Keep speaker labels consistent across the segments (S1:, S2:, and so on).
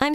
S1: I'm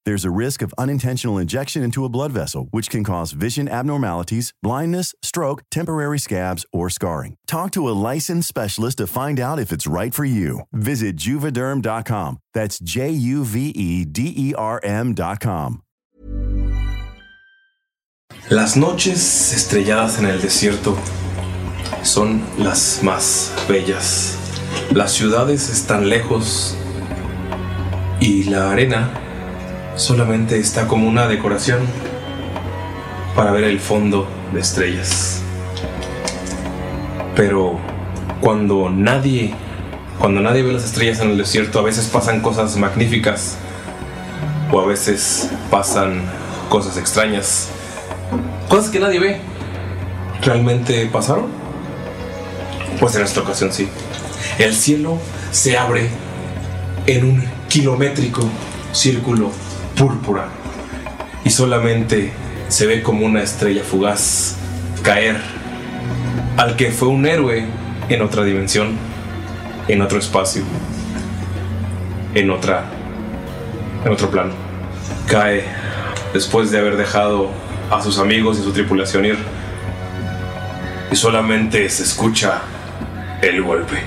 S2: There's a risk of unintentional injection into a blood vessel, which can cause vision abnormalities, blindness, stroke, temporary scabs, or scarring. Talk to a licensed specialist to find out if it's right for you. Visit juvederm.com. That's J U V E D E R M.com.
S3: Las noches estrelladas en el desierto son las más bellas. Las ciudades están lejos y la arena solamente está como una decoración para ver el fondo de estrellas. Pero cuando nadie, cuando nadie ve las estrellas en el desierto, a veces pasan cosas magníficas o a veces pasan cosas extrañas. Cosas que nadie ve. ¿Realmente pasaron? Pues en esta ocasión sí. El cielo se abre en un kilométrico círculo púrpura y solamente se ve como una estrella fugaz caer al que fue un héroe en otra dimensión, en otro espacio, en otra en otro plano. Cae después de haber dejado a sus amigos y su tripulación ir. Y solamente se escucha el golpe.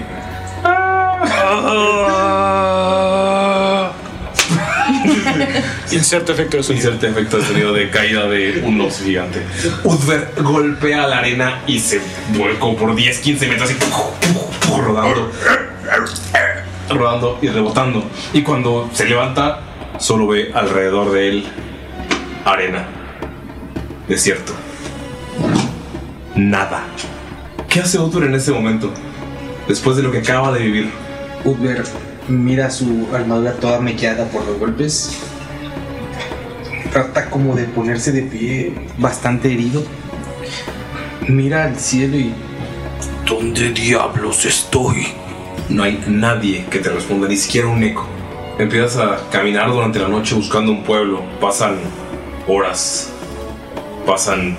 S3: Inserte efecto de sonido. Inserte efecto de sonido de caída de un oso gigante. Udver golpea la arena y se vuelco por 10, 15 metros así, rodando. Rodando y rebotando. Y cuando se levanta, solo ve alrededor de él arena. Desierto. Nada. ¿Qué hace Udver en ese momento? Después de lo que acaba de vivir.
S4: Udber mira su armadura toda mequeada por los golpes. Trata como de ponerse de pie, bastante herido. Mira al cielo y
S3: ¿Dónde diablos estoy? No hay nadie que te responda, ni siquiera un eco. Empiezas a caminar durante la noche buscando un pueblo. Pasan horas, pasan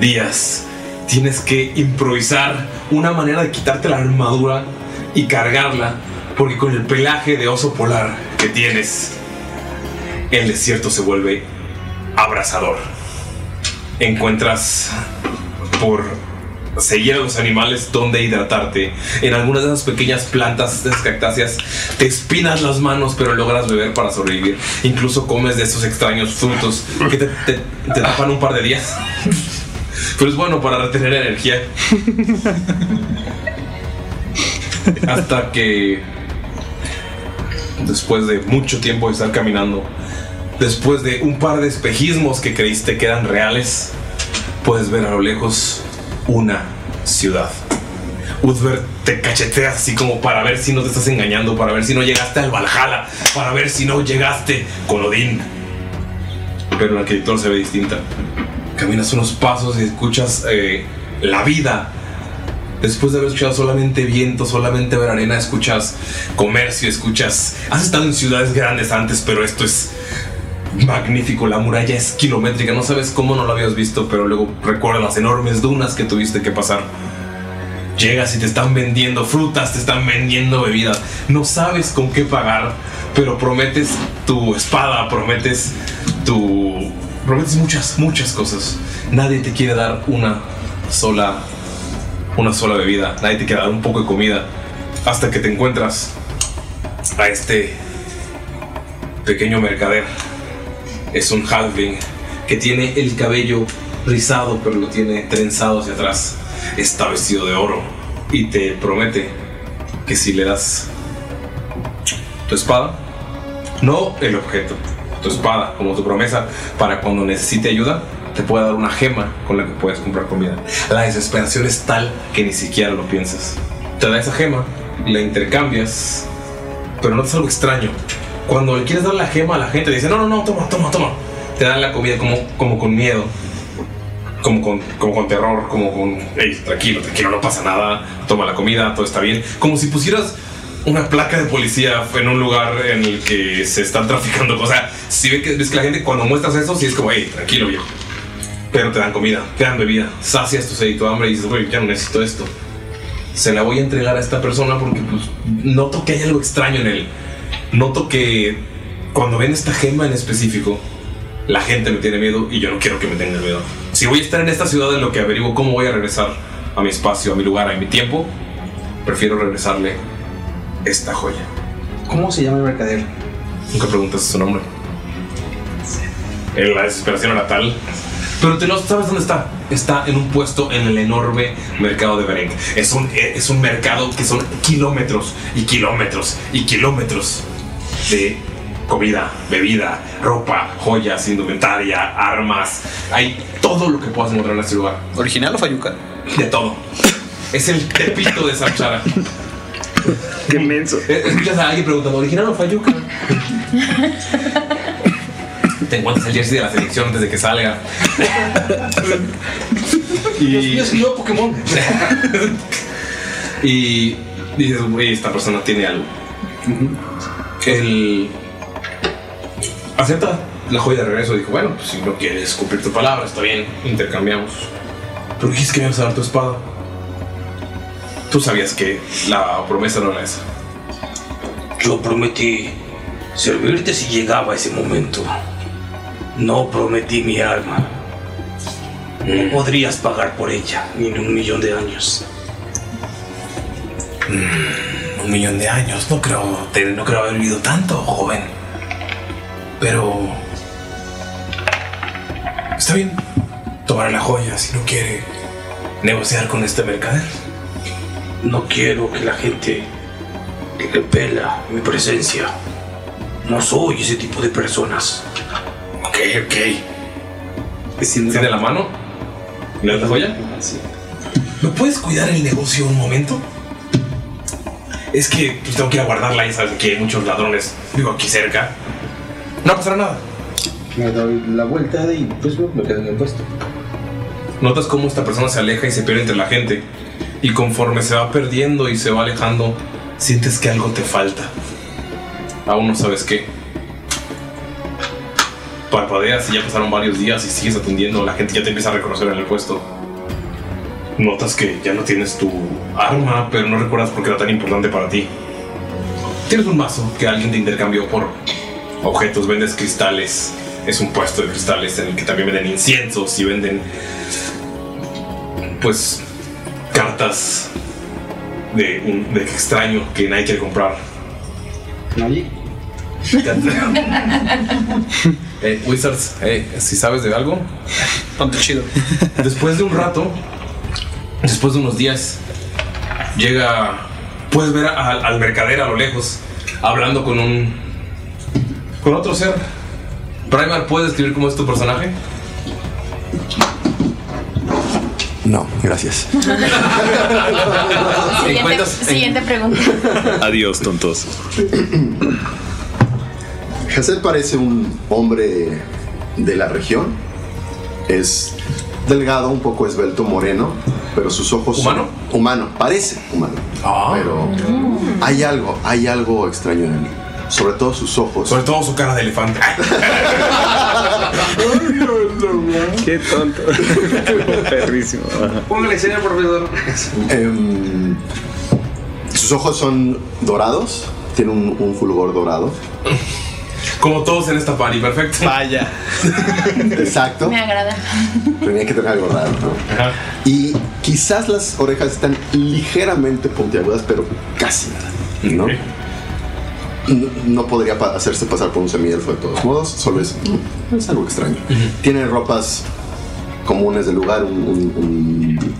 S3: días. Tienes que improvisar una manera de quitarte la armadura y cargarla, porque con el pelaje de oso polar que tienes, el desierto se vuelve abrasador. Encuentras por seguir a los animales donde hidratarte. En algunas de esas pequeñas plantas, de esas cactáceas, te espinas las manos, pero logras beber para sobrevivir. Incluso comes de esos extraños frutos que te, te- te tapan un par de días. Pero es bueno para retener energía. Hasta que, después de mucho tiempo de estar caminando, después de un par de espejismos que creíste que eran reales, puedes ver a lo lejos una ciudad. Uzber te cacheteas así como para ver si no te estás engañando, para ver si no llegaste al Valhalla, para ver si no llegaste con Odín. Pero la arquitectura se ve distinta. Caminas unos pasos y escuchas eh, la vida. Después de haber escuchado solamente viento, solamente ver arena, escuchas comercio, escuchas... Has estado en ciudades grandes antes, pero esto es magnífico, la muralla es kilométrica, no sabes cómo no la habías visto, pero luego recuerdas las enormes dunas que tuviste que pasar. Llegas y te están vendiendo frutas, te están vendiendo bebidas, no sabes con qué pagar, pero prometes tu espada, prometes tu... prometes muchas, muchas cosas. Nadie te quiere dar una sola... una sola bebida, nadie te quiere dar un poco de comida, hasta que te encuentras a este pequeño mercader es un halfling que tiene el cabello rizado pero lo tiene trenzado hacia atrás. Está vestido de oro y te promete que si le das tu espada, no el objeto, tu espada como tu promesa para cuando necesite ayuda, te puede dar una gema con la que puedes comprar comida. La desesperación es tal que ni siquiera lo piensas. Te da esa gema, la intercambias pero no es algo extraño. Cuando le quieres dar la gema a la gente, dice, no, no, no, toma, toma, toma. Te dan la comida como, como con miedo, como con, como con terror, como con, hey, tranquilo, tranquilo, no pasa nada, toma la comida, todo está bien. Como si pusieras una placa de policía en un lugar en el que se están traficando. O sea, si ves que, ves que la gente cuando muestras eso, sí es como, hey, tranquilo, viejo. Pero te dan comida, te dan bebida, sacias tu sed y tu hambre y dices, güey, ya no necesito esto se la voy a entregar a esta persona porque pues, noto que hay algo extraño en él. Noto que cuando ven esta gema en específico, la gente me tiene miedo y yo no quiero que me tengan miedo. Si voy a estar en esta ciudad en lo que averiguo cómo voy a regresar a mi espacio, a mi lugar, a mi tiempo, prefiero regresarle esta joya.
S4: ¿Cómo se llama el mercader?
S3: Nunca preguntaste su nombre. Eh, La desesperación era tal. Pero te lo sabes dónde está. Está en un puesto en el enorme mercado de Bereng. Es un, eh, es un mercado que son kilómetros y kilómetros y kilómetros de comida, bebida, ropa, joyas, indumentaria, armas. Hay todo lo que puedas encontrar en este lugar.
S5: ¿Original o Fayuca?
S3: De todo. Es el tepito de Samsara.
S6: Qué menso.
S3: Eh, Escuchas a alguien preguntando, ¿original o Fayuca? Te encuentras el jersey de la selección antes de que salga. y...
S4: yo Pokémon.
S3: Y dices, güey, esta persona tiene algo. Él acepta la joya de regreso. Dijo, bueno, pues si no quieres cumplir tu palabra, está bien, intercambiamos. Pero dijiste que me ibas a dar tu espada. Tú sabías que la promesa no era esa.
S7: Yo prometí servirte si llegaba ese momento. No prometí mi alma.
S3: Mm.
S7: No podrías pagar por ella ni en un millón de años.
S3: Un millón de años, no creo, te- no creo haber vivido tanto, joven. Pero. Está bien. Tomaré la joya si no quiere negociar con este mercader.
S7: No quiero que la gente repela mi presencia. No soy ese tipo de personas.
S3: Ok, ok. Tiene la mano. ¿Le das la joya?
S4: Sí.
S3: ¿Me puedes cuidar el negocio un momento? Es que pues, tengo que ir a guardarla y sabes que hay muchos ladrones, digo, aquí cerca. No pasará nada.
S4: Me doy la vuelta y pues me quedo en el puesto.
S3: Notas cómo esta persona se aleja y se pierde entre la gente. Y conforme se va perdiendo y se va alejando, sientes que algo te falta. Aún no sabes qué. Parpadeas y ya pasaron varios días y sigues atendiendo. La gente ya te empieza a reconocer en el puesto. Notas que ya no tienes tu arma, pero no recuerdas por qué era tan importante para ti. Tienes un mazo que alguien te intercambió por objetos. Vendes cristales. Es un puesto de cristales en el que también venden inciensos y venden pues cartas de un de extraño que nadie quiere comprar.
S4: ¿Nadie?
S3: Eh, Wizards, eh, si sabes de algo,
S5: Ponte chido.
S3: después de un rato, después de unos días, llega, puedes ver a- al- al mercader a lo lejos, hablando con un, con otro ser. Primar, ¿puedes describir cómo es tu personaje? No, gracias.
S8: Siguiente, siguiente pregunta.
S9: Adiós, tontos.
S10: Hassel parece un hombre de la región. Es delgado, un poco esbelto, moreno, pero sus ojos. ¿Humano? humano, parece humano.
S3: Ah.
S10: Pero hay algo, hay algo extraño en él. Sobre todo sus ojos. Sobre
S3: todo su cara de elefante.
S6: Qué tonto. Perrísimo.
S4: Póngale, señor profesor.
S10: Em, sus ojos son dorados, tiene un, un fulgor dorado.
S3: Como todos en esta party, perfecto.
S10: Vaya. Exacto.
S8: Me agrada.
S10: Tenía que tener algo raro, ¿no? Y quizás las orejas están ligeramente puntiagudas, pero casi nada, ¿no? No, no podría pa- hacerse pasar por un semielfo de todos modos, solo es, es algo extraño. Tiene ropas comunes del lugar, un, un- un-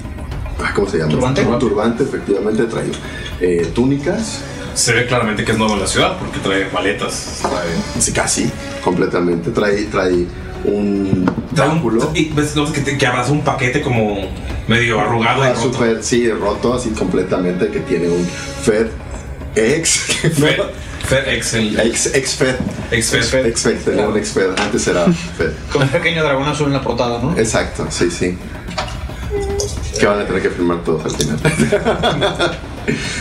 S10: ah, ¿cómo se llama?
S3: Turbante.
S10: Un turbante, efectivamente, trae eh, túnicas.
S3: Se ve claramente que es nuevo en la ciudad porque trae maletas.
S10: Sí, casi, completamente. Trae, trae un
S3: Trae un, y ves no, que, te- que abraza un paquete como medio arrugado y
S10: Ah,
S3: roto.
S10: súper, sí, roto así completamente, que tiene un Fed ex.
S3: Fed, Fed ex,
S10: ex, ex Fed.
S3: Ex Fed.
S10: Ex Fed, tenía un ex Fed, antes era Fed.
S5: Con un pequeño dragón azul en la portada, ¿no?
S10: Exacto, sí, sí. Que van a tener que firmar todos al final.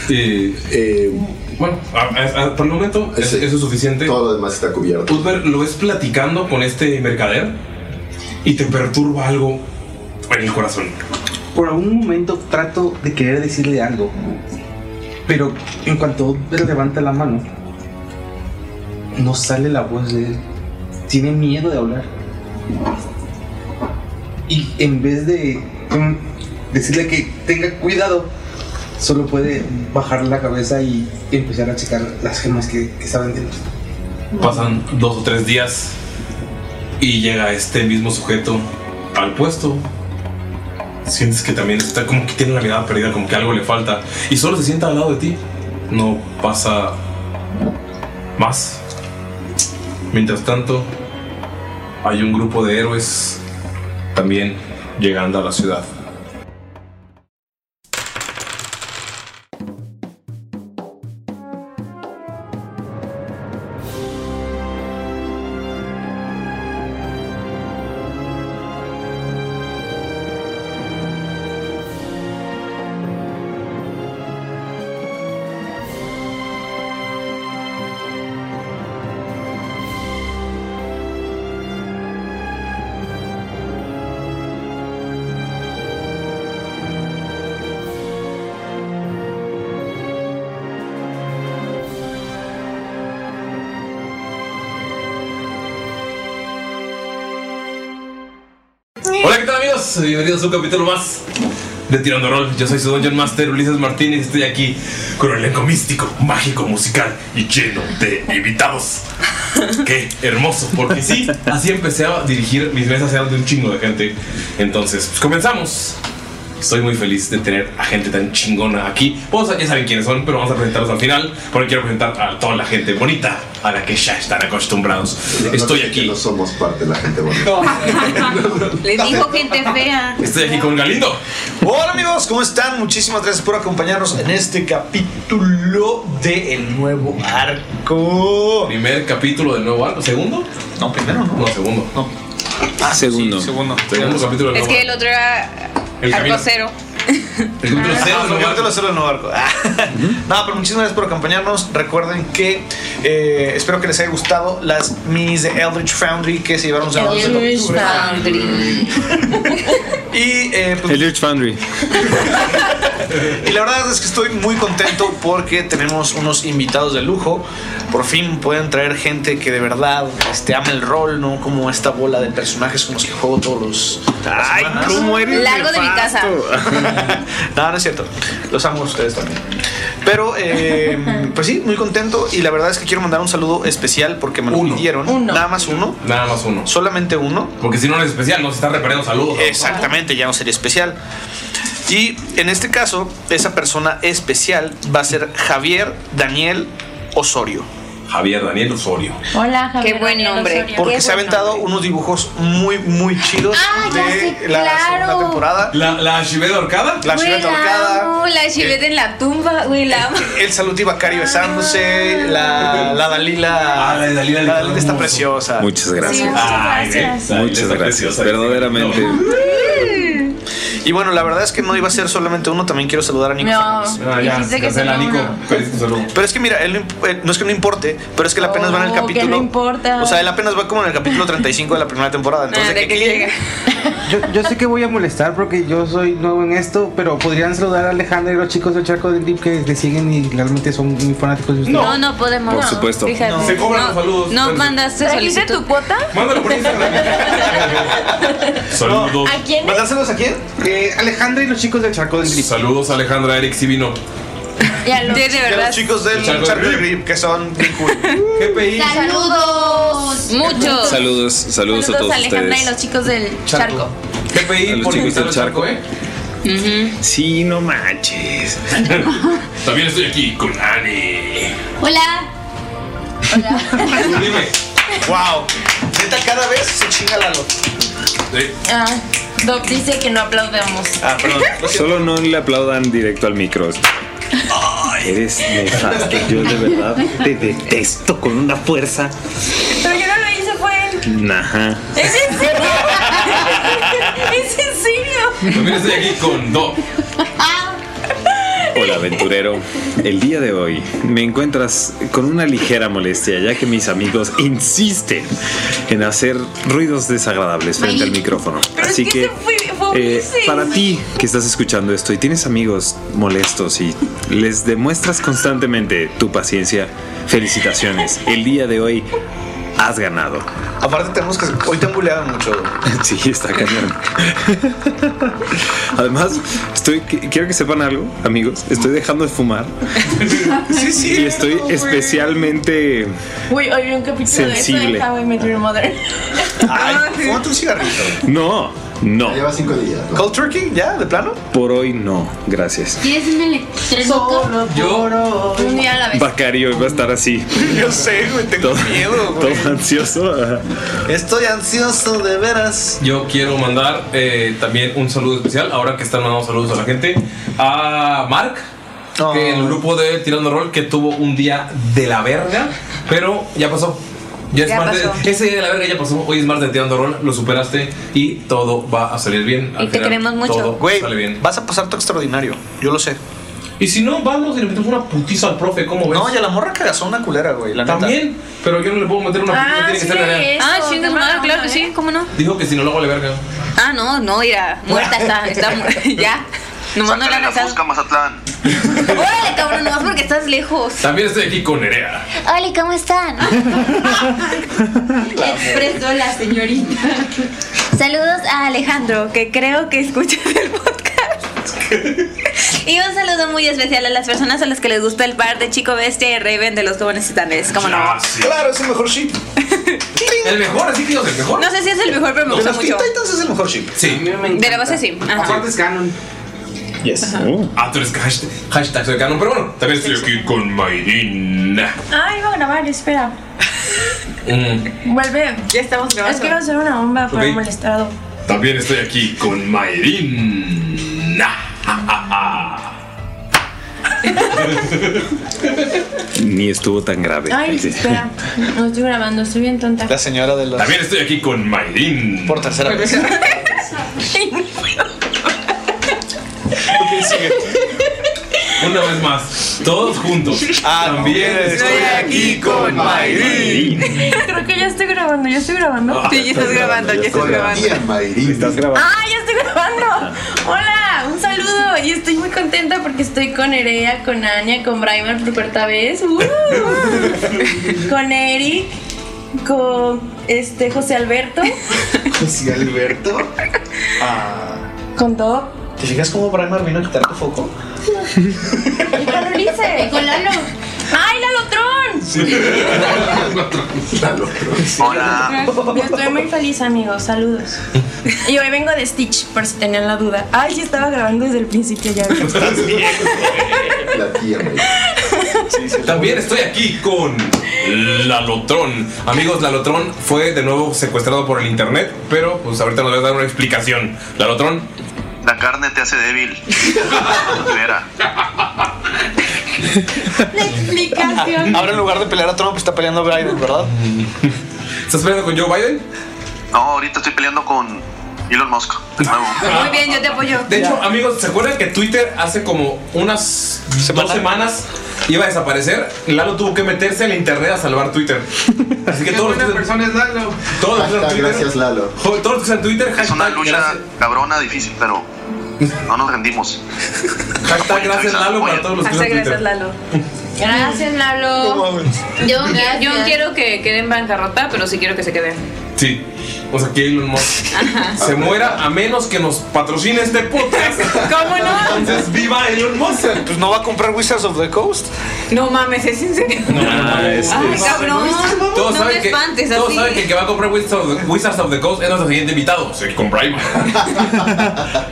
S3: eh, bueno, a- a- a- por el momento es- eso es suficiente. Todo
S10: lo demás está cubierto.
S3: Pudber, lo ves platicando con este mercader y te perturba algo en el corazón.
S4: Por algún momento trato de querer decirle algo. Pero en cuanto él levanta la mano, no sale la voz de él. Tiene miedo de hablar. Y en vez de mm, decirle que tenga cuidado, solo puede bajar la cabeza y empezar a checar las gemas que, que estaban dentro.
S3: Pasan dos o tres días y llega este mismo sujeto al puesto. Sientes que también está como que tiene la mirada perdida, como que algo le falta. Y solo se sienta al lado de ti. No pasa más. Mientras tanto, hay un grupo de héroes también llegando a la ciudad. Hola, ¿qué tal amigos? Bienvenidos a un capítulo más de Tirando Rol. Yo soy su Dungeon Master Ulises Martínez y estoy aquí con el elenco místico, mágico, musical y lleno de invitados. Qué hermoso, porque sí, así empecé a dirigir mis mesas eran de un chingo de gente. Entonces, pues comenzamos. Estoy muy feliz de tener a gente tan chingona aquí. Vamos a- ya saben quiénes son, pero vamos a presentarlos al final. Porque quiero presentar a toda la gente bonita a la que ya están acostumbrados. Estoy aquí. No
S10: somos parte de la gente bonita.
S8: Le dijo gente fea.
S3: Estoy aquí con Galindo.
S11: Hola amigos, ¿cómo están? Muchísimas gracias por acompañarnos en este capítulo de El Nuevo Arco.
S3: Primer capítulo del nuevo arco, segundo?
S11: No, primero no.
S3: No, segundo.
S11: No.
S9: Ah, segundo. segundo.
S3: Segundo capítulo del
S8: Es
S3: nuevo
S8: que el otro era
S3: El
S8: algo
S3: camino.
S8: cero.
S3: El capítulo
S11: Ah,
S3: cero
S11: el
S3: del nuevo
S11: capítulo cero del nuevo arco. Ah. Nada, pero muchísimas gracias por acompañarnos. Recuerden que eh, espero que les haya gustado las minis de Eldritch Foundry que se llevaron los llamados de
S8: Eldritch
S11: octubre.
S8: Foundry.
S11: Y eh, pues,
S9: Eldritch Foundry.
S11: Y la verdad es que estoy muy contento porque tenemos unos invitados de lujo. Por fin pueden traer gente que de verdad este, ama el rol, ¿no? Como esta bola de personajes con los que juego todos los. Ay,
S8: ¿cómo eres Largo de mi casa.
S11: no, no es cierto. Los amo a ustedes también. Pero, eh, pues sí, muy contento. Y la verdad es que quiero mandar un saludo especial porque me lo pidieron. Nada más uno.
S3: Nada más uno.
S11: Solamente uno.
S3: Porque si no es especial, nos está reparando saludos.
S11: Exactamente, ya no sería especial. Y en este caso, esa persona especial va a ser Javier Daniel Osorio.
S3: arco. Javier Daniel Osorio.
S8: Hola, Javier. Qué buen nombre.
S11: Porque se ha aventado unos dibujos muy, muy chidos
S8: Ah, ya sé,
S11: de la segunda
S8: claro.
S11: temporada.
S3: ¿La, la Chiveta Horcada?
S11: La Chiveta Horcada.
S8: No, la chiveta en la tumba, güey, la amo.
S11: El Saluti Bacario besándose. La, la Dalila. la Dalila, está preciosa.
S9: Muchas
S11: Sí,
S9: gracias.
S11: muchas gracias.
S9: Ay, Muchas gracias. Verdaderamente.
S11: Y bueno, la verdad es que no iba a ser solamente uno, también quiero saludar a Nico.
S8: No,
S11: Fernández.
S8: Ah, ya, dijiste que cancela, solo Nico. uno.
S11: Pero es que mira, él no imp- eh, no es que no importe, pero es que él apenas va en el
S8: No, Oh, que no
S11: capítulo.
S8: importa.
S11: O sea, él apenas va como en el capítulo 35 de la primera temporada. Entonces,
S8: Ah,
S11: de
S8: de
S11: que
S8: que llega.
S12: Yo, yo sé que voy a molestar porque yo soy nuevo en esto, pero podrían saludar a Alejandra y los chicos del Charco del Deep que le siguen y realmente son muy fanáticos de ustedes.
S8: No, no podemos.
S12: Por supuesto.
S8: Fíjate.
S12: No. Se cobran
S8: No,
S12: los saludos.
S8: No
S12: Pero-
S8: mandaste solicitud. tu cuota?
S3: Mándalo por Saludos.
S8: ¿A quién?
S12: ¿Mandárselos a quién? Eh, Alejandra y los chicos del Charco del Deep.
S3: Saludos a Alejandra Eric Sivino.
S8: De
S11: Y a
S8: verdad.
S11: los chicos del
S3: Charco
S11: Charco
S3: de
S11: de Grip, que son bien cool.
S3: GPI.
S8: Saludos. Muchos.
S9: Saludos, saludos, a todos
S8: a Alejandra
S9: ustedes.
S8: y los chicos del charco.
S9: A los chicos del charco.
S8: Ujú.
S9: Sí, no manches.
S3: También estoy aquí con Ani.
S13: Hola.
S3: Dime.
S11: wow. Neta, cada vez se chinga la luz.
S13: Ah, Doc dice que no aplaudamos.
S11: Ah, perdón.
S9: Solo no le aplaudan directo al micro. Ay, eres nefasto. Yo de verdad te detesto con una fuerza.
S13: Pero yo no lo hice, fue él.
S9: Ajá.
S13: ¿Es en serio? ¿Es en serio?
S3: También estoy aquí con Do.
S9: Hola aventurero, el día de hoy me encuentras con una ligera molestia ya que mis amigos insisten en hacer ruidos desagradables frente al micrófono. Así que, eh, para ti que estás escuchando esto y tienes amigos molestos y les demuestras constantemente tu paciencia, felicitaciones. El día de hoy has ganado.
S11: Aparte, tenemos que. Hoy te han buleado mucho.
S9: Sí, está cañón. Además, estoy quiero que sepan algo, amigos. Estoy dejando de fumar. Y estoy especialmente.
S13: Uy, hoy vi un capítulo de eso
S9: Sensible.
S13: de How I Met Your Mother.
S11: Fumate un cigarrito.
S9: No, no.
S10: Lleva cinco días.
S11: ¿Cold turkey? ¿Ya? ¿De plano?
S9: Por hoy no, gracias.
S13: ¿Quieres un electrónico?
S9: Yo-
S13: Un día a la vez.
S9: Bacario iba a estar así.
S11: Yo sé, güey, tengo miedo,
S9: güey. Todo ansioso.
S11: Estoy ansioso, de veras.
S3: Yo quiero mandar eh, también un saludo especial, ahora que están mandando saludos a la gente, a Mark,
S8: Oh.
S3: que en el grupo de Tirando Roll, que tuvo un día de la verga, pero ya pasó. Ya es
S8: Ya
S3: martes.
S8: pasó.
S3: Ese día de la verga ya pasó. Hoy es martes de Tirando Roll, lo superaste y todo va a salir bien. Al
S8: Y te
S3: final,
S8: queremos mucho.
S3: Todo
S11: Güey,
S3: sale bien.
S11: vas a pasar tu extraordinario. Yo lo sé.
S3: Y si no, vamos y le metemos una putiza al profe, ¿cómo ves?
S11: No, ya la morra cagazó una culera, güey. La
S3: También, pero yo no le puedo meter una putiza. no tiene que ser la verga.
S8: Ah, chingas madre, claro que sí, ¿cómo no?
S3: Dijo que si no lo hago a la verga.
S8: Ah, no, no, mira, muerta está, está muerta, ya. Nomás no la han rezado.
S3: Mazatlán.
S8: Órale, cabrón, nomás porque estás lejos.
S3: También estoy aquí con Nerea.
S13: Hola, ¿cómo están? Expreso la señorita. Saludos a Alejandro, que creo que escucha el podcast.
S8: Y un saludo muy especial a las personas a las que les gusta el par de Chico Bestia y Raven de los jóvenes titanes, ¿cómo no?
S3: Ah, sí.
S11: Claro, es el mejor ship.
S3: El mejor, así que yo soy el mejor.
S8: No sé si es el mejor, pero me
S11: De
S8: gusta
S11: los
S8: mucho.
S11: Teen Titans es el mejor ship.
S3: Sí.
S8: De la base sí. Ajá.
S12: Aparte es canon.
S9: Yes.
S11: Mm.
S3: Ah, tú eres hashtag, hashtag soy canon, pero bueno, también estoy aquí con Mayrina.
S13: Ah, iba a grabar, espera.
S3: Mm,
S13: Vuelve. Ya estamos grabando. Es que iba a hacer una bomba para
S3: Ok.
S13: molestado.
S3: también estoy aquí con Mayrina.
S9: Ni estuvo tan grave.
S13: Ay, espera. No estoy grabando, estoy bien tonta.
S11: La señora de los.
S3: También estoy aquí con Mayrin.
S11: Por tercera vez.
S3: Una vez más, todos juntos.
S11: Ah,
S3: también estoy aquí con Mayrin.
S13: Creo que ya estoy grabando, ya estoy grabando.
S9: Estás grabando.
S13: ¡Ah, ya estoy grabando! ¡Hola! ¡Un saludo! Y estoy muy contenta porque estoy con Erea, con Anya, con Braiman por cuarta vez. ¡Uh! con Eric, con este José Alberto,
S11: José Alberto. Ah.
S13: con Doc.
S11: ¿Te fijas cómo Braimar vino a quitar tu foco?
S13: Y con Ulises. Y con Lalo. ¡Ay, Lalotrón!
S11: Hola.
S13: Yo estoy muy feliz, amigos. Saludos. Y hoy vengo de Stitch, por si tenían la duda. Ay, sí, estaba grabando desde el principio ya.
S10: La tía, güey.
S3: También estoy aquí con Lalotron. Amigos, Lalotron fue de nuevo secuestrado por el internet, pero pues ahorita nos voy a dar una explicación. Lalotron.
S14: La carne te hace débil. Libera.
S13: La
S15: Ah,
S13: explicación.
S11: Ah, Ahora en lugar de pelear a Trump está peleando Biden, ¿verdad?
S3: ¿Estás peleando con Joe Biden?
S14: No, ahorita estoy peleando con Elon Musk. De nuevo.
S15: Muy bien, yo te apoyo.
S3: De hecho, amigos, ¿se acuerdan que Twitter hace como unas dos semanas iba a desaparecer? Lalo tuvo que meterse al internet a salvar Twitter. Así que todos los que
S12: persona es Lalo.
S3: todos los que usan
S10: Hashtag
S3: Twitter-
S10: gracias, Lalo.
S3: jo- todos los que usan Twitter,
S14: Es una
S3: hashtag
S14: lucha
S3: gracias-
S14: cabrona, difícil, pero no nos rendimos.
S3: hashtag gracias Lalo para todos los que usan
S15: Hasta gracias,
S3: Twitter.
S15: Lalo. Gracias, Lalo. Yo, yo quiero que queden en bancarrota, pero sí quiero que se queden.
S3: Sí. O sea, que Elon Musk
S15: Ah, pues.
S3: se muera a menos que nos patrocine este podcast.
S15: ¿Cómo no?
S3: Entonces, viva Elon Musk.
S11: Pues no va a comprar Wizards of the Coast.
S15: No mames, es en serio. Ay, cabrón. No
S3: Todos
S15: me
S3: saben que,
S15: espantes
S3: todos
S15: así.
S3: saben que el que va a comprar Wizards of, the- Wizards of the Coast es nuestro siguiente invitado. Sí, con Braimar.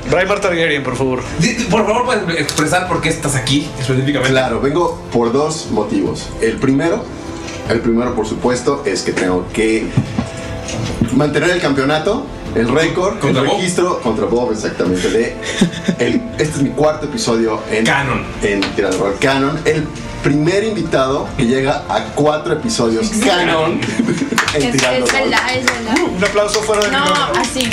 S11: Braimar Targaryen, por favor.
S3: Por favor, puedes expresar por qué estás aquí específicamente.
S10: Claro, vengo por dos motivos. El primero, el primero por supuesto, es que tengo que mantener el campeonato, el récord, el registro contra Bob, exactamente. De el- este es mi cuarto episodio en Canon. En Tirando Rol Canon. El primer invitado que llega a cuatro episodios Canon en
S13: Es,
S10: Tirando
S13: es
S10: Rol.
S13: verdad, es verdad.
S11: Un aplauso fuera
S13: No, así.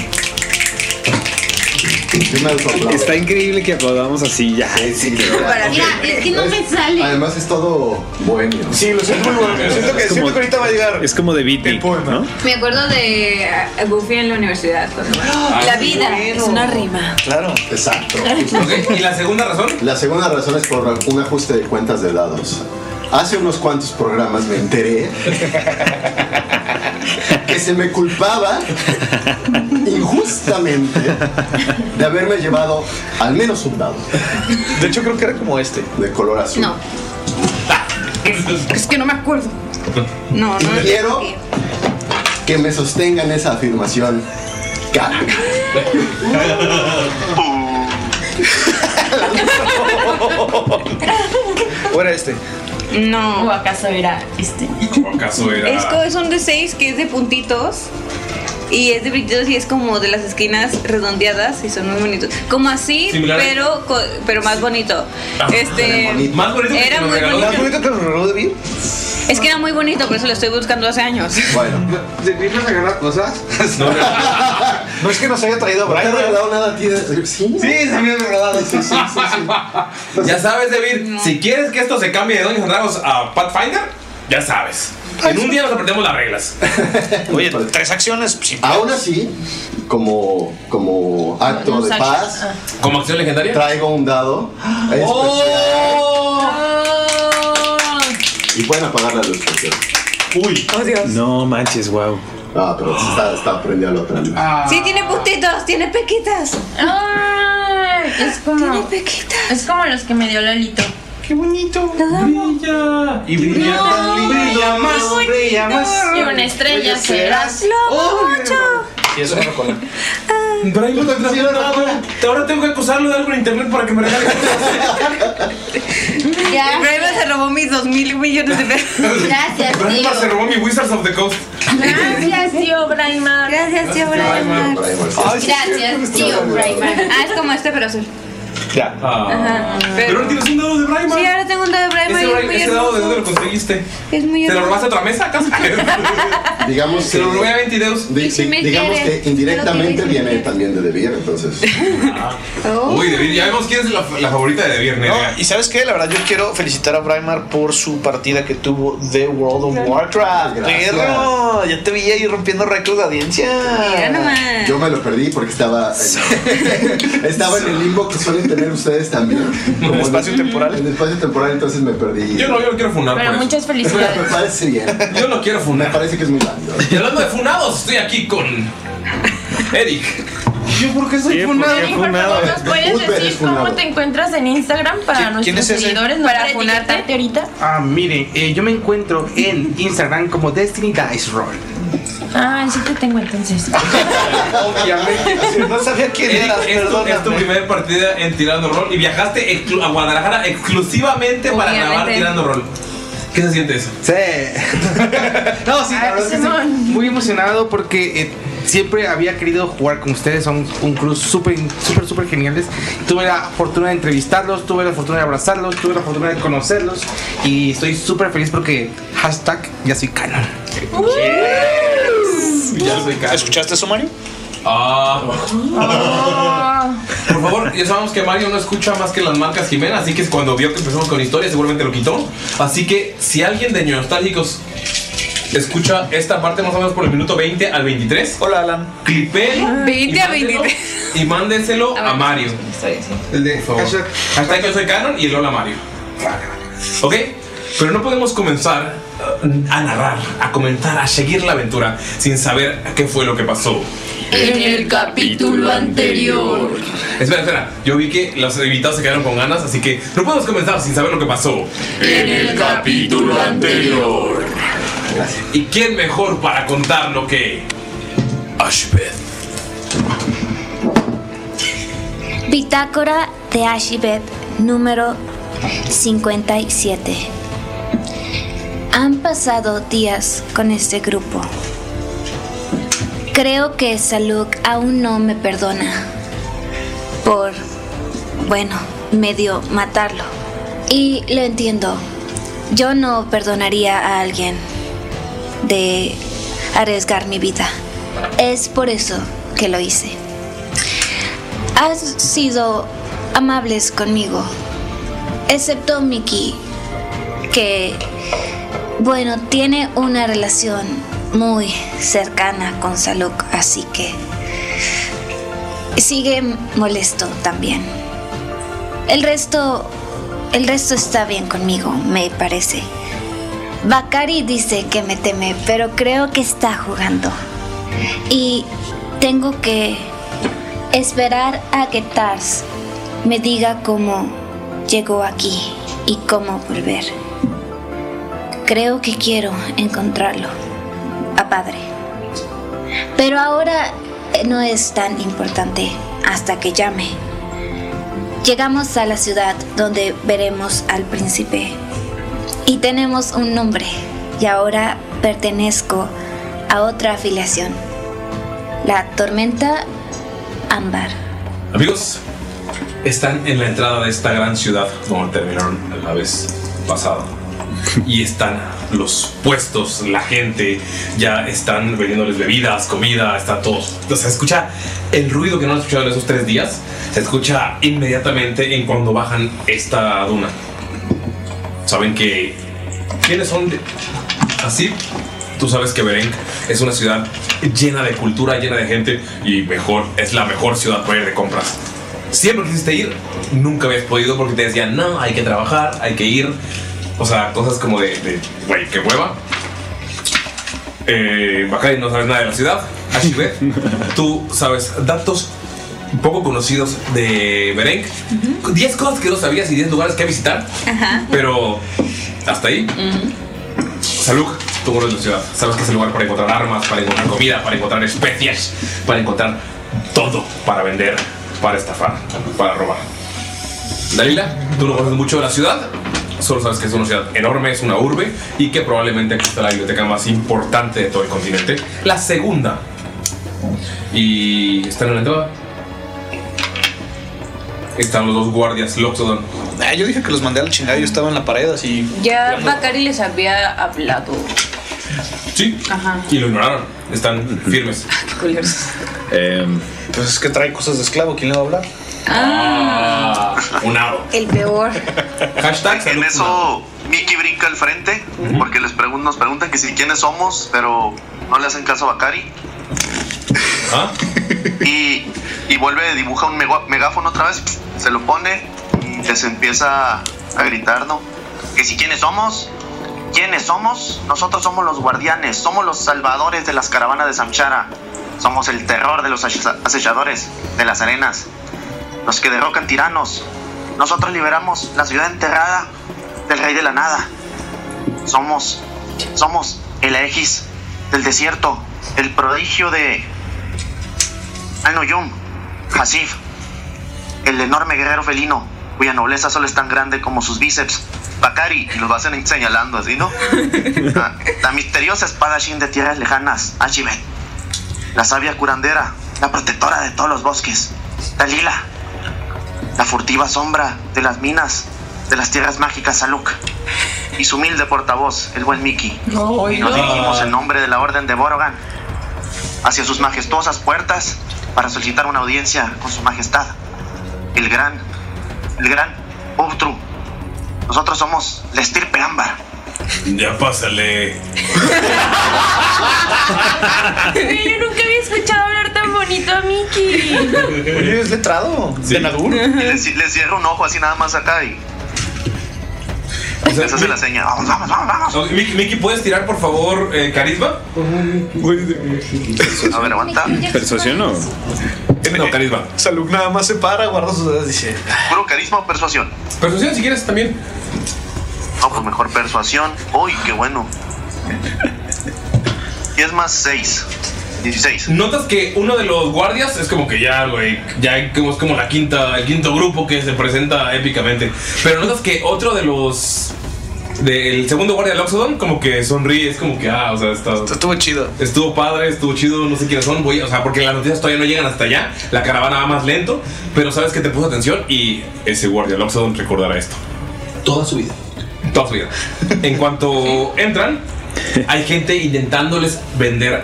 S9: Está increíble que aplaudamos así ya.
S13: Mira, es que no me sale.
S10: Además es todo bohemio.
S11: Sí, lo siento muy bohemio. Siento que- siento que ahorita va a llegar.
S9: Es como de Beatnik, ¿no?
S15: Me acuerdo de ah, Goofy en la universidad. cuando-
S10: Ah,
S15: la
S10: sí,
S15: vida
S10: bueno.
S15: es una rima.
S11: Claro.
S10: Exacto.
S3: ¿Y la segunda razón?
S10: La segunda razón es por un ajuste de cuentas de dados. Hace unos cuantos programas me enteré que se me culpaba injustamente de haberme llevado al menos un dado.
S11: De hecho, creo que era como este.
S10: De color azul.
S13: No. Es que no me acuerdo. No,
S10: Y
S13: no.
S10: quiero que me sostengan esa afirmación. Cara.
S11: ¿O era este?
S15: No. ¿O acaso era este?
S3: ¿O acaso era?
S15: Es co- son de seis que es de puntitos. Y es de brillitos y es como de las esquinas redondeadas y son muy bonitos. Como así,
S11: Similar a-
S15: pero co- pero más bonito. Este
S11: Más bonito que
S15: era
S11: nos
S15: muy
S11: regaló.
S15: bonito.
S11: Más bonito que nos regaló de Bill.
S15: Es que era muy bonito, por eso lo estoy buscando hace años.
S10: Bueno.
S12: ¿Te empiezas a ganar cosas?
S3: No,
S11: No es que nos haya traído a
S10: ¿No te
S11: Brian.
S10: ha regalado nada a ti? de- Sí,
S11: Sí, se me ha regalado.
S10: Sí, sí, sí, sí.
S3: Ya sabes, David, si quieres que esto se cambie de Dungeons and Dragons a Pathfinder, ya sabes. En un día nos aprendemos las reglas.
S11: Oye, tres acciones. pues,
S10: Aún así, como, como acto
S3: Unos
S10: de
S3: actos,
S10: paz.
S11: ah.
S3: ¿Como acción legendaria? ¡Oh!
S10: Traigo un dado. Este,
S11: ¡Oh!
S10: especial. Y pueden apagar la luz, por cierto.
S9: Uy.
S15: Oh,
S9: No manches, wow.
S10: Ah, pero está, está prendida la otra luz.
S3: Ah.
S15: Sí, tiene puntitos, tiene pequitas. Ah.
S13: Ay, es como.
S15: Tiene pequitas.
S13: Es como los que me dio Lolito.
S11: Qué bonito.
S3: Brilla.
S11: Y brilla
S13: No,
S11: tan lindo.
S13: brilla más,
S11: brilla más.
S13: Y una estrella serás.
S11: Oh,
S15: Lo mucho.
S11: Y eso no lo cola.
S3: Brian me trajo un dado. Ahora tengo que acusarlo de algo en internet para que me regale.
S15: Ya. se robó mis dos mil millones de pesos.
S13: Gracias,
S3: Braimar se robó mi Wizards of the Coast.
S13: Gracias, tío Braimar.
S15: Gracias, tío
S3: Braimar. Ay, sí,
S13: Gracias, tío Braimar.
S15: Ah, es como este, pero azul.
S11: Ya.
S15: Ajá.
S3: Ah. Pero ahora tienes un dado de Braimar.
S15: Sí, ahora tengo un dado de Braimar y
S3: Ese,
S15: es
S3: Bra-
S15: muy
S3: ese dado de dónde
S15: hermoso.
S3: lo conseguiste.
S15: Es muy
S3: ¿Te lo
S15: hermoso.
S3: robaste a otra mesa acaso?
S10: Digamos
S3: Se
S10: que-
S3: lo robé a 22.
S10: Di-
S15: si me
S10: digamos
S15: quieres,
S10: que indirectamente
S15: pero que me Oh.
S10: viene también de Debier, entonces.
S3: Uy, David, ya vemos quién es la, la favorita de Viernes.
S11: Y sabes qué, la verdad yo quiero felicitar a Braimar por su partida que tuvo de World of Warcraft.
S10: Gracias.
S11: Perro, ya te vi ahí rompiendo récords de audiencia.
S15: Mira nomás.
S10: Yo me lo perdí porque estaba en, estaba en el limbo que suelen tener ustedes también. Como en espacio
S11: temporal.
S10: En espacio temporal, entonces me perdí.
S3: Yo no, yo no quiero funar
S13: Pero
S10: pues.
S3: por
S13: muchas
S3: eso.
S10: Me
S13: felicidades.
S10: parece bien.
S3: Yo no quiero
S10: Me
S3: funar.
S10: parece que es muy válido.
S3: Y hablando de funados, estoy aquí con Eric.
S12: Yo, ¿por qué soy
S13: Por
S12: funado?
S13: favor, ¿nos puedes decir cómo te encuentras en Instagram para
S12: quién
S13: nuestros
S12: es ese?
S13: seguidores? ¿No para etiquetarte ahorita?
S12: Ah, miren, eh, yo me encuentro en Instagram como Destiny Dice Roll.
S13: Ah, sí te tengo entonces.
S11: Obviamente. No sabía quién
S3: Eric,
S11: eras,
S3: es, tu, es tu primera partida en Tirando Roll y viajaste exclu- a Guadalajara exclusivamente para
S11: Obviamente.
S3: grabar Tirando Roll. ¿Qué se siente eso?
S12: Sí. no, sí, la verdad es que sí, muy emocionado porque eh, siempre había querido jugar con ustedes. Son un crew súper, súper, súper geniales. Tuve la fortuna de entrevistarlos, tuve la fortuna de abrazarlos, tuve la fortuna de conocerlos. Y estoy súper feliz porque hashtag ya soy canon.
S3: Ya soy caro.
S11: ¿Escuchaste eso, Mario?
S3: Ah. Por favor, ya sabemos que Mario no escucha más que las marcas Jimena, así que cuando vio que empezamos con historia seguramente lo quitó. Así que si alguien de Nostálgicos escucha esta parte más o menos por el minuto 20 al 23.
S11: Hola, Alan.
S2: Ah.
S3: Clipelo.
S8: 20
S3: y
S8: a
S3: mándelo-
S8: 23.
S3: Y mándenselo a Mario. El de hashtag, hashtag yo soy Canon y el hola Mario. Ok, pero no podemos comenzar uh, a narrar, a comentar, a seguir la aventura sin saber qué fue lo que pasó.
S13: En el capítulo anterior.
S3: Espera, espera, yo vi que los invitados se quedaron con ganas, así que no podemos comenzar sin saber lo que pasó.
S13: En el capítulo
S3: anterior. ¿Y quién mejor para contar lo que Ashbeth?
S16: Bitácora de Ashibet, número 57. Han pasado días con este grupo. Creo que Saluk aún no me perdona por, bueno, medio matarlo. Y lo entiendo. Yo no perdonaría a alguien de arriesgar mi vida. Es por eso que lo hice. Has sido amables conmigo, excepto Mickey, que, bueno, tiene una relación muy cercana con Saluk, así que sigue molesto también. El resto, el resto está bien conmigo, me parece. Bakari dice que me teme, pero creo que está jugando. Y tengo que esperar a que Tars me diga cómo llegó aquí y cómo volver. Creo que quiero encontrarlo, a padre. Pero ahora eh, no es tan importante hasta que llame. Llegamos a la ciudad donde veremos al príncipe y tenemos un nombre y ahora pertenezco a otra afiliación, la Tormenta Ámbar.
S3: Amigos, están en la entrada de esta gran ciudad donde terminaron la vez pasada. Y están los puestos, la gente, ya están vendiéndoles bebidas, comida, está todo. O sea, escucha el ruido que no han escuchado en esos tres días, se escucha inmediatamente en cuando bajan esta duna. Saben que. ¿Quiénes son? de- Así, tú sabes que Beren es una ciudad llena de cultura, llena de gente y mejor, es la mejor ciudad para ir de compras. Siempre quisiste ir, nunca habías podido porque te decían, no, hay que trabajar, hay que ir. O sea, cosas como de, de, güey, qué hueva. Eh, Bacay, no sabes nada de la ciudad. Ashibet, tú sabes datos poco conocidos de Beren. 10 cosas que no sabías y 10 lugares que visitar.
S8: Ajá.
S3: Pero hasta ahí. Saluk, tú conoces la ciudad. Sabes que es el lugar para encontrar armas, para encontrar comida, para encontrar especies, para encontrar todo, para vender, para estafar, para robar. Dalila, tú no conoces mucho de la ciudad. Solo sabes que es una ciudad enorme, es una urbe y que probablemente aquí está la biblioteca más importante de todo el continente. La segunda. Y están en la entrada. Están los dos guardias, Loxodon.
S11: Ah, yo dije que los mandé al chingado, yo estaba en la pared así.
S8: Ya Bakari les había hablado.
S3: Sí.
S8: Ajá.
S3: Y lo ignoraron. Están firmes.
S9: Em,
S11: pues es que trae cosas de esclavo, ¿quién le va a hablar?
S3: Ah, un aro.
S16: El peor.
S3: Hashtag
S14: En eso, Mickey brinca al frente porque les pregun- nos preguntan que si quiénes somos, pero no le hacen caso a Bakari.
S3: ¿Ah?
S14: Y, y vuelve, dibuja un mega- megáfono otra vez, se lo pone y les empieza a gritar, ¿no? Que si quiénes somos, quiénes somos, nosotros somos los guardianes, somos los salvadores de las caravanas de Samchara. Somos el terror de los ase- acechadores de las arenas, los que derrocan tiranos. Nosotros liberamos la ciudad enterrada del rey de la nada. Somos, somos el Aegis del desierto, el prodigio de Anoyum, Hasif, el enorme guerrero felino, cuya nobleza solo es tan grande como sus bíceps. Bakari, y los vas señalando así, ¿no? Ah, la misteriosa espadachín de tierras lejanas, Ashibet. La sabia curandera, la protectora de todos los bosques, Dalila. La furtiva sombra de las minas, de las tierras mágicas, Saluk. Y su humilde portavoz, el buen Mickey.
S11: No,
S14: y nos
S11: oiga.
S14: dirigimos en nombre de la Orden de Borogan hacia sus majestuosas puertas para solicitar una audiencia con su majestad, el gran, el gran Ubtru. Nosotros somos la estirpe ámbar.
S3: Ya pásale.
S13: Güey, Yo nunca había escuchado hablar tan bonito a Mickey.
S14: Oye, es letrado. De Nadur. Le, ci- le cierra un ojo así nada más acá y. les hace la seña. Vamos, vamos, vamos, vamos.
S3: Ok, Miki, Miki, ¿puedes tirar por favor eh, carisma?
S14: A ver, aguanta.
S9: ¿Persuasión o?
S3: No, carisma.
S11: Salud nada más se para, guarda sus dedos, dice. "Ah".
S14: ¿Puro carisma o persuasión?
S3: Persuasión si quieres también.
S14: No, pues mejor persuasión. Uy, qué bueno. 10 más 6. 16.
S3: Notas que uno de los guardias es como que ya, güey, ya como- es como la quinta, el quinto grupo que se presenta épicamente. Pero notas que otro de los del segundo guardia del Oxodon como que sonríe, es como que ah, o sea, está-
S11: estuvo chido.
S3: Estuvo padre, estuvo chido, no sé quiénes son, voy, o sea, porque las noticias todavía no llegan hasta allá, la caravana va más lento, pero sabes que te puso atención y ese guardia del Oxodon recordará esto.
S11: Toda su vida.
S3: Toda su vida. En cuanto entran, hay gente intentándoles vender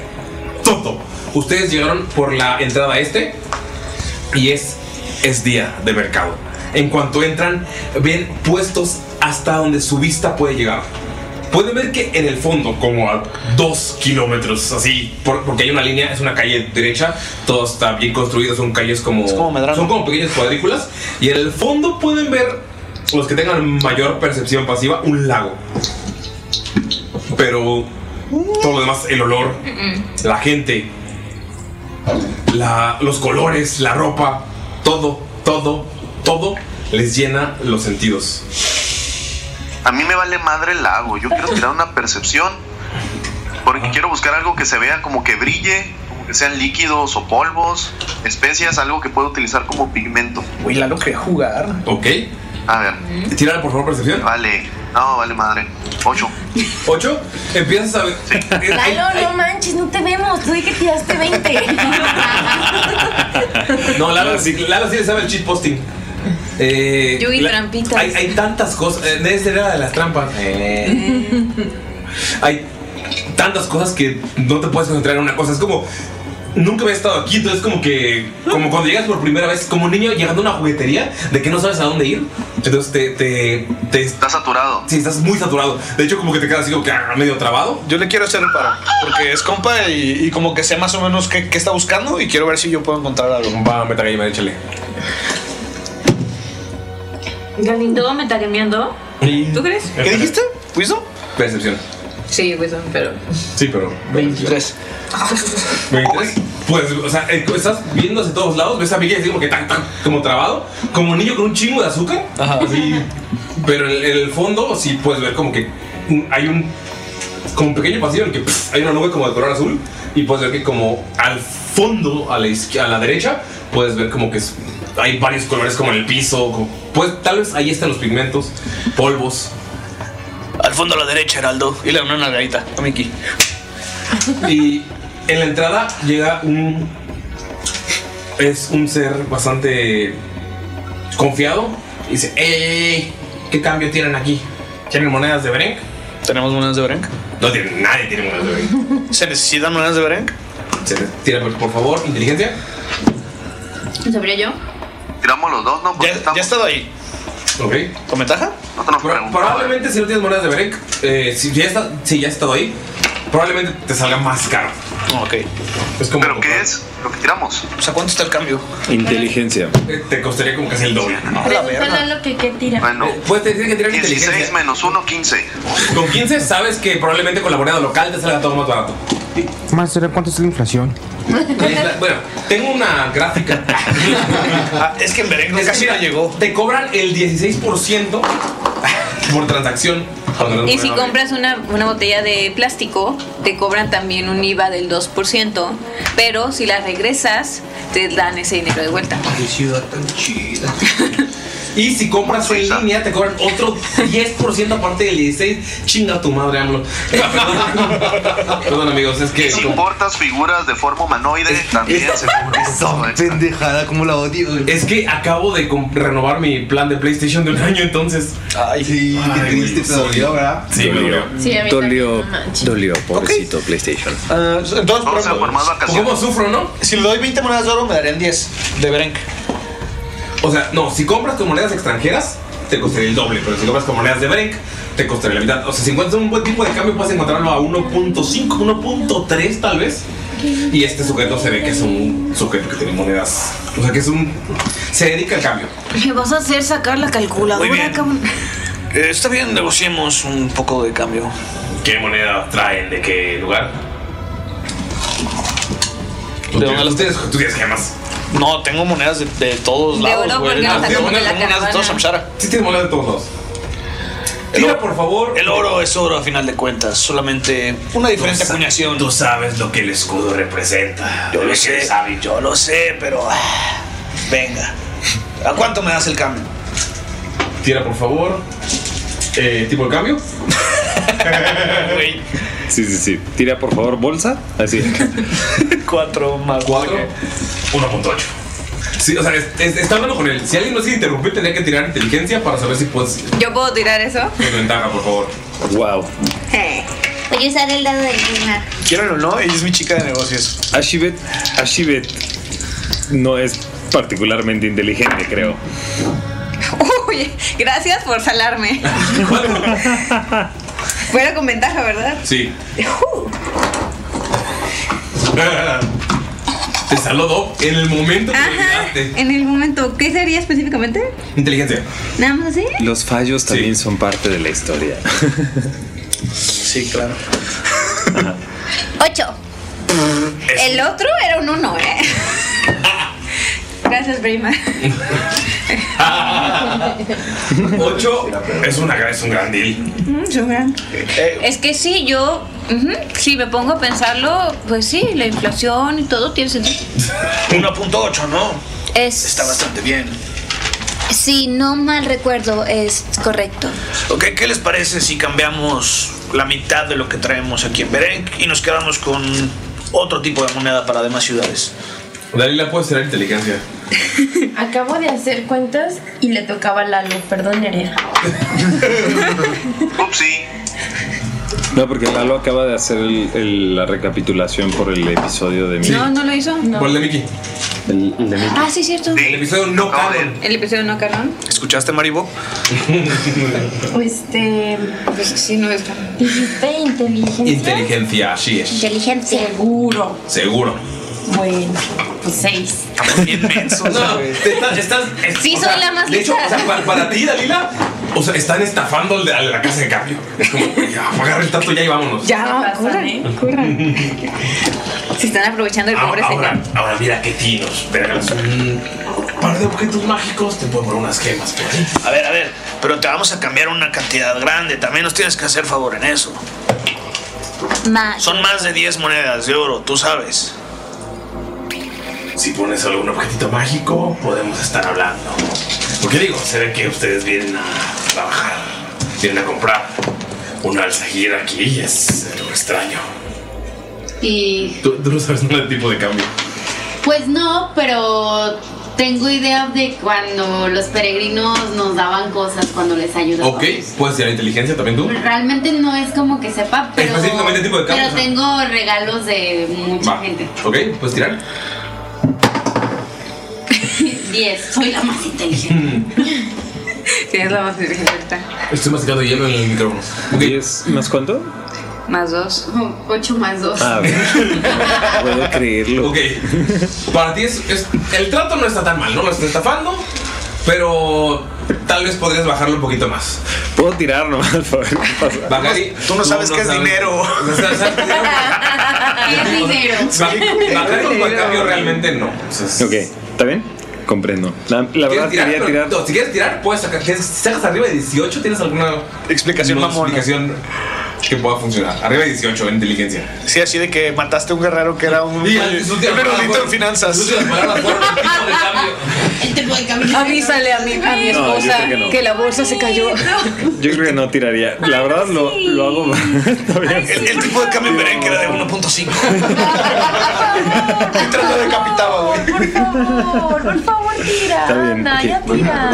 S3: todo. Ustedes llegaron por la entrada este y es, es día de mercado. En cuanto entran, ven puestos hasta donde su vista puede llegar. Pueden ver que en el fondo, como a dos kilómetros, así, por- porque hay una línea, es una calle derecha, todo está bien construido, son calles como. son como pequeñas cuadrículas. Y en el fondo pueden ver, los que tengan mayor percepción pasiva, un lago. Pero todo lo demás, el olor, la gente, la- los colores, la ropa, todo, todo, todo les llena los sentidos.
S14: A mí me vale madre el lago. Yo quiero tirar una percepción. Porque quiero buscar algo que se vea como que brille, como que sean líquidos o polvos, especias, algo que pueda utilizar como pigmento.
S11: Uy, Lalo quería jugar.
S3: Ok.
S14: A ver.
S3: Tírale por favor percepción.
S14: Vale. No, vale madre. Ocho.
S3: ¿Ocho? Empiezas a ver.
S13: Lalo, no manches, no te vemos. Tú di que tiraste 20.
S3: No, Lalo, sí, Lalo sí le sabe el cheat posting. Eh,
S13: Yo y
S3: la-
S13: trampitas.
S3: Hay, hay tantas cosas. eh, Esa era de las trampas. Eh, hay tantas cosas que no te puedes concentrar en una cosa. Es como. Nunca había estado aquí, entonces como que. Como cuando llegas por primera vez, como un niño llegando a una juguetería de que no sabes a dónde ir. Entonces te. te, estás
S14: saturado.
S3: Sí, estás muy saturado. De hecho, como que te quedas así como que ah, medio trabado.
S11: Yo le quiero hacer el paro, porque es compa y, y como que sé más o menos qué, qué está buscando y quiero ver si yo puedo encontrar algo.
S3: Va, meta me échale.
S13: Galindo me está cambiando. ¿Tú crees?
S11: ¿Qué dijiste? ¿Wisdom?
S3: Percepción.
S13: Sí, pues, pero.
S3: Sí, pero. 23. 23. Pues, o sea, eh, estás viendo hacia todos lados, ves a Miguel así como que tan, tan, como trabado, como un niño con un chingo de azúcar. Así. pero en, en el fondo sí puedes ver como que un- hay un. Como un pequeño pasillo en el que pff, hay una nube como de color azul. Y puedes ver que como al fondo, a la, izqui- a la derecha, puedes ver como que es- hay varios colores como en el piso. como- pues tal vez ahí están los pigmentos, polvos.
S11: Al fondo a la derecha, Heraldo. Y le da una nalgadita a Mickey.
S3: Y en la entrada llega un. Es un ser bastante confiado. Y dice: "Ey, ey, ey, ¿Qué cambio tienen aquí? ¿Tienen monedas de Brenk?
S11: ¿Tenemos monedas de Brenk?
S3: No tienen, nadie tiene monedas de Brenk.
S11: ¿Se necesitan monedas de Brenk?
S3: Se te- Tira, por, por favor, inteligencia.
S13: ¿Sabría yo?
S14: Tiramos los dos, ¿no?
S11: Ya, ya he estado ahí.
S3: Ok.
S11: ¿Con ventaja?
S3: Pro- probablemente si no tienes monedas de Brenk, eh, si, ya está, si ya has estado ahí, probablemente te salga más caro.
S11: Ok.
S3: Es como ¿Pero
S14: qué es? ¿Lo que tiramos?
S11: O sea, ¿cuánto está el cambio?
S9: Inteligencia.
S3: Eh, Te costaría como casi el doble.
S13: Pregúntale lo que, que tira.
S14: Bueno.
S3: Eh, Puedes tener que tirar
S14: 16 menos 1, 15.
S3: Con 15 sabes que probablemente con la moneda local te salga todo más barato.
S12: Más será cuánto es la inflación.
S3: Bueno, tengo una gráfica. Ah, es que en Berengo casi no llegó. Te cobran el 16% por transacción.
S15: Y si compras una, una botella de plástico, te cobran también un IVA del 2%, pero si la regresas, te dan ese dinero de vuelta.
S3: Qué ciudad tan chida. Y si compras en línea, te cobran otro 10% aparte del 16. Chinga tu madre, AMLO. Perdón, amigos, es que.
S14: Y si importas figuras de forma humanoide, también seguro.
S3: pendejada, como la odio. Es que acabo de comp- renovar mi plan de PlayStation de un año, entonces. Ay, sí,
S17: qué
S10: este
S17: triste, te dolió, ¿verdad?
S3: Sí, me dolió.
S18: Sí, a mí
S9: dolió,
S18: también, no manches.
S9: dolió, pobrecito PlayStation.
S11: Ah, entonces, por ejemplo, pues,
S3: ¿Cómo sufro, no?
S11: Si le doy 20 monedas de oro, me darían 10 de Berenk.
S3: O sea, no, si compras con monedas extranjeras, te costaría el doble, pero si compras con monedas de break, te costaría la mitad. O sea, si encuentras un buen tipo de cambio, puedes encontrarlo a 1.5, 1.3 tal vez. Y este sujeto se ve que es un sujeto que tiene monedas. O sea, que es un. Se dedica al cambio.
S13: ¿Qué vas a hacer? Sacar la
S11: Muy
S13: calculadora,
S11: bien.
S13: cabrón.
S11: Eh, está bien, negociemos un poco de cambio.
S3: ¿Qué moneda traen? ¿De qué lugar?
S11: ¿De dónde las
S3: tienes? ¿Tú tienes gemas?
S11: No, tengo monedas de, de todos
S3: De
S11: lados,
S3: oro,
S11: güey.
S3: porque
S11: Ah,
S3: nos
S11: tengo
S3: sacamos de
S11: monedas,
S3: la
S11: tengo monedas de todos, Samsara.
S3: Sí, tienes monedas de todos lados. Tira, por favor.
S11: El oro es oro a final de cuentas, solamente una diferente
S3: Tú sa-
S11: acuñación.
S3: Tú sabes lo que el escudo representa.
S11: Yo lo sé, yo lo sé, pero. ah, Venga. ¿A cuánto me das el cambio?
S3: Tira, por favor. Eh, ¿Tipo de cambio?
S9: Sí, sí, sí. Tira por favor bolsa. Así.
S11: 4 más
S3: 4. 1.8. Sí, o sea, es- es- está hablando con él. Si alguien no se interrumpió, tenía que tirar inteligencia para saber si puedes.
S15: ¿Yo puedo tirar eso?
S3: Con ventaja, por favor.
S9: Wow.
S16: Voy a usar el dado del lunar.
S11: Quieran o no, ella es mi chica de negocios.
S9: Ashibet, Ashibet no es particularmente inteligente, creo.
S15: Uy, gracias por salarme. Fuera con ventaja, ¿verdad?
S3: Sí. Te saludó en el momento que olvidaste.
S15: En el momento, ¿qué sería específicamente?
S3: Inteligencia.
S15: ¿Nada más así?
S9: Los fallos también son parte de la historia.
S11: Sí, claro.
S15: Ocho. El otro era un uno, ¿eh? Gracias, prima. Ah.
S3: 8 es, una, gran- es un gran deal.
S15: Mm, yo gran- Es que sí, yo, ujú, si me pongo a pensarlo, pues sí, la inflación y todo tiene sentido.
S11: 1.8, ¿no?
S16: Es,
S11: Está bastante bien.
S16: si no mal recuerdo, es correcto.
S11: Ok, ¿qué les parece si cambiamos la mitad de lo que traemos aquí en Berenk y nos quedamos con otro tipo de moneda para demás ciudades?
S3: Dalila puede ser inteligencia.
S18: Acabo de hacer cuentas y le tocaba a Lalo, perdón, Nerea.
S9: No, porque Lalo acaba de hacer el- el- la recapitulación por el episodio de Mickey.
S15: No, no lo hizo. No.
S3: ¿Cuál de Mickey?
S9: El, el de Mickey.
S15: Ah, sí, cierto.
S3: El episodio no canon.
S15: El episodio no canon.
S11: ¿Escuchaste, Maribo?
S18: Este.
S15: Pues sí, no es
S18: Dijiste inteligencia.
S3: Inteligencia, así es.
S18: Inteligencia. Seguro.
S3: Seguro.
S18: Bueno, pues seis.
S3: No, te estás. estás es-
S18: Sí,
S3: o
S18: soy
S3: sea,
S18: la más
S3: De hecho,
S18: lista.
S3: o sea, para, para ti, Dalila, o sea, están estafando al de- a la casa de cambio. Es como, ya, agarra el tanto ya y vámonos.
S15: Ya, corran, corran. eh? Se están aprovechando el pobre
S3: Ahora,
S15: señor.
S3: ahora Ah, mira qué tiros. Te regalas un par de objetos mágicos, te puedo poner unas gemas por ahí.
S11: Mm. A ver, a ver, pero te vamos a cambiar una cantidad grande. También nos tienes que hacer favor en eso.
S16: Más.
S11: Son más de 10 monedas de oro, tú sabes.
S3: Si pones algún objetito mágico, podemos estar hablando. Porque digo, se ve que ustedes vienen a trabajar, vienen a comprar. Un alzajir aquí es algo extraño.
S13: Y
S3: Tú, tú no sabes nada del tipo de cambio.
S13: pues no, pero tengo idea de cuando los peregrinos nos daban cosas cuando les ayudábamos.
S3: Ok, puedes tirar inteligencia también tú.
S13: Realmente no es como que sepa, pero,
S3: Específicamente el tipo de cambio.
S13: pero
S3: o sea.
S13: tengo regalos de mucha gente.
S3: Ok, puedes tirar.
S13: 10. Soy la más inteligente.
S15: Tienes la más virgen
S3: Estoy masticando hielo en el micrófono.
S9: ¿Diez más cuánto?
S15: Más dos.
S13: Ocho más dos.
S9: Ah, Puedo creerlo.
S3: Ok. Para ti es, es- El trato no está tan mal, ¿no? Lo estás estafando, pero tal vez podrías bajarlo un poquito más.
S9: Puedo tirar nomás, por favor.
S3: Bacari,
S11: Tú no sabes qué es dinero.
S3: No sabes-
S13: Es dinero.
S3: Bacari con Bacabio realmente no.
S9: Ok, ¿está bien? Comprendo. La, la verdad
S3: tirar,
S9: quería
S3: pero-
S9: tirar.
S3: no, si quieres tirar, puedes sacar. Si sacas arriba de 18, ¿tienes alguna explicación explicación que pueda funcionar? Arriba de 18 en inteligencia.
S19: Sí, así de que mataste a un guerrero que era un.
S3: Y al-
S19: un erudito en finanzas.
S15: Avísale a mi, a mi
S9: No, yo
S15: esposa
S9: creo que
S15: que,
S9: no.
S15: la bolsa se cayó.
S9: Yo creo que no tiraría. La verdad lo, lo hago. Está bien.
S11: El, el tipo de cambio en Beren que era de 1.5.
S19: Lo decapitaba, güey.
S10: favor, por favor, tira.
S9: Está bien,
S10: Anda,
S9: ok.
S10: ya tira, tira,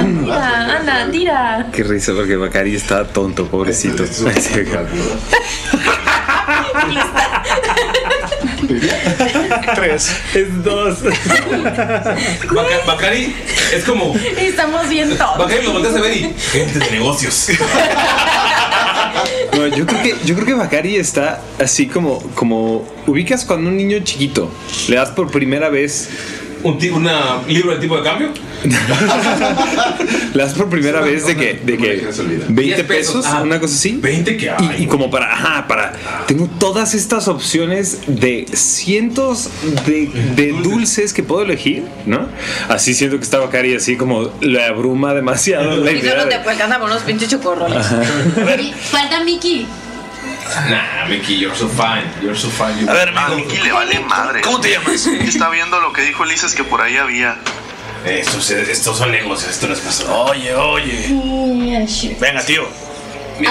S10: anda, tira.
S9: Qué risa, porque Bacari está tonto, pobrecito. Sí, claro.
S3: Tres.
S9: Es dos.
S3: Bacari es como.
S10: Estamos bien todos.
S3: Bacari lo volteas a ver y. Gente de negocios.
S9: No, yo creo que, yo creo que Bakari está así como, como ubicas cuando un niño chiquito le das por primera vez
S3: un una, libro de tipo de cambio.
S9: le das por primera vez de que, de que 20 pesos, una cosa así.
S3: 20 que hay.
S9: Y, como para, ajá, para. Tengo todas estas opciones de cientos de, de dulces que puedo elegir, ¿no? Así siento que está Bakari así como le abruma demasiado la
S15: Y
S9: idea.
S15: solo te
S9: de-
S15: alcanza por unos pinches chocorroles.
S9: Ajá.
S13: Falta Mickey.
S3: Nah, Mickey, you're so fine. You're so fine.
S14: A ver, a Miki le vale madre. ¿Cómo te llamas? Está viendo lo que dijo Ulises que por ahí había.
S3: Estos, estos son negocios, esto no es personal.
S11: Oye, oye.
S13: Yeah, sure.
S11: Venga, tío.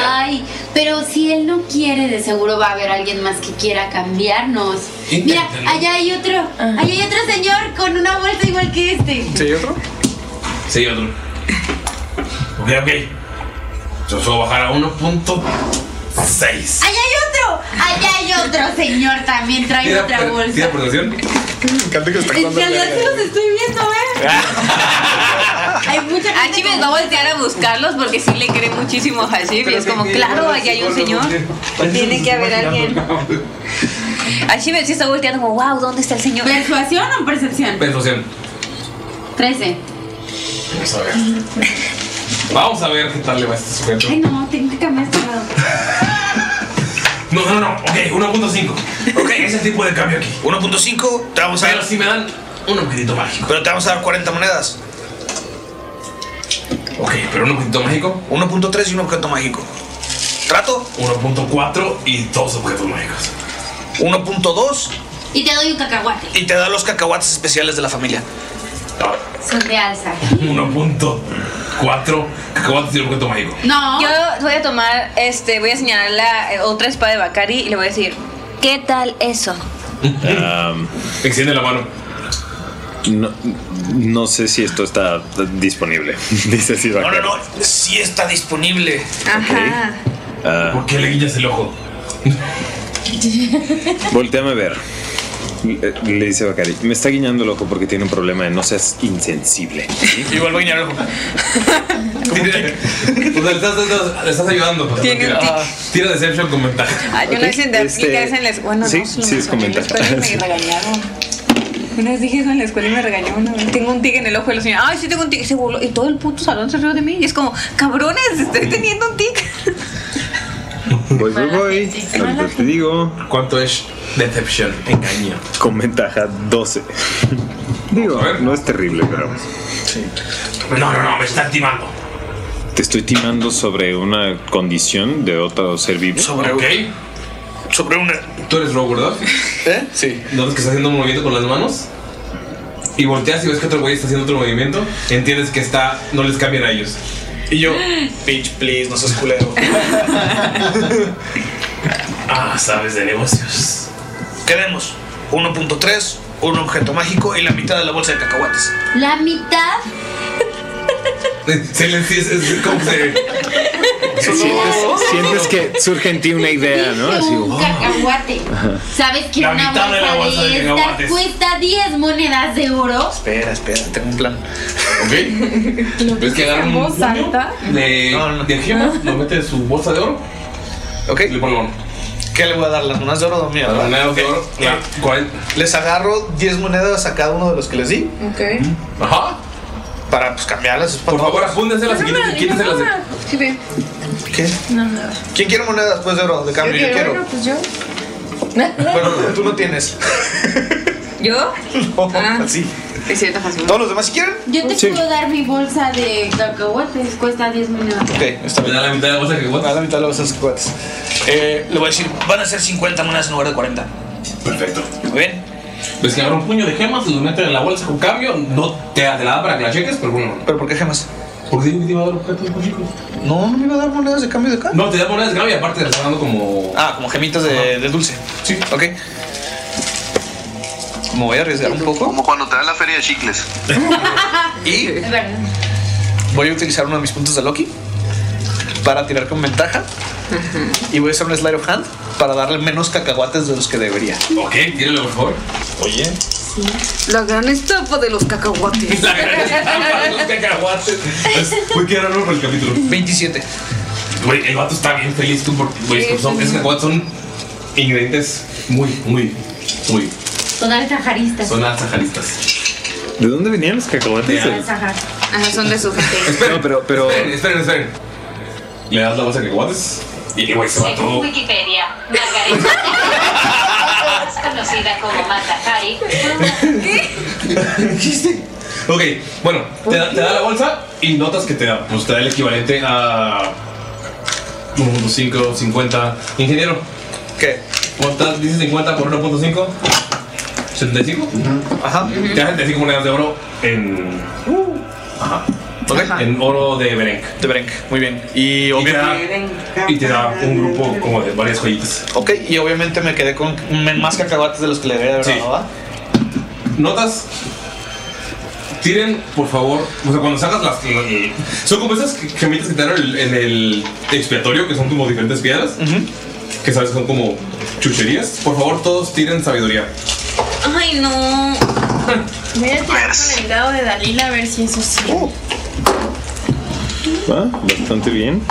S13: Ay, pero si él no quiere, de seguro va a haber alguien más que quiera cambiarnos. Mira,
S3: Inténtalo.
S13: allá hay otro.
S9: Ah.
S13: Allá hay otro señor con una vuelta igual que este.
S3: ¿Sí hay otro? Sí, hay otro. Ok, ok. Yo suelo bajar a 1.6.
S13: Allá hay otro. Allá hay otro señor también trae otra
S3: per-
S13: bolsa.
S3: tira percepción. Me encanta que
S13: En realidad sí los estoy viendo, ¿eh?
S3: Ah,
S13: Hay mucha
S15: gente. va a voltear a buscarlos porque sí le cree muchísimo a Hashib y es como, claro, allá hay un señor. Tiene que haber alguien. Hashib sí está volteando como, wow, ¿dónde está el señor?
S13: ¿Persuasión o percepción?
S3: Persuasión.
S13: 13.
S3: Vamos a ver. Vamos a ver qué tal le va a este sujeto.
S13: Ay, no, tengo que cambiar este lado.
S3: No, no, no. Ok, 1.5.
S11: Ok, ese tipo de cambio aquí. 1.5, te vamos a Pero
S3: si me dan un objetito mágico.
S11: Pero te vamos a dar 40 monedas.
S3: Ok, pero un objeto mágico.
S11: 1.3 y un objeto mágico. ¿Trato?
S3: 1.4 y dos objetos mágicos.
S11: 1.2
S13: Y te doy un cacahuate.
S11: y te da los cacahuates especiales de la familia.
S13: Son de alza.
S3: 1.4. Cacahuates y un objeto mágico.
S13: No.
S15: Yo voy a tomar, este, voy a señalar la eh, otra espada de Bakari y le voy a decir,
S20: ¿Qué tal eso?
S3: Extiende la mano.
S9: No, no sé si esto está disponible. Dice así Bakari.
S11: No, sí está disponible.
S15: Ajá.
S9: ¿Por
S3: qué le guiñas el ojo?
S9: Volteame a ver. Le, le dice Bacari. Me está guiñando el ojo porque tiene un problema de no seas insensible.
S11: Igual voy a guiñar el ojo.
S3: O sea, le estás, le estás- le estás ayudando. pues,
S15: Tiene un
S3: tira, tira Deception con ventaja.
S15: Ay, yo no hice en la-
S3: este-
S15: y te hacen les- bueno, no,
S9: sí,
S15: lo
S9: sí, es
S15: mencioné en la
S9: comentar.
S15: escuela y me regañaron. Una vez dije eso en la escuela y me regañó una vez. Tengo un tic en el ojo de la señora. Ay, sí tengo un tic. Y se burló. Y todo el puto salón se rió de mí. Y es como, cabrones, estoy teniendo un tic.
S9: Voy, voy, Pues voy. Ahorita te digo.
S3: ¿Cuánto es Deception? Engaño.
S9: Con ventaja 12. Digo, no es terrible, pero.
S3: No, no, no, me está timando.
S9: Te estoy timando sobre una condición de otro ser vivo.
S3: ¿Sobre qué?
S11: Sobre una.
S3: Tú eres Rogue, ¿verdad? ¿Eh? Sí. ¿Notas que está haciendo un movimiento con las manos? Y volteas y ves que otro güey está haciendo otro movimiento. Entiendes que está. No les cambian a ellos. Y yo.
S11: Bitch, please, no seas culero.
S3: ah, sabes de negocios.
S11: Queremos 1.3, un objeto mágico y la mitad de la bolsa de cacahuates.
S13: La mitad.
S3: Se le eh, es, es como que se.
S9: Sientes, sientes que surge en ti una idea, ¿no? Así,
S3: oh.
S13: un
S9: wow.
S13: cacahuate.
S9: Ajá.
S13: ¿Sabes que
S9: La
S13: una
S9: mitad
S13: bolsa
S9: de
S13: de,
S9: la bolsa de
S13: estas
S9: cacahuates.
S13: cuesta 10 monedas de oro?
S11: Espera, espera, tengo un plan.
S3: Ok. ¿Ves que agarran un
S13: voz
S3: puño
S13: alta.
S3: de, de gema? Lo mete en su bolsa de oro.
S11: Ok.
S3: Le pongo uno.
S11: ¿Qué le voy a dar? ¿Las monedas de oro o mías?
S3: Las monedas de
S11: Ok.
S3: oro. la- ¿Cuál?
S11: Les agarro 10 monedas a cada uno de los que les di.
S15: Ok.
S3: Ajá.
S11: Para pues cambiarlas. Por
S3: favor, apúntenselas
S11: y quítenselas.
S15: Sí, ve.
S11: ¿Qué?
S10: No, no.
S11: pues, ¿Quién quiere monedas después de oro? De cambio, yo quiero.
S10: pues yo.
S11: Bueno, tú no tienes.
S21: ¿Yo?
S11: No, así.
S21: Es cierto, Jacibe.
S11: ¿Todos los demás si quieren?
S13: Yo te
S11: Sí.
S13: puedo dar mi bolsa de cacahuates, cuesta 10 minutos.
S11: Ok, está bien. la mitad de la bolsa de cacahuates. la mitad de la bolsa de cacahuates. Eh, le voy a decir, van a ser 50 monedas en lugar de 40.
S3: Perfecto.
S11: Muy bien.
S3: Pues que agarra un puño de gemas, lo mete en la bolsa con cambio, no te te la da para que la cheques, pero bueno.
S11: ¿Pero por qué gemas?
S3: Porque te iba a dar objetos chicos.
S11: No, no me iba a dar monedas de cambio de acá.
S3: No, te da monedas de cambio y aparte te está dando como.
S11: Ah, como gemitas de, de dulce. Sí. Ok. Me voy a arriesgar un poco.
S22: Como cuando te dan la feria de chicles.
S11: Y voy a utilizar uno de mis puntos de Loki para tirar con ventaja. Y voy a hacer un slide of hand para darle menos cacahuates de los que debería.
S3: Ok, tíralo por favor.
S11: Oye.
S15: La gran estafa de los cacahuates.
S3: La gran estafa de los cacahuates. Voy a quedar algo para el capítulo.
S11: 27.
S3: Güey, el vato está bien feliz tú porque güey,
S13: Sí,
S3: son,
S13: sí,
S3: esos
S13: sí.
S3: cacahuates son ingredientes muy, muy, muy.
S13: Son alzajaristas.
S3: Son alzajalistas.
S9: ¿De dónde venían los cacahuates?
S13: Alzajar.
S21: Ajá, son de su gente.
S3: Esperen, pero, pero. Esperen, esperen, esperen. Le das la bolsa de cacahuates y, güey, se va todo.
S16: Wikipedia, Margarita, es conocida como Matahari, fue una
S3: Ok, bueno, te da, te da la bolsa y notas que te da, pues te da el equivalente a 1.5, 50. Ingeniero.
S11: ¿Qué?
S3: ¿Cuántas dices 50 por 1.5? 75.
S11: Ajá.
S3: Te da 75 monedas de oro en. Ajá. En oro de Berenc.
S11: De Berenc, muy bien. Y
S3: obviamente. Y te da un grupo como de varias joyitas.
S11: Ok, y obviamente me quedé con me- más cacahuates de los que le debería haber
S3: Sí.
S11: dado, ¿va?
S3: Notas. Tiren, por favor. O sea, cuando sacas las. las- Son como esas gemitas que te dan en el, en el expiatorio, que son como diferentes piedras. Que sabes, son como chucherías. Por favor, todos tiren sabiduría.
S23: Ay, no. Voy a tirar con el dado de Dalila a ver si eso sí.
S3: Oh.
S9: Ah, bastante bien.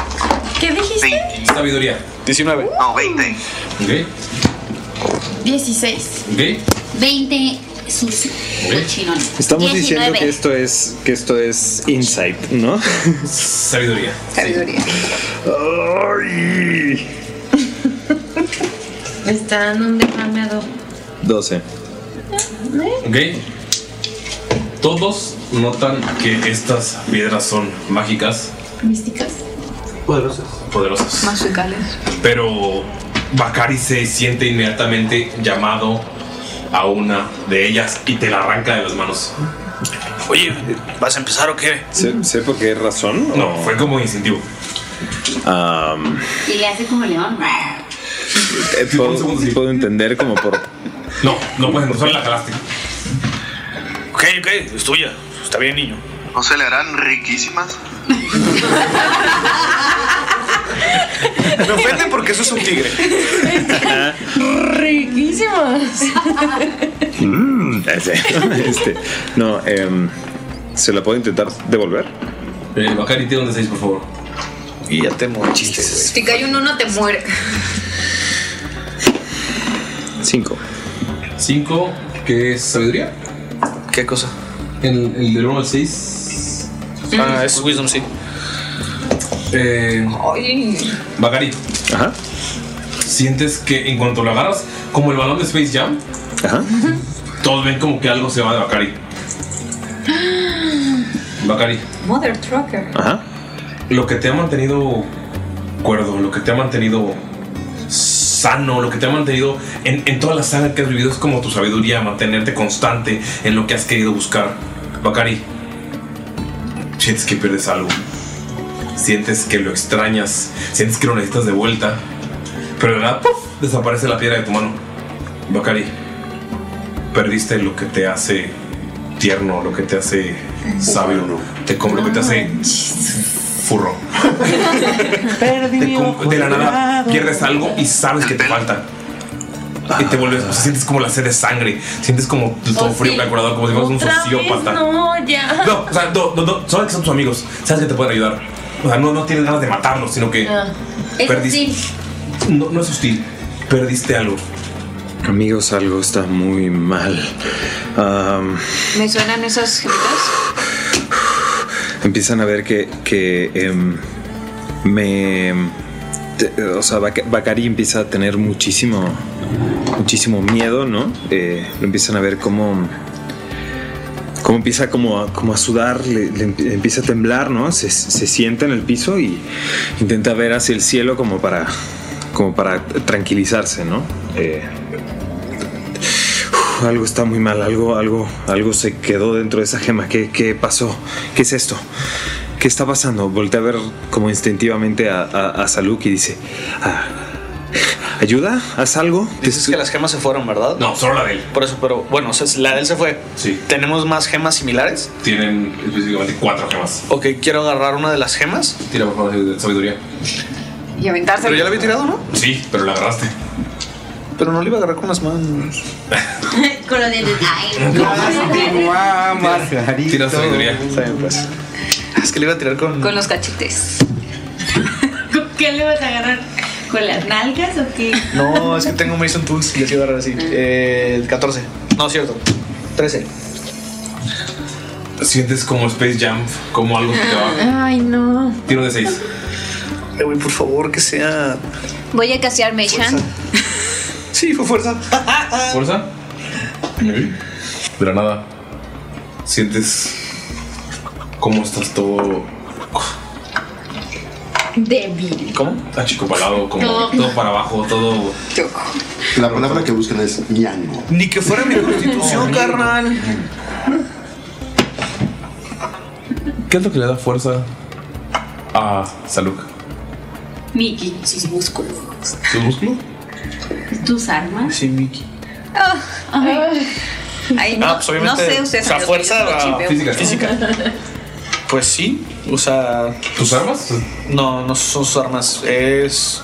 S23: ¿Qué dijiste?
S3: Sabiduría.
S11: 19.
S22: No, 20.
S3: Ok,
S23: 16.
S3: ok.
S13: 20 sus cochinones.
S9: Estamos
S13: 19.
S9: diciendo que esto es que esto es insight, ¿no?
S3: Sabiduría.
S15: Sabiduría.
S23: Me está dando un derrame a dos.
S9: 12.
S13: ¿Eh?
S3: Ok. Todos notan que estas piedras son mágicas,
S13: Místicas.
S3: poderosas, poderosas.
S15: Musicales.
S3: Pero Bakari se siente inmediatamente llamado a una de ellas y te la arranca de las manos.
S24: Oye, ¿vas a empezar o qué?
S9: ¿Sé, sé por qué razón?
S3: No, fue como incentivo.
S13: Y le hace como león.
S9: Eh, puedo, puedo entender como por.
S3: No, no puedes, solo la calaste.
S24: Ok, ok, es tuya. Está bien, niño.
S22: ¿No se le harán riquísimas?
S11: Me ofende porque eso es un tigre.
S15: Riquísimas.
S9: Mm, ese. Este, no, em, ¿se la puedo intentar devolver?
S3: Eh, Bakari, tiene un 6 por favor.
S11: Y ya te mochiste,
S21: Si cae un uno, te muere.
S9: 5.
S3: 5, ¿qué es sabiduría?
S11: ¿Qué cosa?
S3: El, el del 1 al 6.
S11: Ah, es wisdom, sí.
S3: Eh, Bacari.
S9: Ajá.
S3: Sientes que en cuanto lo agarras, como el balón de Space Jam,
S9: Ajá.
S3: todos ven como que algo se va de Bacari. Bacari.
S21: Mother Trucker.
S9: Ajá.
S3: Lo que te ha mantenido cuerdo, lo que te ha mantenido sano, lo que te ha mantenido en, en toda la saga que has vivido es como tu sabiduría, mantenerte constante en lo que has querido buscar. Bacari, sientes que pierdes algo, sientes que lo extrañas, sientes que lo necesitas de vuelta, pero de la- ¡puf! desaparece la piedra de tu mano. Bacari, perdiste lo que te hace tierno, lo que te hace sabio, te, com- lo que te hace furro. Te com- de la nada pierdes algo y sabes que te falta. Y te vuelves, o sea, sientes como la sed de sangre, sientes como todo frío calculador, como si fueras un
S23: Otra vez,
S3: sociópata.
S23: no, ya.
S3: No, o sea, no, no, no, sabes que son tus amigos, sabes que te pueden ayudar. O sea, no, no tienes ganas de matarlos, sino que
S23: Ah.
S13: Es
S3: perdiste. No, no es hostil, perdiste algo.
S9: Amigos, algo está muy mal. Am,
S15: ¿Me suenan esas gemitas?
S9: empiezan a ver que, que em, me... te- o sea, Bac- Bacari empieza a tener muchísimo muchísimo miedo, ¿no? Eh, lo empiezan a ver como, como empieza como a, como a sudar, le, le empie- empieza a temblar, ¿no? Se, se sienta en el piso y intenta ver hacia el cielo como para, como para tranquilizarse, ¿no? Eh, uf, algo está muy mal, algo, algo, algo se quedó dentro de esa gema. ¿Qué, qué pasó? ¿Qué es esto? ¿Qué está pasando? Voltea a ver como instintivamente a, a, a Saluk y dice, "Ah, ¿ayuda? ¿Haz algo?
S11: Dices que las gemas se fueron, ¿verdad?
S3: No, solo la de él.
S11: Por eso, pero bueno, o sea, la de él se fue.
S3: Sí.
S11: ¿Tenemos más gemas similares?
S3: Tienen específicamente cuatro gemas.
S11: Ok, quiero agarrar una de las gemas.
S3: Tira por favor de sabiduría.
S25: Y aventarse.
S11: Pero ya la había tirado, ¿no?
S3: Sí, pero la agarraste.
S11: Pero no la iba a agarrar con las manos.
S13: Con los dientes. Ay,
S3: Tira sabiduría.
S11: Es que le iba a tirar con.
S15: Con los cachetes.
S13: ¿Con ¿Qué le vas a agarrar? ¿Con las nalgas o qué?
S11: No, es que tengo Mason Tools y les iba a agarrar así. Eh, 14. No, cierto. 13.
S3: Sientes como Space Jam, como algo que te va.
S23: Ah.
S15: Ay, no.
S3: Tiro de seis.
S11: Eh, Güey, por favor, que sea.
S15: Voy a casear Mechan.
S11: Sí, fue fuerza.
S3: ¿Fuerza? De la nada. Sientes cómo estás todo.
S13: Débil.
S3: ¿Cómo? Achicopalado, como
S13: Todo.
S3: todo para abajo, todo.
S10: La palabra que buscan es ñango.
S11: Ni que fuera mi constitución, carnal.
S3: ¿Qué es lo que le da fuerza a Saluk?
S13: Mickey, sus músculos.
S3: ¿Su músculo?
S13: Tus armas.
S11: Sí, Mickey.
S13: ay.
S15: Ah, Ay,
S11: Ah,
S15: no, no sé ustedes.
S11: O sea,
S15: amigos,
S11: pues fuerza
S15: yo solo
S11: ah,
S15: chipeo.
S11: física. Pues sí, usa.
S3: ¿Tus armas?
S11: No, no son sus armas. Es.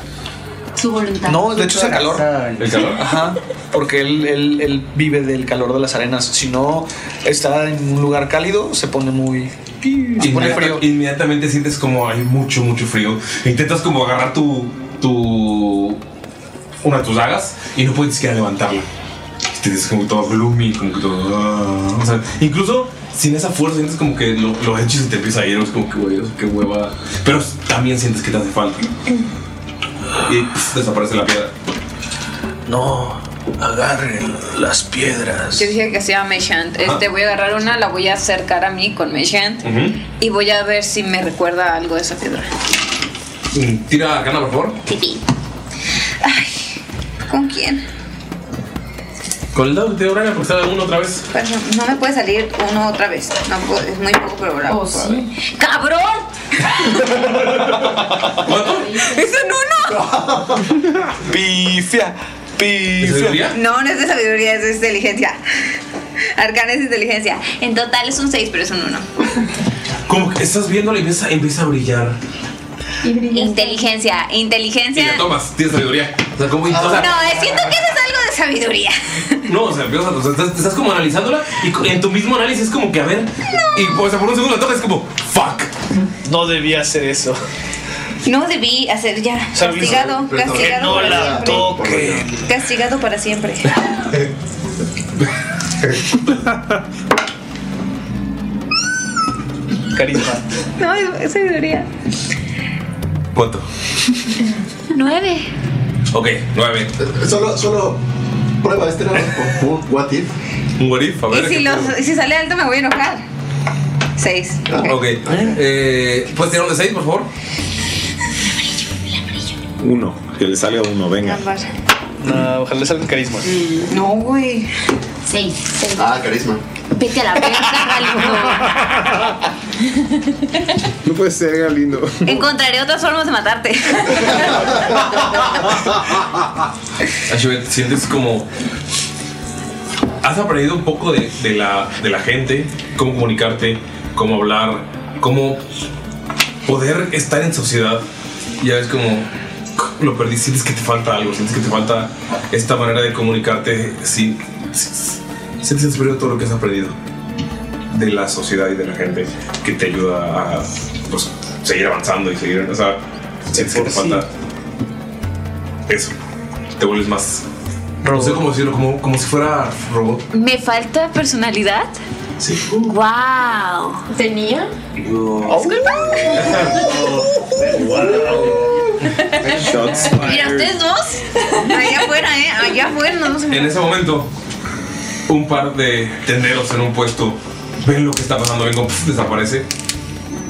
S13: Su voluntad.
S11: No, de hecho es el calor.
S3: ¿El calor?
S11: Ajá. Porque él, él- él vive del calor de las arenas. Si no está en un lugar cálido, se pone muy. Se pone
S3: Inmediata-
S11: frío.
S3: Inmediatamente sientes como hay mucho, mucho frío. Intentas como agarrar tu. tu. una de tus dagas y no puedes ni siquiera levantarla. Te sientes como todo gloomy, como que todo. ah, o sea, incluso sin esa fuerza sientes como que lo, lo echas y te empieza a ir. Es como que güey, qué hueva. Pero también sientes que te hace falta. Y pf, desaparece la piedra.
S11: No, agarren las piedras.
S15: Yo dije que sea Meshant.
S3: Ajá.
S15: Este, voy a agarrar una, la voy a acercar a mí con Meshant y voy a ver si me recuerda algo de esa piedra.
S3: Mm, Tira arcana, por favor.
S15: Tipi. Ay, ¿con quién?
S3: Con el dado de Urania, porque sale uno otra vez.
S15: Pues no, no me puede salir uno otra vez. No puedo- es muy poco probable. ¡Cabrón! ¡Es un uno!
S11: Pifia.
S3: Pifia.
S15: No, no es de sabiduría, es de inteligencia. Arcana es inteligencia. En total es un 6, pero es un 1.
S3: Como que estás viéndola y empieza, empieza a brillar.
S15: Inteligencia,
S3: Y
S15: inteligencia.
S3: la tomas, tienes sabiduría. O sea, como. o sea,
S15: No, eh, siento que eso es algo de sabiduría.
S3: No, o sea, empiezas a- o sea, estás, estás como analizándola y co- en tu mismo análisis es como que, a ver, y o sea, por un segundo la tocas es como, fuck.
S11: No debía hacer eso.
S15: No debí hacer ya.
S11: Sabes,
S15: Castigado,
S11: pero que
S15: castigado
S11: no
S15: para
S11: la
S15: siempre.
S11: toque.
S15: Castigado para siempre.
S11: Carisma.
S15: No, es es sabiduría.
S3: ¿Cuánto?
S15: 9.
S3: Ok, nueve.
S10: Solo, solo prueba este era un un what if.
S3: Un what if, a
S15: Y si, los- y si sale alto me voy a enojar. 6.
S3: Ok, eh, ¿puedes tirar un de seis, por favor?
S9: Uno, que le salga uno, venga.
S11: No, ojalá le salga carisma.
S15: Mm, No, güey.
S13: 6.
S10: Ah, carisma.
S13: Vete a la verga, Galindo.
S9: No puede ser, Galindo.
S15: Encontraré otras formas de matarte.
S3: Ashibet, sientes como. Has aprendido un poco de, de la, de la gente, cómo comunicarte, cómo hablar, cómo poder estar en sociedad. Ya ves como lo perdí, sientes que te falta algo, sientes que te falta esta manera de comunicarte. sin- sin- sientes que has perdido todo lo que has aprendido de la sociedad y de la gente que te ayuda a pues, seguir avanzando y seguir. O sea, sientes que te falta eso. Te vuelves más. No sé cómo decirlo, como, como si fuera robot.
S15: ¿Me falta personalidad?
S3: Sí.
S15: ¡Wow!
S13: ¿Tenía?
S3: Yo.
S15: Disculpa.
S3: Shots
S15: Mira,
S3: fired.
S15: ustedes dos. Allá afuera, ¿eh? Allá afuera no nos
S3: En ese momento, un par de tenderos en un puesto ven lo que está pasando, ven cómo desaparece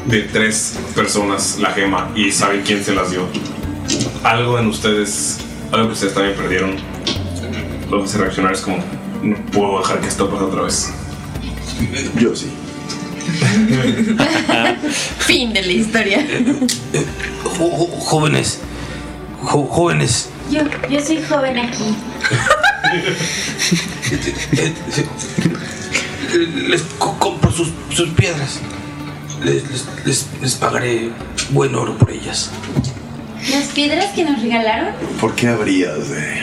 S3: de tres personas la gema y saben quién se las dio. Algo en ustedes, algo que ustedes también perdieron, lo que se reaccionar es como, no puedo dejar que esto pase otra vez.
S10: Yo sí.
S26: Fin de la historia.
S11: Eh, Jo- jo- jóvenes, jo- jóvenes,
S15: Yo, yo soy joven aquí.
S11: les co- compro sus, sus piedras. Les, les- les- les pagaré buen oro por ellas.
S15: Las piedras que nos regalaron.
S10: ¿Por qué habrías de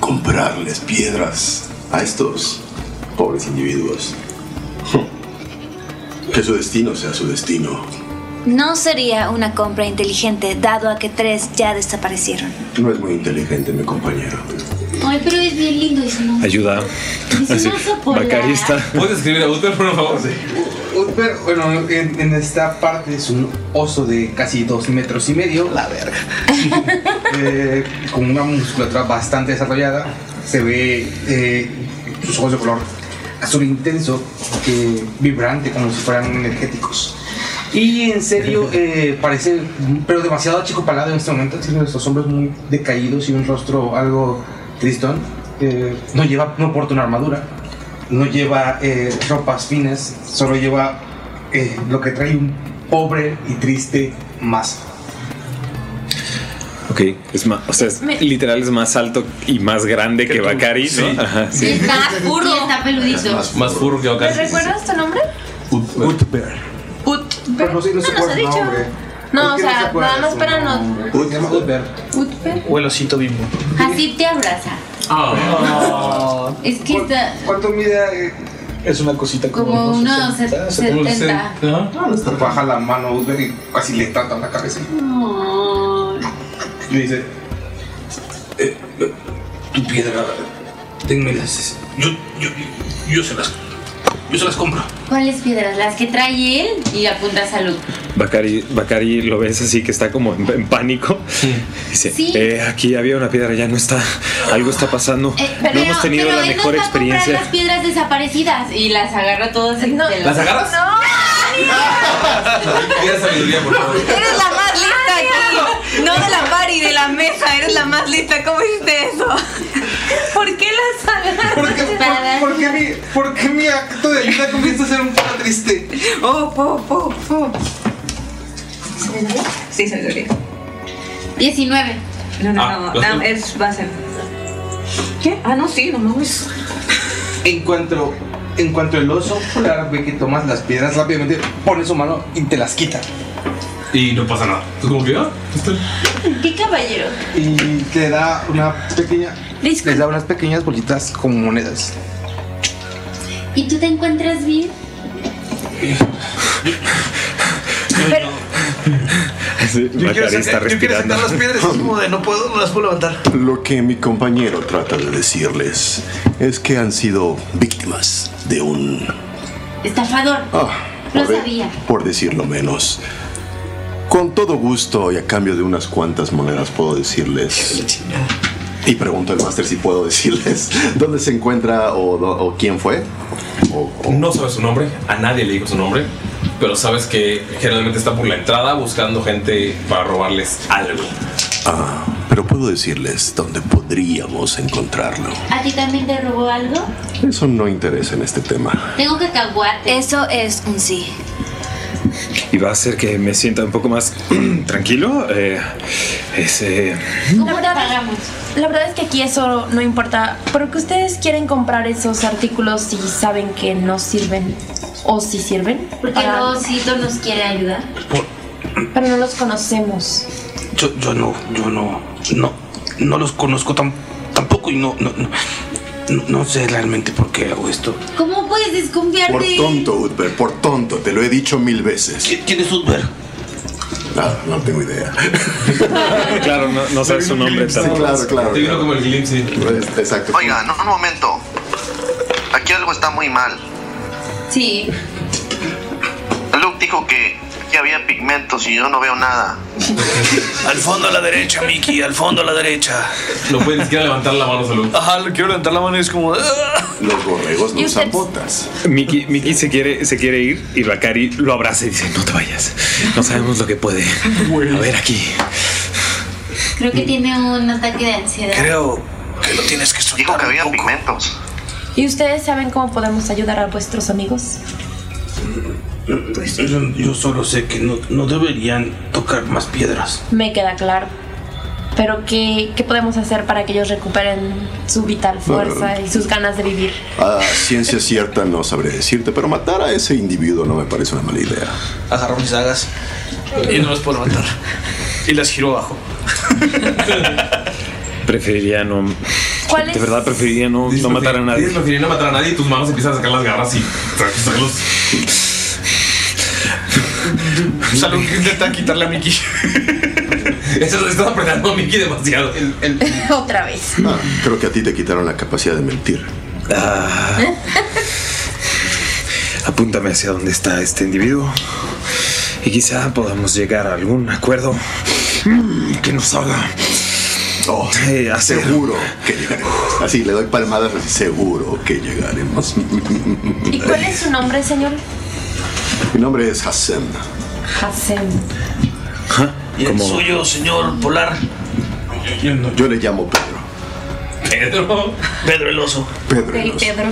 S10: comprarles piedras a estos pobres individuos? Que su destino sea su destino.
S16: No sería una compra inteligente, dado a que tres ya desaparecieron.
S10: No es muy inteligente, mi compañero.
S13: Ay, pero es bien lindo eso, ¿no?
S9: Ayuda.
S13: Es un oso polar.
S3: ¿Puedes escribir a Uther, por favor?
S12: Utber, bueno, en, en esta parte es un oso de casi dos metros y medio. La verga. Eh, con una musculatura bastante desarrollada. Se ve eh, sus ojos de color azul intenso, eh, vibrante, como si fueran energéticos. Y en serio, eh, parece, pero demasiado chico palado en este momento. Tiene nuestros hombros muy decaídos y un rostro algo tristón. Eh, no lleva, no porta una armadura no lleva eh, ropas finas, solo lleva eh, lo que trae un pobre y triste mazo.
S9: Ok, es más, o sea, es- literal es más alto y más grande que Bakari, ¿no?
S3: Sí.
S9: Ajá,
S13: Y está furro. está peludito.
S3: Más furro que
S26: ¿Me
S3: Bakari.
S26: recuerdas tu nombre?
S3: Utber.
S26: Ut.
S12: Pero no, sé, no,
S26: No
S12: se
S26: nos ha
S12: acuerda el
S26: dicho.
S12: nombre.
S26: No, o
S12: ¿Por qué no se
S26: sea,
S12: acuerda
S26: nada más
S12: su
S26: para no.
S12: nombre? Se llama Utber.
S13: Utper.
S27: O el osito bimbo.
S13: Así te abraza.
S11: Ah.
S13: Es que está
S12: ¿Cuánto mide? eh,
S27: Es una cosita
S13: como
S12: Ah,
S13: unos 70.
S12: No, no está- baja la mano Utber y casi le trata la cabeza. Y le dice, "Eh,
S11: Tu piedra, tenmelas. Yo, yo, yo se las, yo se las compro.
S13: ¿Cuáles piedras? Las que trae él y apuntas a Luke.
S9: Bakari, Bakari lo ves así que está como en, en pánico. Dice,
S13: Sí.
S9: "Eh, aquí había una piedra, ya no está, algo está pasando.
S13: Eh,
S9: no hemos tenido
S13: pero
S9: la
S13: él nos
S9: mejor
S13: va a comprar
S9: experiencia.
S13: las piedras desaparecidas y las agarra todas. No.
S9: ¿Las agarras?
S13: No.
S3: Tira sabiduría, por favor.
S15: Eres la más lista aquí. No de la party, de la mesa. Eres la más lista. ¿Cómo hiciste eso? ¿Por qué las agarras?
S12: ¿Por qué, por, por qué mi, por qué mi acto de ayuda comienza a ser un poco triste?
S15: Oh, oh, oh, oh. Sí, se me olvidó.
S13: 19.
S15: No, no,
S12: Ah,
S15: no.
S12: los
S15: no,
S12: dos.
S15: es, va a ser. ¿Qué? Ah, no, sí, no mames.
S12: En cuanto, en cuanto el oso polar ve que tomas las piedras rápidamente, pone su mano y te las quita.
S3: Y no pasa nada. Es como que, ah,
S13: ¿Qué caballero?
S12: Y te da una pequeña. Les da unas pequeñas bolitas con monedas.
S13: ¿Y tú te encuentras bien?
S9: Sí,
S27: Yo quiero,
S9: Bakari está
S27: sacar- yo quiero
S9: respirando.
S27: sentar las piedras. es como de no puedo, no las puedo levantar.
S10: Lo que mi compañero trata de decirles es que han sido víctimas de un...
S13: Estafador.
S10: Ah,
S13: Lo
S10: por, de-
S13: sabía.
S10: por decirlo menos. Con todo gusto y a cambio de unas cuantas monedas puedo decirles... Y pregunto al máster si puedo decirles dónde se encuentra o, do- o quién fue.
S3: No sabes su nombre, a nadie le digo su nombre, pero sabes que generalmente está por la entrada buscando gente para robarles algo.
S10: Ah, pero puedo decirles dónde podríamos encontrarlo.
S13: ¿A ti también te robó algo?
S10: Eso no interesa en este tema.
S13: Tengo cacahuate.
S16: Eso es un sí.
S9: Y va a hacer que me sienta un poco más tranquilo. eh, es, eh,
S26: La verdad, la verdad es que aquí eso no importa. ¿Por qué ustedes quieren comprar esos artículos si saben que no sirven? ¿O si sirven?
S13: Porque el osito nos quiere ayudar.
S26: Pero no los conocemos.
S11: Yo, yo no, yo no, no, no los conozco tam- tampoco y no, no, no, no- no sé realmente por qué hago esto.
S13: ¿Cómo puedes desconfiar
S10: Por
S13: de él?
S10: tonto, Utber, por tonto, te lo he dicho mil veces.
S11: ¿Quién es Utber?
S10: Ah, no tengo idea.
S9: claro, no, no sabes su nombre
S10: Sí,
S9: tampoco.
S10: claro, claro.
S3: Te vino como el glimpse.
S10: Pues, Exacto.
S5: Oigan, un momento. Aquí algo está muy mal.
S13: Sí.
S5: Luke dijo que Aquí había pigmentos y yo no veo nada.
S14: Al fondo a la derecha, Mickey, al fondo a la derecha.
S3: No puede ni siquiera levantar la mano, salud.
S14: Ajá, le quiero levantar la mano y es como. "Ah".
S10: Los borregos
S9: no usan
S10: botas.
S9: Miki, Miki se, quiere, se quiere ir y Bakari lo abraza y dice: No te vayas. No sabemos lo que puede. A ver aquí.
S16: Creo que tiene un ataque de ansiedad.
S14: Creo que lo tienes que soltar. Dijo que había pigmentos.
S13: ¿Y ustedes saben cómo podemos ayudar a vuestros amigos?
S12: Yo, yo solo sé que no, no deberían tocar más piedras.
S13: Me queda claro. Pero ¿qué, qué podemos hacer para que ellos recuperen su vital fuerza y sus ganas de vivir?
S10: A Ah, ciencia cierta no sabré decirte, pero matar a ese individuo no me parece una mala idea.
S11: Agarró mis dagas y no las puedo levantar. Y las giró abajo.
S9: Preferiría no.
S13: ¿Cuál
S9: De
S13: es?
S9: verdad, preferiría no, no matar a nadie.
S3: Dices, prefiriendo matar a nadie y tus manos empiezan a sacar las garras y sacarlos.
S11: Salud intenta quitarle a Mickey.
S3: Eso estás apretando a Mickey demasiado.
S13: Otra vez.
S10: Ah, creo que a ti te quitaron la capacidad de mentir.
S11: Ah.
S9: Apúntame hacia dónde está este individuo. Y quizá podamos llegar a algún acuerdo mm, que nos haga.
S3: Oh.
S9: eh, hacer-
S10: Seguro que llegaremos. Así le doy palmadas, seguro que llegaremos.
S13: ¿Y cuál es su nombre, señor?
S10: Mi nombre es Hassan.
S13: Hasem.
S14: ¿Y el
S10: ¿Cómo?
S14: suyo, señor Polar?
S10: Yo, le llamo Pedro.
S14: Pedro. Pedro el oso.
S10: Pedro.
S13: Hey, Pedro.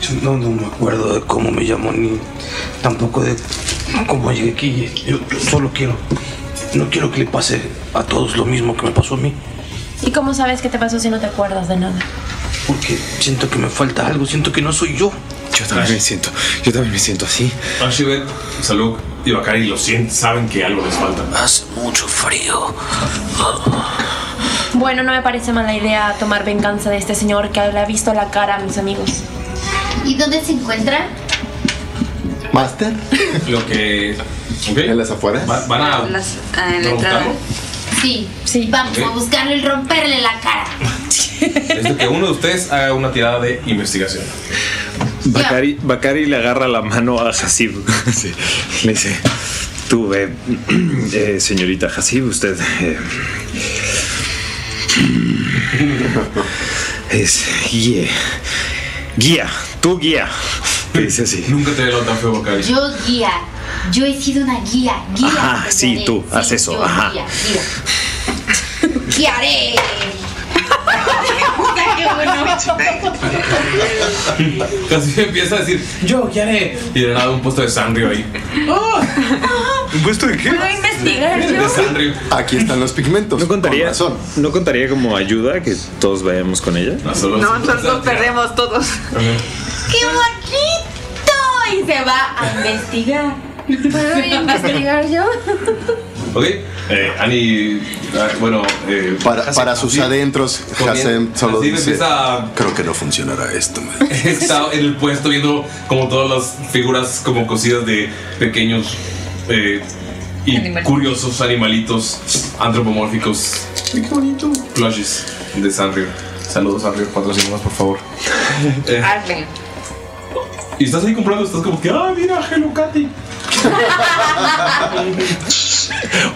S12: Yo no, no me acuerdo de cómo me llamó ni tampoco de cómo llegué aquí. Yo solo quiero, no quiero que le pase a todos lo mismo que me pasó a mí,
S13: ¿Y cómo sabes qué te pasó si no te acuerdas de nada?
S12: porque siento que me falta algo, siento que no soy yo.
S9: Yo también me siento, yo también me siento así.
S3: Ashibet, Ah, Salud y Bakari lo sienten, saben que algo les falta.
S14: Hace mucho frío.
S13: Bueno, no me parece mala idea tomar venganza de este señor que le ha visto la cara a mis amigos.
S16: ¿Y dónde se encuentra?
S10: Master.
S3: Lo que.
S10: En las afueras.
S3: van a.
S16: Las- ah, en la
S3: ¿no,
S16: entrada.
S3: Gustavo?
S16: Sí, sí. Vamos
S3: Ok.
S16: a buscarlo y romperle la cara.
S3: Es de que uno de ustedes haga una tirada de investigación.
S9: Bakari, Bakari le agarra la mano a Hasib. Sí. Le dice: Tú, ve, eh, señorita Hasib, usted. eh, mm, es guía. Guía, tú guía. Le dice así.
S3: Nunca te veo tan feo, Bakari.
S16: Yo guía. Yo he sido una guía. Guía.
S9: Ajá,
S16: te
S9: sí,
S16: daré.
S9: tú, haz eso,
S16: yo
S9: ajá.
S16: Guía, guía. Guiaré. Qué bueno.
S3: Casi empieza a decir, yo, ¿qué haré? Y de nada un puesto de sangre ahí.
S28: Oh!
S9: ¿Un puesto de qué?
S13: ¿Puedo investigar
S10: Aquí están los pigmentos.
S9: ¿No contaría, ¿No contaría como ayuda que todos vayamos con ella?
S12: Ah,
S15: No, entonces nos perdemos todos.
S16: ¡Qué bonito! Y se va a investigar.
S13: ¿Puedo investigar yo?
S3: Ok. Eh, Ani. ah, Bueno. eh,
S10: Para,
S3: Hasem-
S10: para sus
S3: Hasem-
S10: adentros, Hasem solo
S3: Hasib
S10: dice:
S3: empieza a-
S10: Creo que no funcionará esto. man".
S3: está en el puesto viendo como todas las figuras como cosidas de pequeños eh, y
S10: Animalitos.
S3: curiosos animalitos antropomórficos
S10: Qué bonito.
S3: plushies de Sanrio. Saludos Sanrio, patrocínanos por favor. Eh,
S15: Hazle.
S3: y estás ahí comprando, estás como que, ah, mira, Hello Katy.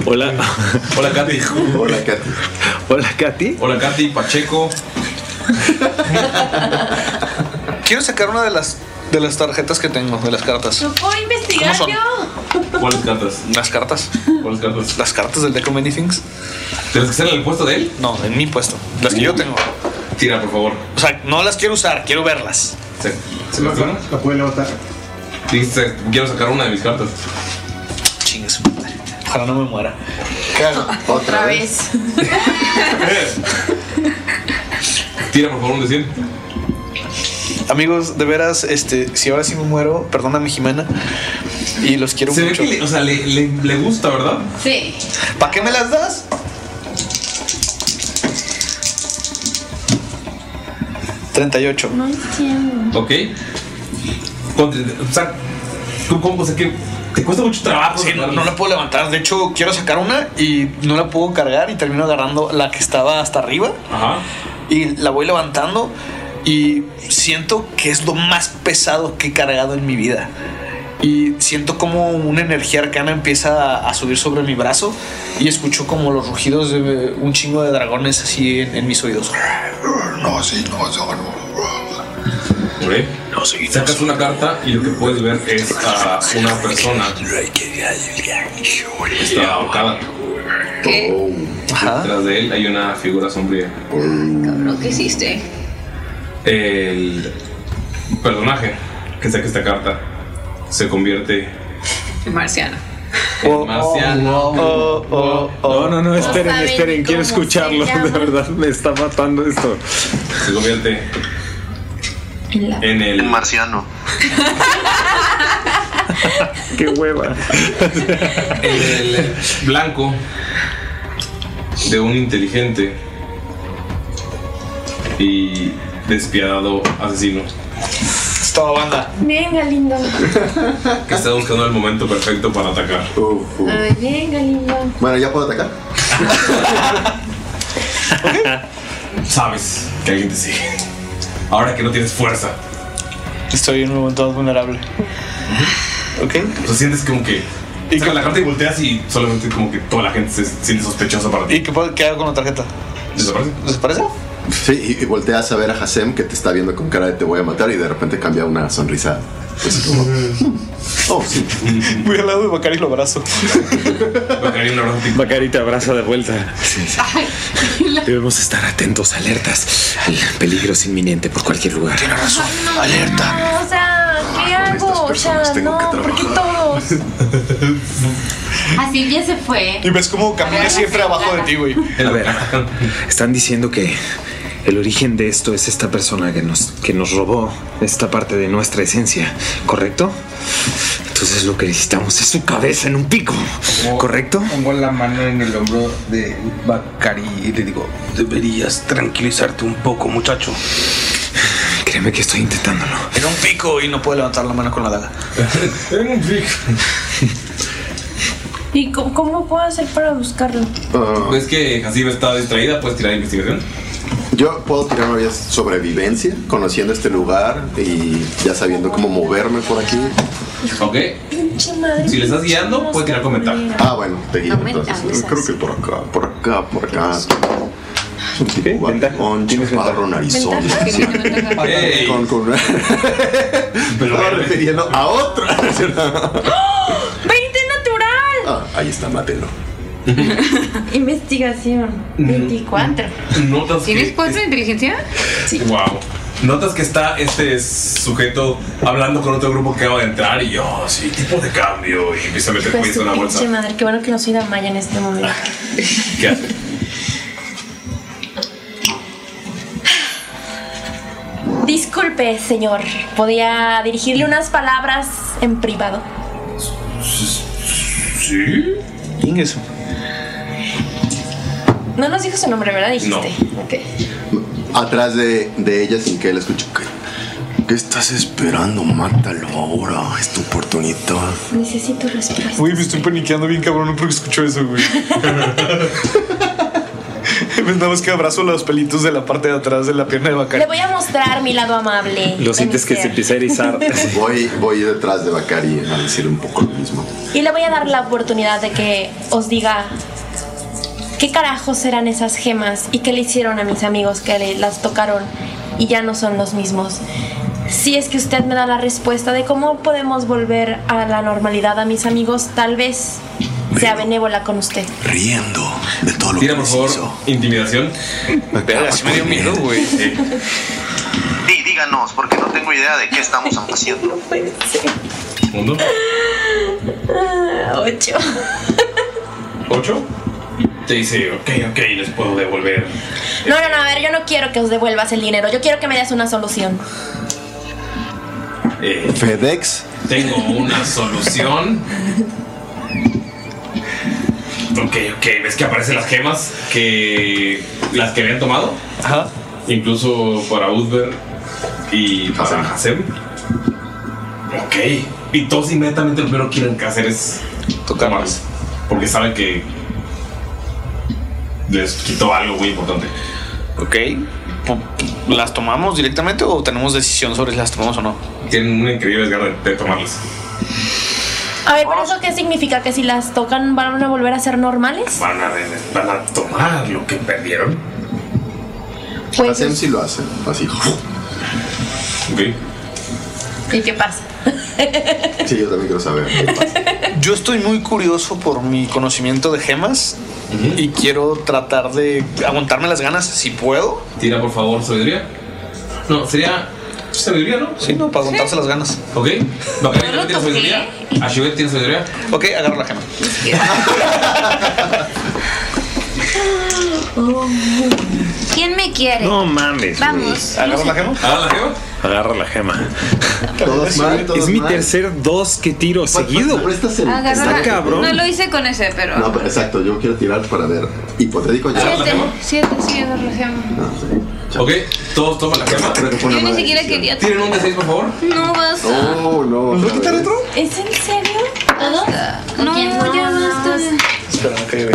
S9: Hola.
S3: Hola Katy.
S10: Hola Katy.
S9: Hola Katy.
S3: Hola Katy, Pacheco.
S11: Quiero sacar una de las de las tarjetas que tengo, de las cartas.
S13: ¿No puedo investigar
S11: ¿Cómo son?
S13: yo?
S3: ¿Cuáles cartas?
S11: Las cartas.
S3: ¿Cuáles cartas?
S11: Las cartas del Deco Many Things.
S3: ¿Tienes que estar en el puesto de él?
S11: No, en mi puesto. Las que yo tengo.
S3: Tira, por favor.
S11: O sea, no las quiero usar, quiero verlas.
S3: Sí. ¿La puede levantar? Dijiste, quiero sacar una de mis cartas.
S11: Chingue su madre. Ojalá no me muera.
S13: Otra vez.
S3: Tira, por favor, un decir.
S11: Amigos, de veras, este, si ahora sí me muero, perdóname Jimena. Y los quiero mucho.
S3: que le- o sea, le, gusta, ¿verdad?
S16: Sí.
S11: ¿Para qué me las das? ¿38?
S13: No entiendo.
S3: Ok. Con- o sea, tú cómo, o sea, que te cuesta mucho trabajo.
S11: Sí, no, no la puedo levantar. De hecho, quiero sacar una y no la puedo cargar y termino agarrando la que estaba hasta arriba. Y la voy levantando y siento que es lo más pesado que he cargado en mi vida. y siento como una energía arcana empieza a, a subir sobre mi brazo y escucho como los rugidos de un chingo de dragones así en, en mis oídos.
S3: No, sí, no, no, Sacas una carta y lo que puedes ver es a una persona que está ahorcada. Detrás de él hay una figura sombría.
S15: Cabrón, ¿qué hiciste?
S3: El personaje que saca esta carta se convierte
S15: Marciana.
S9: Oh,
S3: en marciano.
S11: Oh,
S9: No, no, no, esperen,
S15: saben
S9: esperen, quiero
S15: cómo se
S9: escucharlo.
S15: llama.
S9: De verdad, me está matando esto.
S3: Se convierte en el
S14: marciano.
S9: Qué hueva.
S3: el blanco de un inteligente y despiadado asesino
S11: Es toda banda
S13: Venga, lindo.
S3: que está buscando el momento perfecto para atacar.
S13: Ay, venga, lindo.
S3: Bueno, ya puedo atacar. Sabes que alguien te sigue. Ahora que no tienes fuerza.
S11: Estoy en un momento vulnerable. Ok.
S3: O sea, sientes como que. Y que la carta y volteas y solamente como que toda la gente se siente sospechosa para ti.
S11: ¿Y qué, puedo- qué hago con la tarjeta?
S3: ¿Desaparece?
S11: ¿Desaparece?
S10: Sí, y, y volteas a ver a Hasem que te está viendo con cara de te voy a matar y de repente cambia una sonrisa. Pues como, oh, sí.
S11: Voy al lado de Bacari y lo abrazo.
S3: Bacari,
S9: te abraza de vuelta. Debemos estar atentos, alertas. al peligro es inminente por cualquier lugar. Tiene razón. Alerta.
S13: No, o sea, ¿qué hago? O sea, no, ¿por qué todos?
S29: Así ya se fue.
S11: Y ves cómo camina siempre abajo de ti, güey.
S9: A ver, están diciendo que el origen de esto es esta persona que nos, que nos robó esta parte de nuestra esencia, ¿correcto? Entonces lo que necesitamos es su cabeza en un pico, ¿correcto?
S12: Pongo la mano en el hombro de Bacari y le digo,
S30: Deberías tranquilizarte un poco, muchacho.
S9: Créeme que estoy intentándolo.
S11: En un pico y no puedo levantar la mano con la daga.
S3: en un pico.
S13: ¿Y cómo, cómo puedo hacer para buscarlo?
S10: Ah.
S3: ¿Ves que Hasib está distraída? ¿Puedes tirar investigación?
S10: Yo puedo tirar una sobrevivencia, conociendo este lugar y ya sabiendo cómo moverme por aquí.
S3: Ok.
S13: Pinche madre.
S3: Si le estás guiando, puedes tirar comentar.
S10: Ah, bueno, te guío
S13: Aumenta,
S10: entonces.
S13: aumenta.
S10: Creo que por acá, por acá, por acá. Es un tipo con chaparro narizón.
S13: Ventaja.
S10: Sí. Con, con... Estaba refiriendo a otra.
S13: ¡20 natural!
S10: Ah, ahí está, mátelo.
S13: Investigación.
S15: 24.
S3: Notas
S15: ¿Tienes
S3: que.
S15: 4 de inteligencia?
S3: Wow. Notas que está este sujeto hablando con otro grupo que acaba de entrar y yo, "Oh, sí, tipo de cambio. Y empieza a meter
S13: Pues
S3: cuello en la
S13: su
S3: bolsa.
S13: pinche madre, qué bueno que no soy Damaya en este momento.
S3: ¿Qué hace?
S13: Disculpe, señor. ¿Podía dirigirle unas palabras en privado?
S3: ¿Sí?
S11: ¿Quién es?
S13: No nos dijo su nombre, ¿verdad? Dijiste. Ok.
S10: Atrás de, de ella sin que él escuche. ¿Qué, qué estás esperando? Mátalo ahora. Es tu oportunidad.
S13: Necesito respuesta.
S11: Güey, me estoy paniqueando bien cabrón porque escucho eso, güey. Pues nada más que abrazo los pelitos de la parte de atrás de la pierna de Bacari.
S13: Le voy a mostrar mi lado amable. de mi ser.
S9: empieza a erizar.
S10: Voy, voy detrás de Bacari a decir un poco lo mismo.
S13: Y le voy a dar la oportunidad de que os diga qué carajos eran esas gemas y qué le hicieron a mis amigos que le- las tocaron y ya no son los mismos. Si es que usted me da la respuesta de cómo podemos volver a la normalidad a mis amigos, tal vez sea benévola con usted.
S10: Riendo de todo
S3: lo Tira, por favor, intimidación. Eh,
S11: Pero así me dio miedo, güey.
S14: Di- díganos, porque no tengo idea de qué estamos haciendo.
S3: Mundo.
S13: Ah, Ocho.
S3: ¿Ocho? Te dice, ok, ok, les puedo devolver.
S13: No, no, no, a ver, yo no quiero que os devuelvas el dinero, yo quiero que me des una solución.
S3: Eh,
S10: FedEx.
S3: Tengo una solución. Ok, ok, ¿ves que aparecen las gemas que las que habían tomado? Ajá. Incluso para Udber y para Hasem. Ok, y todos inmediatamente lo primero que quieren que hacer es tocarlas. Porque saben que les quitó algo muy importante.
S11: Ok. ¿Las tomamos directamente o tenemos decisión sobre si las tomamos o no?
S3: Tienen un increíble desgarro de tomarlas.
S13: A ver, ¿pero eso qué significa? ¿Que si las tocan van a volver a ser normales?
S3: Van a, re- van a tomar lo que perdieron.
S13: Pues-
S10: Hacen si lo hacen, así.
S13: ¿Y qué pasa?
S10: Sí, yo también quiero saber.
S11: Yo estoy muy curioso por mi conocimiento de gemas y quiero tratar de aguantarme las ganas si puedo.
S3: Tira por favor sabiduría. No, sería sabiduría, ¿no?
S11: Sí, no, para aguantarse las ganas.
S3: Ok. Bacari también tiene sabiduría. Ashibet tiene sabiduría.
S11: Ok, agarro la gema.
S16: ¿Quién me quiere?
S9: No mames.
S16: Vamos.
S11: ¿Agarra la gema?
S3: ¿Agarra la gema?
S9: Agarra la gema.
S10: Todos mal,
S9: es
S10: todos
S9: mi
S10: mal.
S9: tercer dos que tiro seguido.
S15: Ah, Agarra
S9: Está
S15: la-
S9: cabrón.
S15: No lo hice con ese, pero.
S10: No, pero exacto, yo quiero tirar para ver. Hipotético ya.
S15: Siete, siete, sí, agarra la gema.
S3: Ok, todos toman la gema.
S15: Yo ni siquiera quería.
S3: ¿Tienen un de 6 por favor?
S15: No vas a.
S10: No, no.
S15: ¿Nos va a quitar
S10: otro?
S13: ¿Es en serio?
S15: ¿Todo? No, ya basta.
S11: Espera, no caiga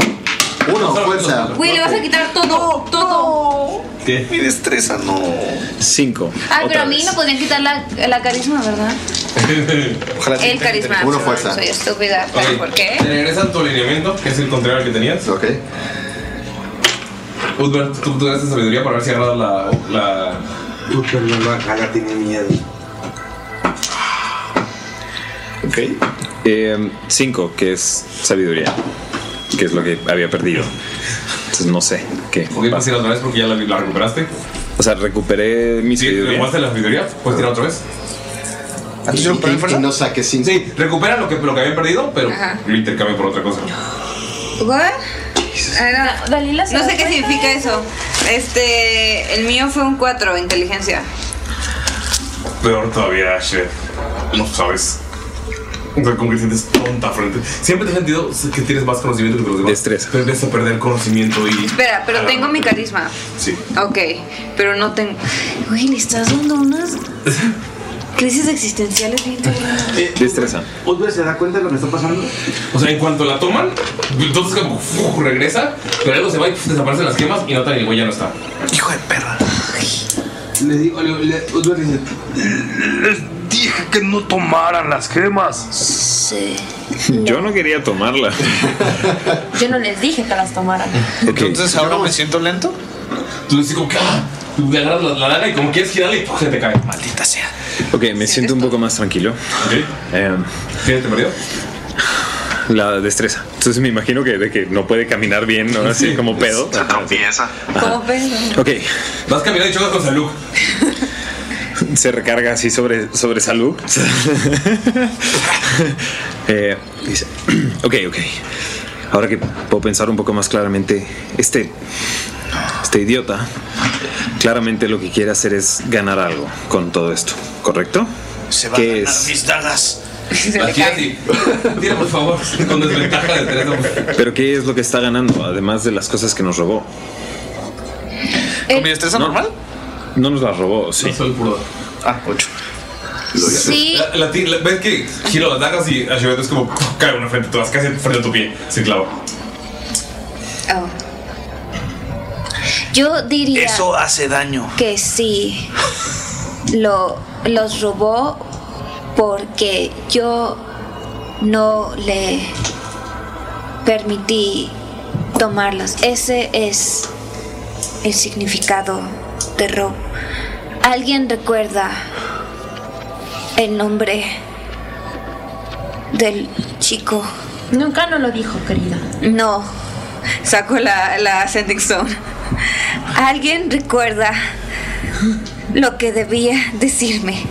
S10: Uno,
S11: Oh,
S10: fuerza.
S15: Güey, le vas a quitar todo, todo.
S9: ¿Qué?
S11: Mi destreza no.
S9: Cinco.
S15: Ah, pero
S9: Otra
S15: a mí
S9: vez.
S15: no podían quitar la, la carisma, ¿verdad? El carisma. perdón, Soy estúpida. ¿sabes
S3: Ok.
S15: ¿Por qué?
S3: Te regresan tu alineamiento, que es el contrario al que tenías.
S10: Ok.
S3: Udbert, tú tuviste sabiduría para haber cerrado la. la...
S12: Puta, no, no, Acá tiene miedo.
S9: Ok. Em, cinco, que es sabiduría. Que es lo que había perdido. Entonces no sé qué.
S3: Ok, puedes tirar otra vez porque ya la, la recuperaste.
S9: O sea, recuperé mi sabiduría.
S3: ¿Recuperaste la sabiduría? Puedes tirar otra vez.
S10: Ah, pues Y, no saques sin.
S3: Sí, recupera lo que, lo que había perdido, pero
S15: Ajá.
S3: lo intercambio por otra cosa.
S15: ¿What? Era- no sé qué significa eso. Este, el mío fue un 4, inteligencia.
S3: Peor todavía, Asher. No sabes. O sea, como que sientes tonta frente. Siempre te he sentido que tienes más conocimiento que los demás. Destreza. Pero empiezas a perder conocimiento y.
S15: Espera, pero
S3: Ah,
S15: tengo mi carisma.
S3: Sí.
S15: Ok, pero no tengo.
S16: Güey, le estás dando unas crisis existenciales bien cabronas.
S9: Destreza.
S12: ¿Udber se da cuenta de lo que está pasando?
S3: O sea, en cuanto la toman, entonces como ¡fu! regresa, pero algo se va y ¡fu! desaparecen las gemas y notan y el güey ya no está.
S12: Hijo de perra. Le digo, le, le,
S11: pues,
S12: Udber dice, les dije que no tomaran las gemas.
S16: Sí.
S9: Yo no quería tomarla.
S13: Yo no les dije que las tomaran.
S11: Entonces ahora me siento lento.
S3: Tú dices como que ¡ah! Le agarras la, la lana y como quieres girarle y pues, ¡puf! se te cae. Maldita sea.
S9: Ok, me siento un poco más tranquilo. Eh,
S3: ¿Qué te perdió?
S9: La destreza. Entonces me imagino que de que no puede caminar bien, ¿no? Así como pedo.
S5: Se tropieza.
S9: Como
S15: pedo.
S9: Ok.
S3: Vas caminando y chocas con Salud.
S9: Se recarga así sobre, sobre salud. Eh, dice, ok, ok. Ahora que puedo pensar un poco más claramente, este, este idiota claramente lo que quiere hacer es ganar algo con todo esto, ¿correcto?
S31: Se
S9: va a ganar
S31: mis dagas.
S3: La giras y Tira por favor, con desventaja de tres.
S9: Pero ¿qué es lo que está ganando, además de las cosas que nos robó?
S11: ¿Con mi destreza normal?
S9: No nos las robó, sí.
S11: Ah, 8.
S3: Sí. La, la- la- ves que giro las dagas y Ashibet es como ¡puf! cae una frente, te vas casi frente a tu pie, sin clavo.
S16: Oh. Yo diría
S11: Eso hace daño.
S16: que sí. Lo, los robó porque yo no le permití tomarlos. Ese es el significado de robo. ¿Alguien recuerda el nombre del chico?
S13: Nunca no lo dijo, querida.
S16: No. Saco la, la Sending Stone. ¿Alguien recuerda lo que debía decirme?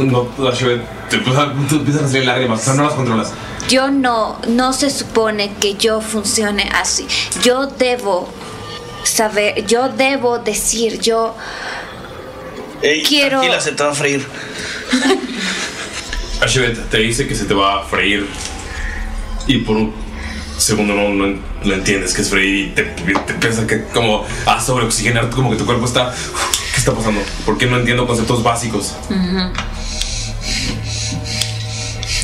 S3: No, Ashibet, te empiezan te empiezan a salir lágrimas, pero no las controlas.
S16: Yo no, no se supone que yo funcione así. Yo debo saber, yo debo decir, yo
S11: Ey,
S16: Quiero-
S11: tranquila, se te va a freír.
S3: Ashibet te dice que se te va a freír y por un segundo no, no, no entiendes que es freír y te, te piensas que como a sobreoxigenar, como que tu cuerpo está... ¿Qué está pasando? ¿Por qué no entiendo conceptos básicos?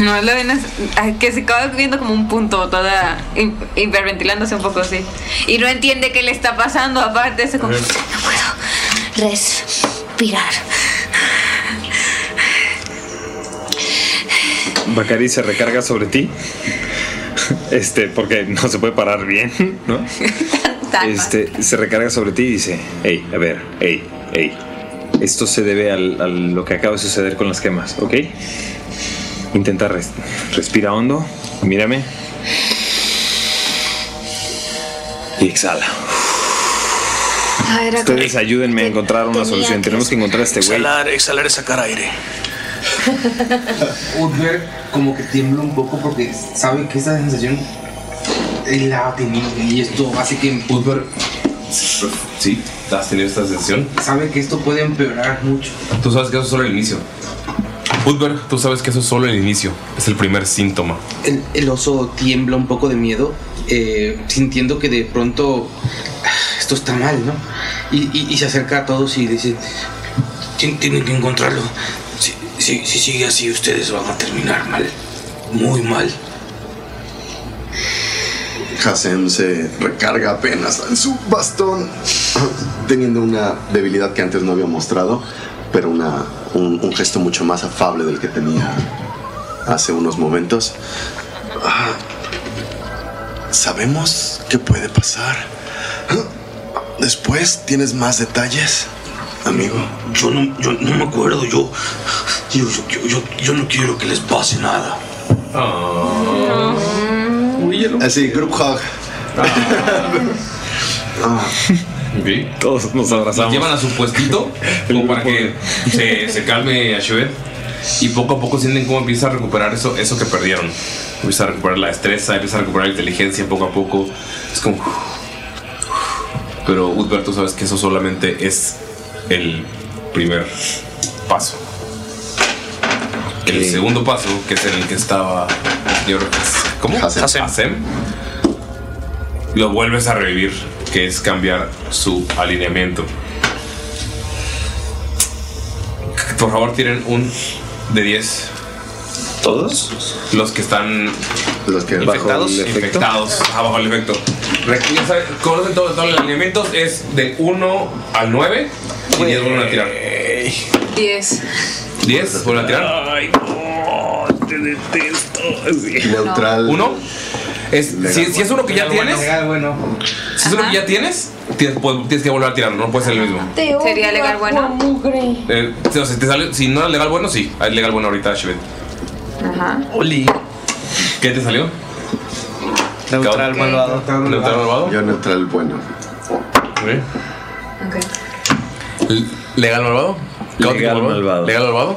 S15: No la ven as- ah, que se acaba viendo como un punto, toda hi- hiperventilándose un poco así. Y no entiende qué le está pasando, aparte eso como.
S16: respirar.
S9: Bacari se recarga sobre ti. Este, porque no se puede parar bien, ¿no? Este, se recarga sobre ti y dice, hey, a ver, hey, hey. Esto se debe al- a lo que acaba de suceder con las quemas, ¿ok? Intenta res- respira hondo, mírame. Y exhala.
S16: Ah, era como-
S9: Ustedes ayúdenme a encontrar una solución. Tenemos que encontrar a este güey.
S11: Exhalar, exhalar es sacar aire.
S12: Udber como que tiembla un poco porque sabe que esa sensación él la ha tenido y esto hace que Udber
S3: Sí, has tenido esta sensación.
S12: sabe que esto puede empeorar mucho.
S3: Tú sabes que eso es solo el inicio. Udber, tú sabes que eso es solo el inicio. Es el primer síntoma.
S12: El, el oso tiembla un poco de miedo, eh, sintiendo que de pronto "Ah, esto está mal, ¿no? Y, y- y se acerca a todos y dice,
S32: Tien- Tienen que encontrarlo. Si, si- si sigue así, ustedes van a terminar mal. Muy mal.
S10: Hasem se recarga apenas en su bastón, teniendo una debilidad que antes no había mostrado, pero una, un, un gesto mucho más afable del que tenía hace unos momentos. Ah, Sabemos qué puede pasar. Después tienes más detalles, amigo.
S32: Yo no, yo no me acuerdo, yo yo, yo, yo- yo no quiero que les pase nada.
S10: Así, group hug.
S9: Ah. Todos nos
S3: abrazamos. Llevan a su puestito como para que se, se calme a Shuet. Y poco a poco sienten cómo empieza a recuperar eso, eso que perdieron. Empieza a recuperar la destreza, empieza a recuperar la inteligencia poco a poco. Es como. Pero Utberto, sabes que eso solamente es el primer paso. El segundo paso, que es en el que estaba el señor Has- ¿Cómo? Hasem. Lo vuelves a revivir, que es cambiar su alineamiento. Por favor, tiren un de 10. ¿Todos? Los que están
S10: los que
S3: infectados. infectados. Ajá, bajo el efecto. Re- ya saben, Conocen todos todo los alineamientos. Es del 1 al 9. Y 10 vuelven a tirar.
S13: 10.
S3: 10 vuelven a tirar. Ay, no, te detesto.
S13: Neutral.
S3: ¿Uno? Es,
S12: Legal,
S3: si, si es uno que ya
S12: bueno,
S3: tienes.
S12: legal, Ah, bueno.
S3: Si es uno que ya tienes, tienes, pues, tienes que volver a tirarlo. No puede ser el mismo.
S13: Sería legal bueno.
S3: Eh, o sea, te sale- si no era legal bueno, sí. Es legal bueno ahorita, Shivet.
S13: Ajá.
S3: Oli. ¿Qué te salió? Neutral
S10: malvado.
S3: Neutral malvado.
S10: Yo neutral bueno.
S3: L- ¿Legal malvado? Legal malvado. Legal malvado.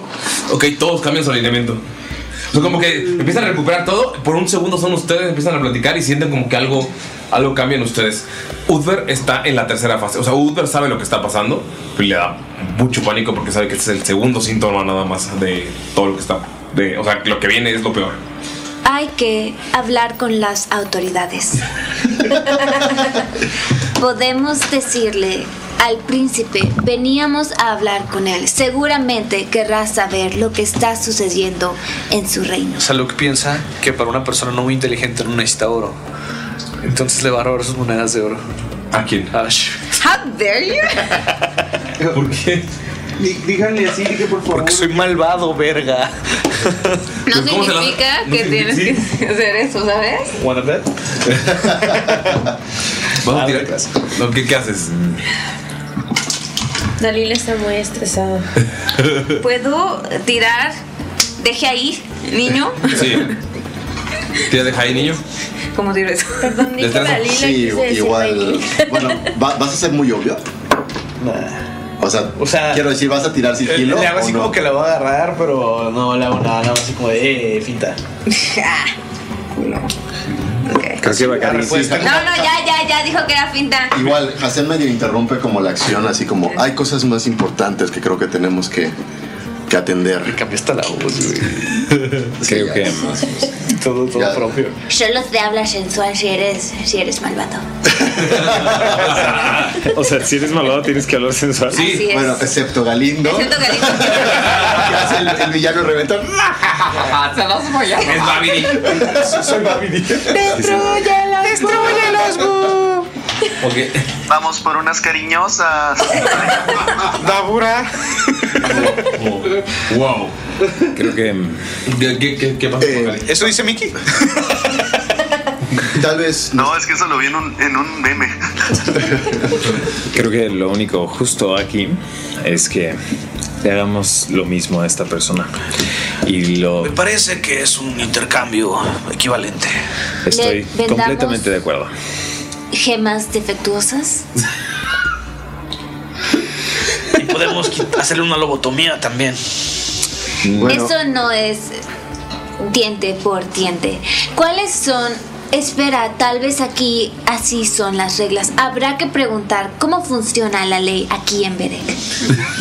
S3: Ok, todos cambian su alineamiento. O sea, como que empiezan a recuperar todo. Por un segundo son ustedes, empiezan a platicar y sienten como que algo, algo cambia en ustedes. Udber está en la tercera fase. O sea, Udber sabe lo que está pasando. Y le da mucho pánico porque sabe que este es el segundo síntoma nada más de todo lo que está. De, o sea, lo que viene es lo peor.
S16: Hay que hablar con las autoridades. Podemos decirle al príncipe, veníamos a hablar con él. Seguramente querrá saber lo que está sucediendo en su reino.
S11: Saluk piensa que para una persona no muy inteligente no necesita oro. Entonces le va a robar sus monedas de oro.
S3: ¿A quién?
S11: A Ash.
S13: How dare you?
S3: ¿Por qué?
S12: Díganle así, que por favor.
S11: Porque soy malvado, verga. Pues,
S15: No significa que tienes que hacer eso, ¿sabes?
S11: Wanna bet?
S3: Vamos a tirar. No, ¿Qué, qué haces?
S33: Dalila está muy estresada.
S15: Pues, ¿Puedo tirar? Deje ahí, niño.
S3: Sí. ¿Te deja ahí, niño?
S15: ¿Cómo tiro eso? Perdón,
S10: ¿Le estás- sí, igual. Bueno, va- ¿vas a ser muy obvio? O sea, quiero decir, ¿vas a tirar sigilo?
S34: eh, Le hago
S10: o
S34: así
S10: no?
S34: como que la voy a agarrar, pero no le hago nada, nada más así como de eh, finta.
S10: Creo que Bacari sí.
S15: No, no, ya, ya, ya dijo que era finta.
S10: Igual, Hassan medio interrumpe como la acción, así como hay cosas más importantes que creo que tenemos que, que atender. Y
S11: cambiaste la voz, güey.
S10: creo que
S34: Todo, todo propio.
S16: Solo te habla sensual si eres, si eres malvado.
S9: O sea, si eres malvado, tienes que hablar sensual.
S16: Sí, Así es.
S10: bueno, excepto Galindo.
S16: Excepto
S10: que hace el, el villano reventa.
S13: Se los voy a
S10: Soy Babidi.
S13: ¡Destruyelos! ¡Destruyelos,
S14: Vamos por unas cariñosas.
S12: Dabura.
S3: Wow. Creo que. ¿Qué, qué, qué, qué pasa con Cali?
S14: Eh, ¿Eso dice Mickey?
S10: Tal vez.
S14: No,
S3: este,
S14: es que eso lo vi en un, en un meme.
S9: Creo que lo único justo aquí es que le hagamos lo mismo a esta persona. Y lo
S5: Me parece que es un intercambio equivalente.
S9: estoy
S16: vendamos-
S9: completamente de acuerdo.
S16: Gemas defectuosas.
S5: Y podemos qui- hacerle una lobotomía también.
S16: Mm. Eso no es diente por diente. ¿Cuáles son? Espera, tal vez aquí así son las reglas. Habrá que preguntar cómo funciona la ley aquí en Berek.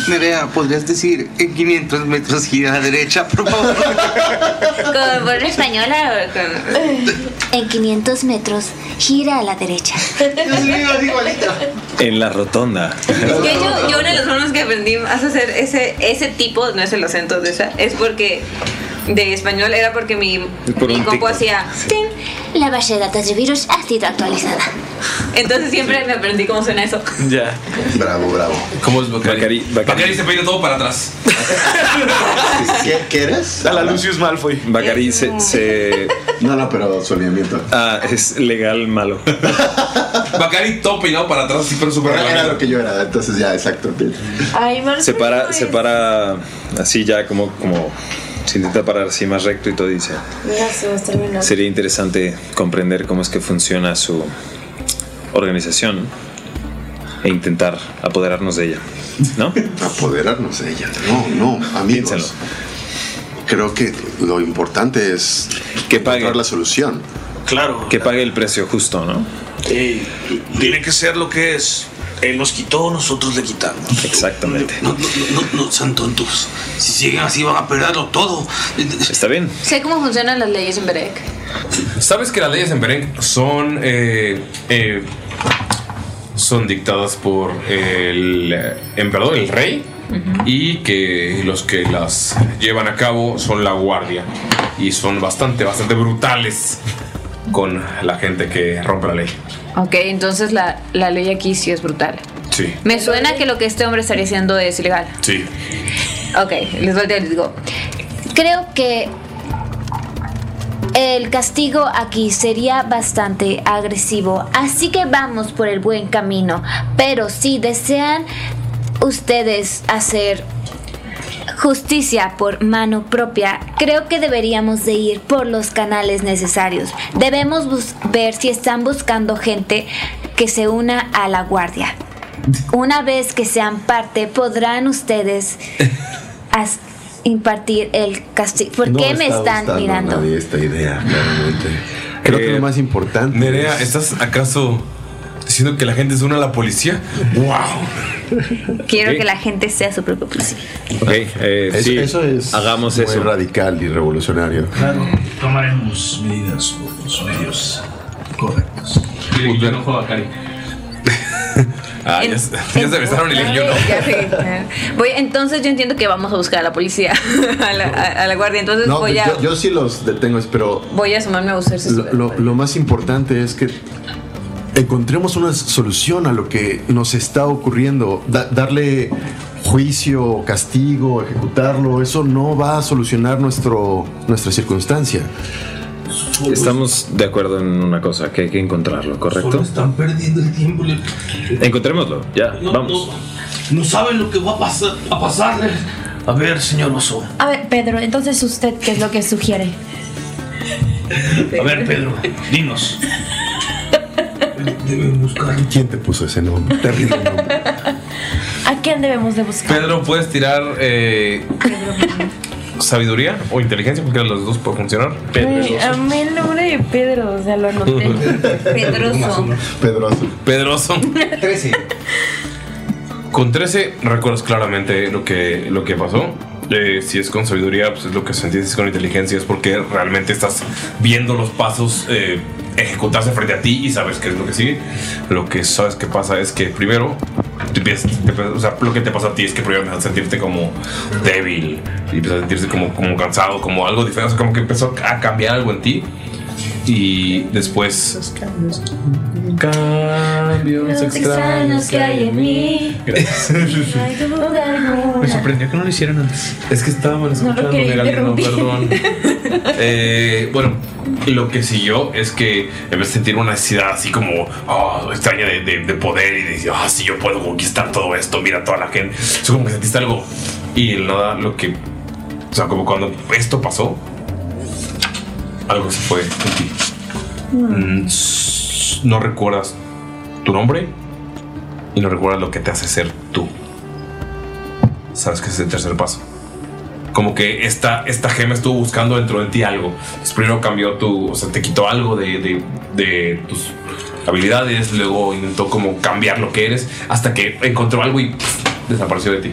S12: Nerea, ¿podrías decir en 500 metros gira a la derecha, por favor?
S16: ¿Con borra española o con.? En 500 metros, gira a la derecha.
S9: En la rotonda.
S15: De hecho, yo una de las formas que aprendí a hacer ese, ese tipo, no es el acento de esa, es porque de español era porque mi,
S9: por
S15: mi
S9: un
S15: compu
S9: TikTok.
S15: hacía.
S16: "Tin". La base de datos de virus ha sido actualizada.
S15: Entonces siempre me aprendí cómo suena eso.
S3: Ya.
S10: Bravo, bravo.
S3: ¿Cómo es Bacari? Bacari se peina todo para atrás.
S10: ¿Qué, eres? A la Lucius
S9: Malfoy. Bacari se, se.
S10: No, no, pero su alineamiento.
S9: Ah, es legal malo.
S3: Bacari todo peinado para atrás, sí, pero súper
S10: Era lo que yo era, entonces ya, exacto.
S13: Ay, Marco,
S9: Se para, se para así ya como, como se intenta parar así más recto y todo dice.
S13: Mira, se me está terminando.
S9: Sería interesante comprender cómo es que funciona su organización e intentar apoderarnos de ella, ¿no?
S10: Apoderarnos de ella. No, no, amigos. Creo que lo importante es
S9: que pague
S10: la solución.
S5: Claro.
S9: Que pague el precio justo, ¿no?
S5: Ey, tiene que ser lo que es. Él nos quitó, nosotros le quitamos.
S9: Exactamente.
S7: No, no, no, no sean tontos. Si siguen así van a perderlo todo.
S9: Está bien.
S15: Sé cómo funcionan las leyes en Berek.
S3: ¿Sabes que las leyes en Bereng son. eh, eh, son dictadas por el emperador, el rey, y que los que las llevan a cabo son la guardia. Y son bastante, bastante brutales con la gente que rompe la ley.
S15: Ok, entonces la, la ley aquí sí es brutal.
S3: Sí.
S15: Me suena que lo que este hombre estaría haciendo es ilegal.
S3: Sí.
S15: Ok, les volteo y les digo.
S16: Creo que el castigo aquí sería bastante agresivo, así que vamos por el buen camino. Pero si desean ustedes hacer justicia por mano propia, creo que deberíamos de ir por los canales necesarios. Debemos bus- ver si están buscando gente que se una a la guardia. Una vez que sean parte, podrán ustedes as- impartir el castigo. ¿Por qué me están mirando?
S10: nadie esta idea, claramente. Creo que lo más importante.
S3: Eh, Nerea, ¿estás acaso diciendo que la gente es una a la policía? ¡Wow!
S15: Quiero
S9: Ok.
S15: que la gente sea su propio policía.
S9: Ok, eh,
S10: Eso-
S9: sí,
S10: eso es
S9: hagamos
S10: muy
S9: eso.
S10: radical y revolucionario.
S35: Claro, tomaremos medidas por los medios correctos.
S3: Y yo no juego a Cari. Ah, ya, se- ya se besaron y le yo no.
S15: Ya sé. Voy, entonces yo entiendo que vamos a buscar a la policía, a la, a- a la guardia. Entonces
S10: No,
S15: voy a
S10: yo, yo sí los detengo, pero
S15: voy a sumarme a usar sus
S10: lo, lo- lo más importante es que encontremos una solución a lo que nos está ocurriendo. Da- darle juicio, castigo, ejecutarlo, eso no va a solucionar nuestro, nuestra circunstancia.
S9: Estamos de acuerdo en una cosa, que hay que encontrarlo, ¿correcto?
S7: Están perdiendo el tiempo. le-
S9: Encontrémoslo, ya,
S7: No,
S9: vamos.
S7: No saben lo que va a pasar. A pasarles.
S5: A ver, señor oso.
S13: A ver, Pedro, entonces usted, ¿qué es lo que sugiere?
S5: A ver, Pedro, dinos.
S10: Deben buscar. ¿Quién te puso ese nombre? Terrible nombre.
S13: ¿A quién debemos de buscar?
S3: Pedro, ¿puedes tirar eh, sabiduría o inteligencia? Porque los dos pueden funcionar.
S13: Ay, amé el nombre de Pedro, o sea, lo anoté.
S3: Más
S13: Pedroso.
S3: uno.
S10: Pedroso.
S3: Pedroso. 13. Con 13 recuerdas claramente lo que, lo que pasó. Eh, si es con sabiduría, pues es lo que sentiste. Si es con inteligencia, es porque realmente estás viendo los pasos eh, ejecutarse frente a ti y sabes qué es lo que sigue. Lo que sabes que pasa es que primero, te empiezas- te empiezas- o sea, lo que te pasa a ti es que primero empiezas a sentirte como débil y empiezas a sentirse como, como cansado, como algo diferente. O sea, como que empezó a cambiar algo en ti. Y después Cambios extraños que hay en mí. Gracias.
S16: Me sorprendió que no lo hicieran antes.
S3: Es que estaban escuchando,
S16: quería
S3: Megalino,
S16: interrumpir.
S3: perdón. Eh, bueno, lo que siguió es que en vez de sentir una necesidad así como ah, extraña de, de- de poder y de decir, ah, si yo puedo conquistar todo esto, mira toda la gente. Es como que sentiste algo. Y en nada, lo que. O sea, como cuando esto pasó, algo se fue en ti. Mm, s- No recuerdas tu nombre y no recuerdas lo que te hace ser tú. Sabes que ese es el tercer paso. Como que esta, esta gema estuvo buscando dentro de ti algo. Entonces, primero cambió tu, o sea, te quitó algo de, de- de tus habilidades, luego intentó como cambiar lo que eres, hasta que encontró algo y pff, desapareció de ti.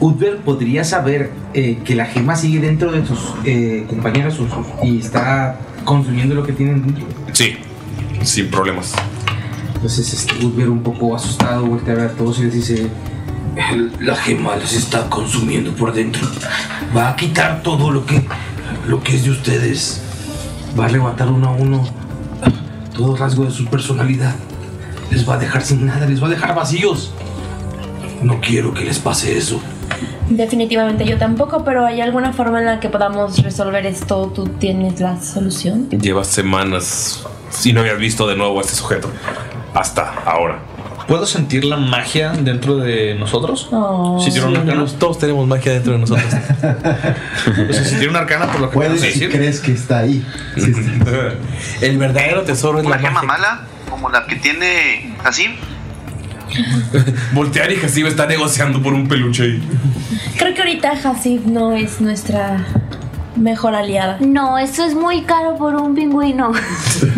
S12: Udber podría saber eh, que la gema sigue dentro de sus eh, compañeros sus- sus- y está consumiendo lo que tienen dentro.
S3: Sí, sin problemas.
S12: Entonces, este, Udber un poco asustado voltea a ver a todos y les dice:
S11: La gema los está consumiendo por dentro. Va a quitar todo lo que, lo que es de ustedes. Va a arrebatar uno a uno todo rasgo de su personalidad. Les va a dejar sin nada, les va a dejar vacíos. No quiero que les pase eso.
S13: Definitivamente yo tampoco, pero ¿hay alguna forma en la que podamos resolver esto? ¿Tú tienes la solución?
S3: Llevas semanas y no habías visto de nuevo a este sujeto. Hasta ahora.
S36: ¿Puedo sentir la magia dentro de nosotros?
S13: Oh.
S36: Si tiene un arcana.
S3: Todos tenemos magia dentro de nosotros.
S36: o sea, si tiene un arcana, Ah, por lo que
S10: Puedes
S36: vamos a
S10: si
S36: decir.
S10: crees que está ahí.
S3: El verdadero tesoro es
S10: la
S14: gema mala, como la que tiene así.
S3: Voltear y Jacibe está negociando por un peluche ahí.
S13: Creo que ahorita Hasif no es nuestra mejor aliada.
S37: No, eso es muy caro por un pingüino.
S14: Sí,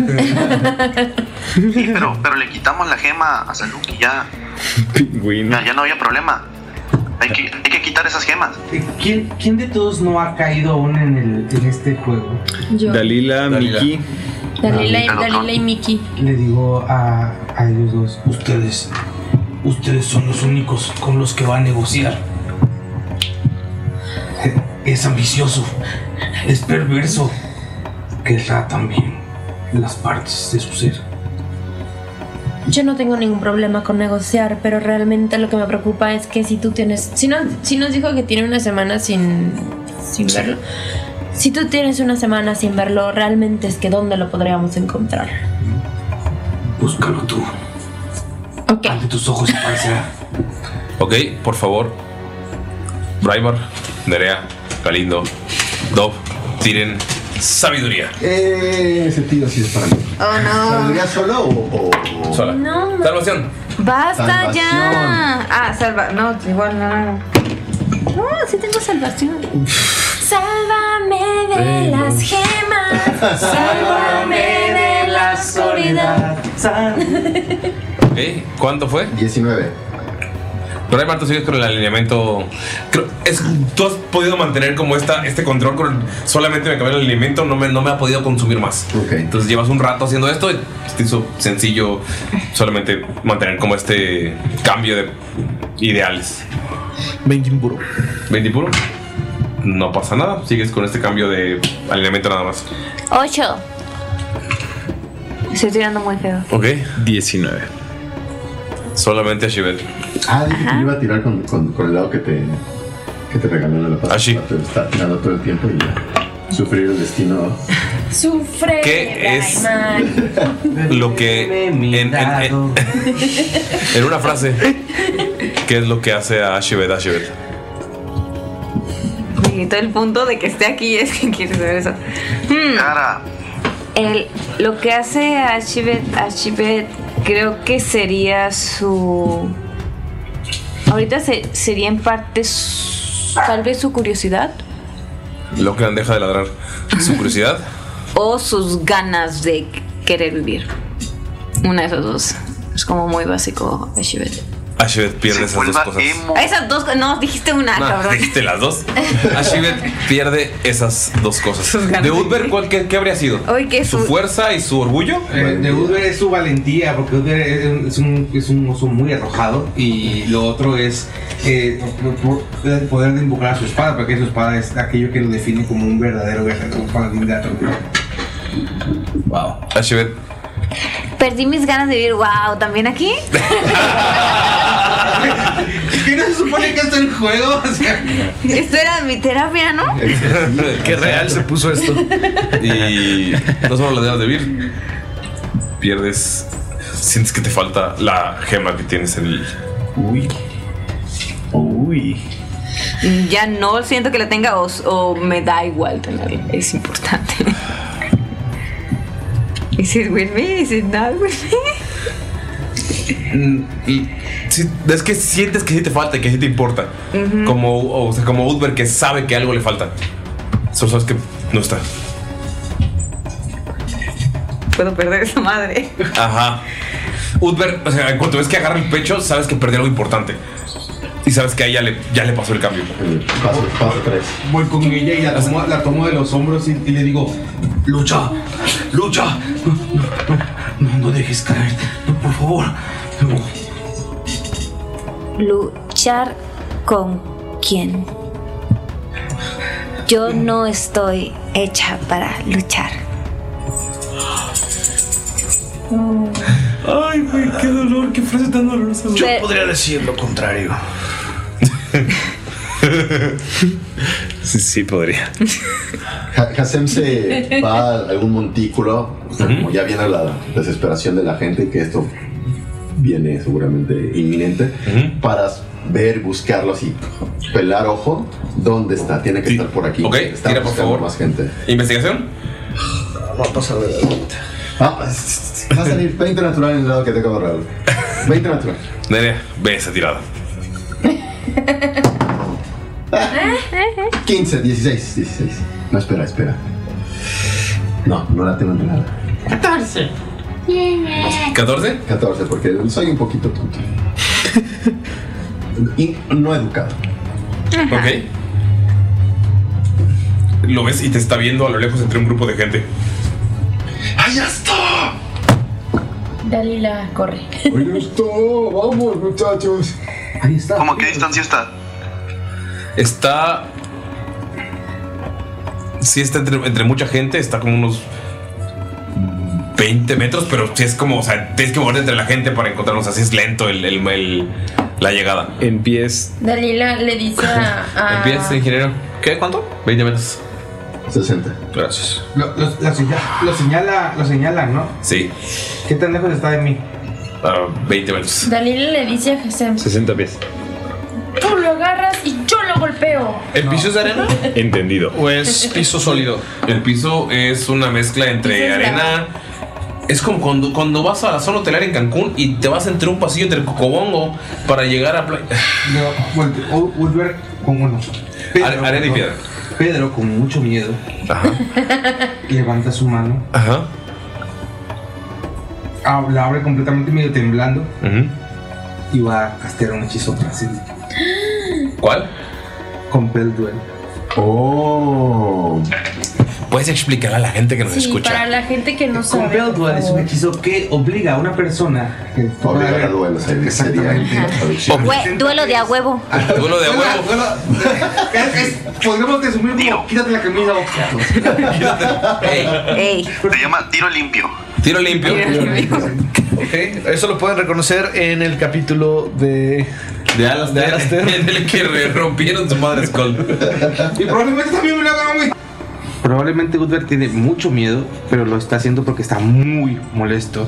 S14: pero, pero le quitamos la gema a Salud y ya,
S38: Pingüino.
S14: ya, ya no había problema. Hay que, hay que quitar esas gemas.
S12: Eh, ¿Quién, quién de todos no ha caído aún en, el, en este juego?
S13: Yo.
S38: Dalila, Miki.
S13: Dalila, y- Dalila y Miki.
S12: Le digo a, a ellos dos:
S11: Ustedes, ustedes son los únicos con los que va a negociar. Es ambicioso, es perverso. Querrá también las partes de su ser.
S13: Yo no tengo ningún problema con negociar, pero realmente lo que me preocupa es que si tú tienes. Si, no, si nos dijo que tiene una semana sin, sin verlo. Si tú tienes una semana sin verlo, realmente es que ¿dónde lo podríamos encontrar?
S11: Búscalo tú.
S13: Ante
S11: tus ojos aparecerá.
S3: Ok, por favor. Braimar, Nerea, Galindo, Dov, tiren sabiduría.
S10: Eh, ese tiro sí es para mí.
S37: Oh no.
S10: ¿Saldría solo o, o-
S3: Sola.
S15: No.
S3: Salvación.
S15: Basta
S10: Salvación.
S15: ya. Ah, salva. No, igual no. no. No, sí tengo salvación.
S13: Sálvame de las gemas.
S15: Sálvame de la soledad.
S3: Ok, ¿cuánto fue?
S10: 19.
S3: Braimar, tú sigues con el alineamiento. Creo- es- tú has podido mantener como esta, este control con solamente me cambió el alineamiento, no me, no me ha podido consumir más. Entonces llevas un rato haciendo esto y te hizo sencillo solamente mantener como este cambio de ideales.
S16: Benjimburo.
S3: Vendipuro, no pasa nada, sigues con este cambio de alineamiento nada más.
S37: Ocho. Estoy tirando muy feo.
S3: Ok. 19. Solamente a Shiver.
S10: Ah, dije que iba a tirar con, con- con el lado que te, que te regaló de la
S3: Ah,
S10: pasada. Pero está tirando todo el tiempo y ya. Sufrir el destino.
S13: Sufre.
S3: ¿Qué es?
S13: Rayman.
S3: Lo que. En, en- en- en una frase. ¿Qué es lo que hace a Shivet a Shivet?
S15: Y todo el punto de que esté aquí es que quiere saber eso. Hmm. El- lo que hace a Chivet, a Chivet creo que sería su... Ahorita se- sería en parte su- tal vez su curiosidad
S3: Lo que deja de ladrar. Su curiosidad.
S15: o sus ganas de querer vivir. Una de esas dos. Es como muy básico a Chivet.
S3: A Shivet pierde esas dos cosas.
S15: Esas dos... co- No, dijiste una,
S3: No,
S15: Ah, cabrón.
S3: dijiste las dos. A Shivet pierde esas dos cosas.
S15: ganas
S3: ¿De Udber cuál qué, qué habría sido?
S15: Hoy que
S3: ¿Su
S15: su-
S3: fuerza y su orgullo?
S12: Eh, de Udber es su valentía, porque Udber es un, es un oso muy arrojado. Y lo otro es eh, por- por- el poder de invocar a su espada, porque su espada es aquello que lo define como un verdadero guerrero, un paladín de Atroc.
S3: Wow. Ashivet
S8: Perdí mis ganas de vivir. Wow, ¿también aquí?
S12: ¿Qué no se supone que esto es el juego? O sea,
S8: Esto era mi terapia, ¿no?
S3: Qué real se puso esto. Y no solo las dejas de vivir. Pierdes. Sientes que te falta la gema que tienes en el. Uy. Uy.
S15: Ya no siento que la tenga o, o me da igual tenerla. Es importante. Is it with me? Is it not with me?
S3: Mm, y sí, es que sientes que sí te falta y que sí te importa.
S15: Ujú.
S3: Como, o sea, como Udber que sabe que algo le falta. Solo sabes que no está.
S15: Puedo perder esa madre.
S3: Ajá. Udber, o sea, en cuanto ves que agarra el pecho, sabes que perdió algo importante. Y sabes que a ella le, ya le pasó el cambio.
S39: Paso, paso tres.
S12: Voy con ella y la tomo, la tomo de los hombros y, y le digo, lucha, lucha. No, no, no, no dejes caer, No, por favor.
S16: ¿Luchar con quién? Yo no estoy hecha para luchar.
S5: Ay, güey, qué dolor, qué frase tan dolorosa. Yo podría decir lo contrario.
S9: Sí, sí podría.
S10: Ha- Hasem se va a algún montículo, o sea, como ya viene la desesperación de la gente y que esto viene seguramente inminente, para ver, buscarlo así, pelar ojo, ¿dónde está? Tiene que estar por aquí.
S3: Ok,
S10: está
S3: tira, por
S10: buscando
S3: favor.
S10: más gente.
S3: ¿Investigación?
S10: Va a pasar de la Ah, Va a salir 20 natural en el lado que te acabo de regalar. 20 natural.
S3: Nerea, ve esa tirada.
S10: 15, 16, 16. No, espera, espera. No, no la tengo nada.
S40: 14.
S3: 14?
S10: 14, porque soy un poquito tonto. y no educado.
S3: Ok. Lo ves y te está viendo a lo lejos entre un grupo de gente.
S10: ¡Allá está!
S13: Dalila, corre.
S10: ¡Ahí está! ¡Vamos, muchachos! Ahí está.
S14: ¿Cómo a qué distancia está?
S3: Está. Sí, está entre, entre mucha gente, está como unos 20 metros, pero sí es como, o sea, tienes que moverte entre la gente para encontrarnos. Así es lento el, el- el- la llegada.
S9: En pies.
S13: Dalila le dice a. a-
S3: En pies, ingeniero. ¿Qué? ¿Cuánto? 20 metros.
S10: 60.
S3: Gracias.
S12: Lo, lo- la señala, lo señala, lo señalan, ¿no?
S3: Sí,
S12: ¿Qué tan lejos está de mí?
S3: ah, 20 metros.
S13: Dalila le dice a Hasem:
S9: 60 pies.
S13: Tú lo agarras y yo lo golpeo.
S3: ¿El piso es de arena?
S9: Entendido.
S3: ¿O es piso sólido? El piso es una mezcla entre arena. Es como cuando, cuando vas a la zona hotelera en Cancún y te vas entre un pasillo entre Cocobongo para llegar a playa.
S12: Yo, volteo- Ul- Ulver con uno.
S3: Are- arena y piedra.
S12: Pedro, con mucho miedo, levanta su mano.
S3: Ajá.
S12: ab- La abre completamente medio temblando. Y va a castear Este un hechizo fácil.
S3: ¿Cuál?
S12: Compel Duel.
S10: Oh.
S3: ¿Puedes explicar a la gente que nos
S13: Sí,
S3: escucha?
S13: para la gente que no sabe.
S12: Compel Duel es un hechizo que obliga a una persona que
S10: Obligar a duelos ahí sería traducción.
S16: Hue- duelo de a huevo.
S3: Ah, Duelo de huevo.
S12: Es- es- Podríamos desumir como quítate la camisa
S14: Se llama tiro limpio.
S3: Tiro limpio.
S11: Ok, eso lo pueden reconocer en el capítulo de.
S3: De alas de Alastair. En el que re- rompieron su madre Skull.
S12: Y probablemente también me lo hagan a mí. Probablemente Goodberg tiene mucho miedo, pero lo está haciendo porque está muy molesto.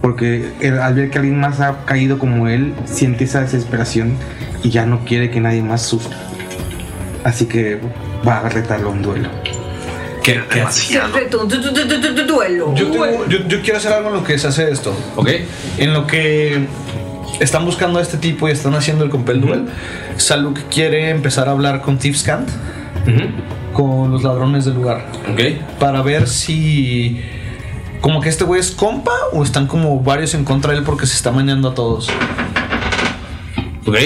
S12: Porque él, al ver que alguien más ha caído como él, siente esa desesperación y ya no quiere que nadie más sufra. Así que va a retarlo a un duelo.
S3: ¿Qué,
S15: Siempre tú, tú, tú, tú, tú, tú, tú, duelo.
S11: Yo, tengo- yo- yo quiero hacer algo en lo que se hace esto.
S3: Ok.
S11: En lo que están buscando a este tipo y están haciendo el compel duel. Saluk quiere empezar a hablar con Tipscant. Con los ladrones del lugar.
S3: Ok.
S11: Para ver si. Como que este güey es compa o están como varios en contra de él porque se está mañando a todos.
S3: Ok.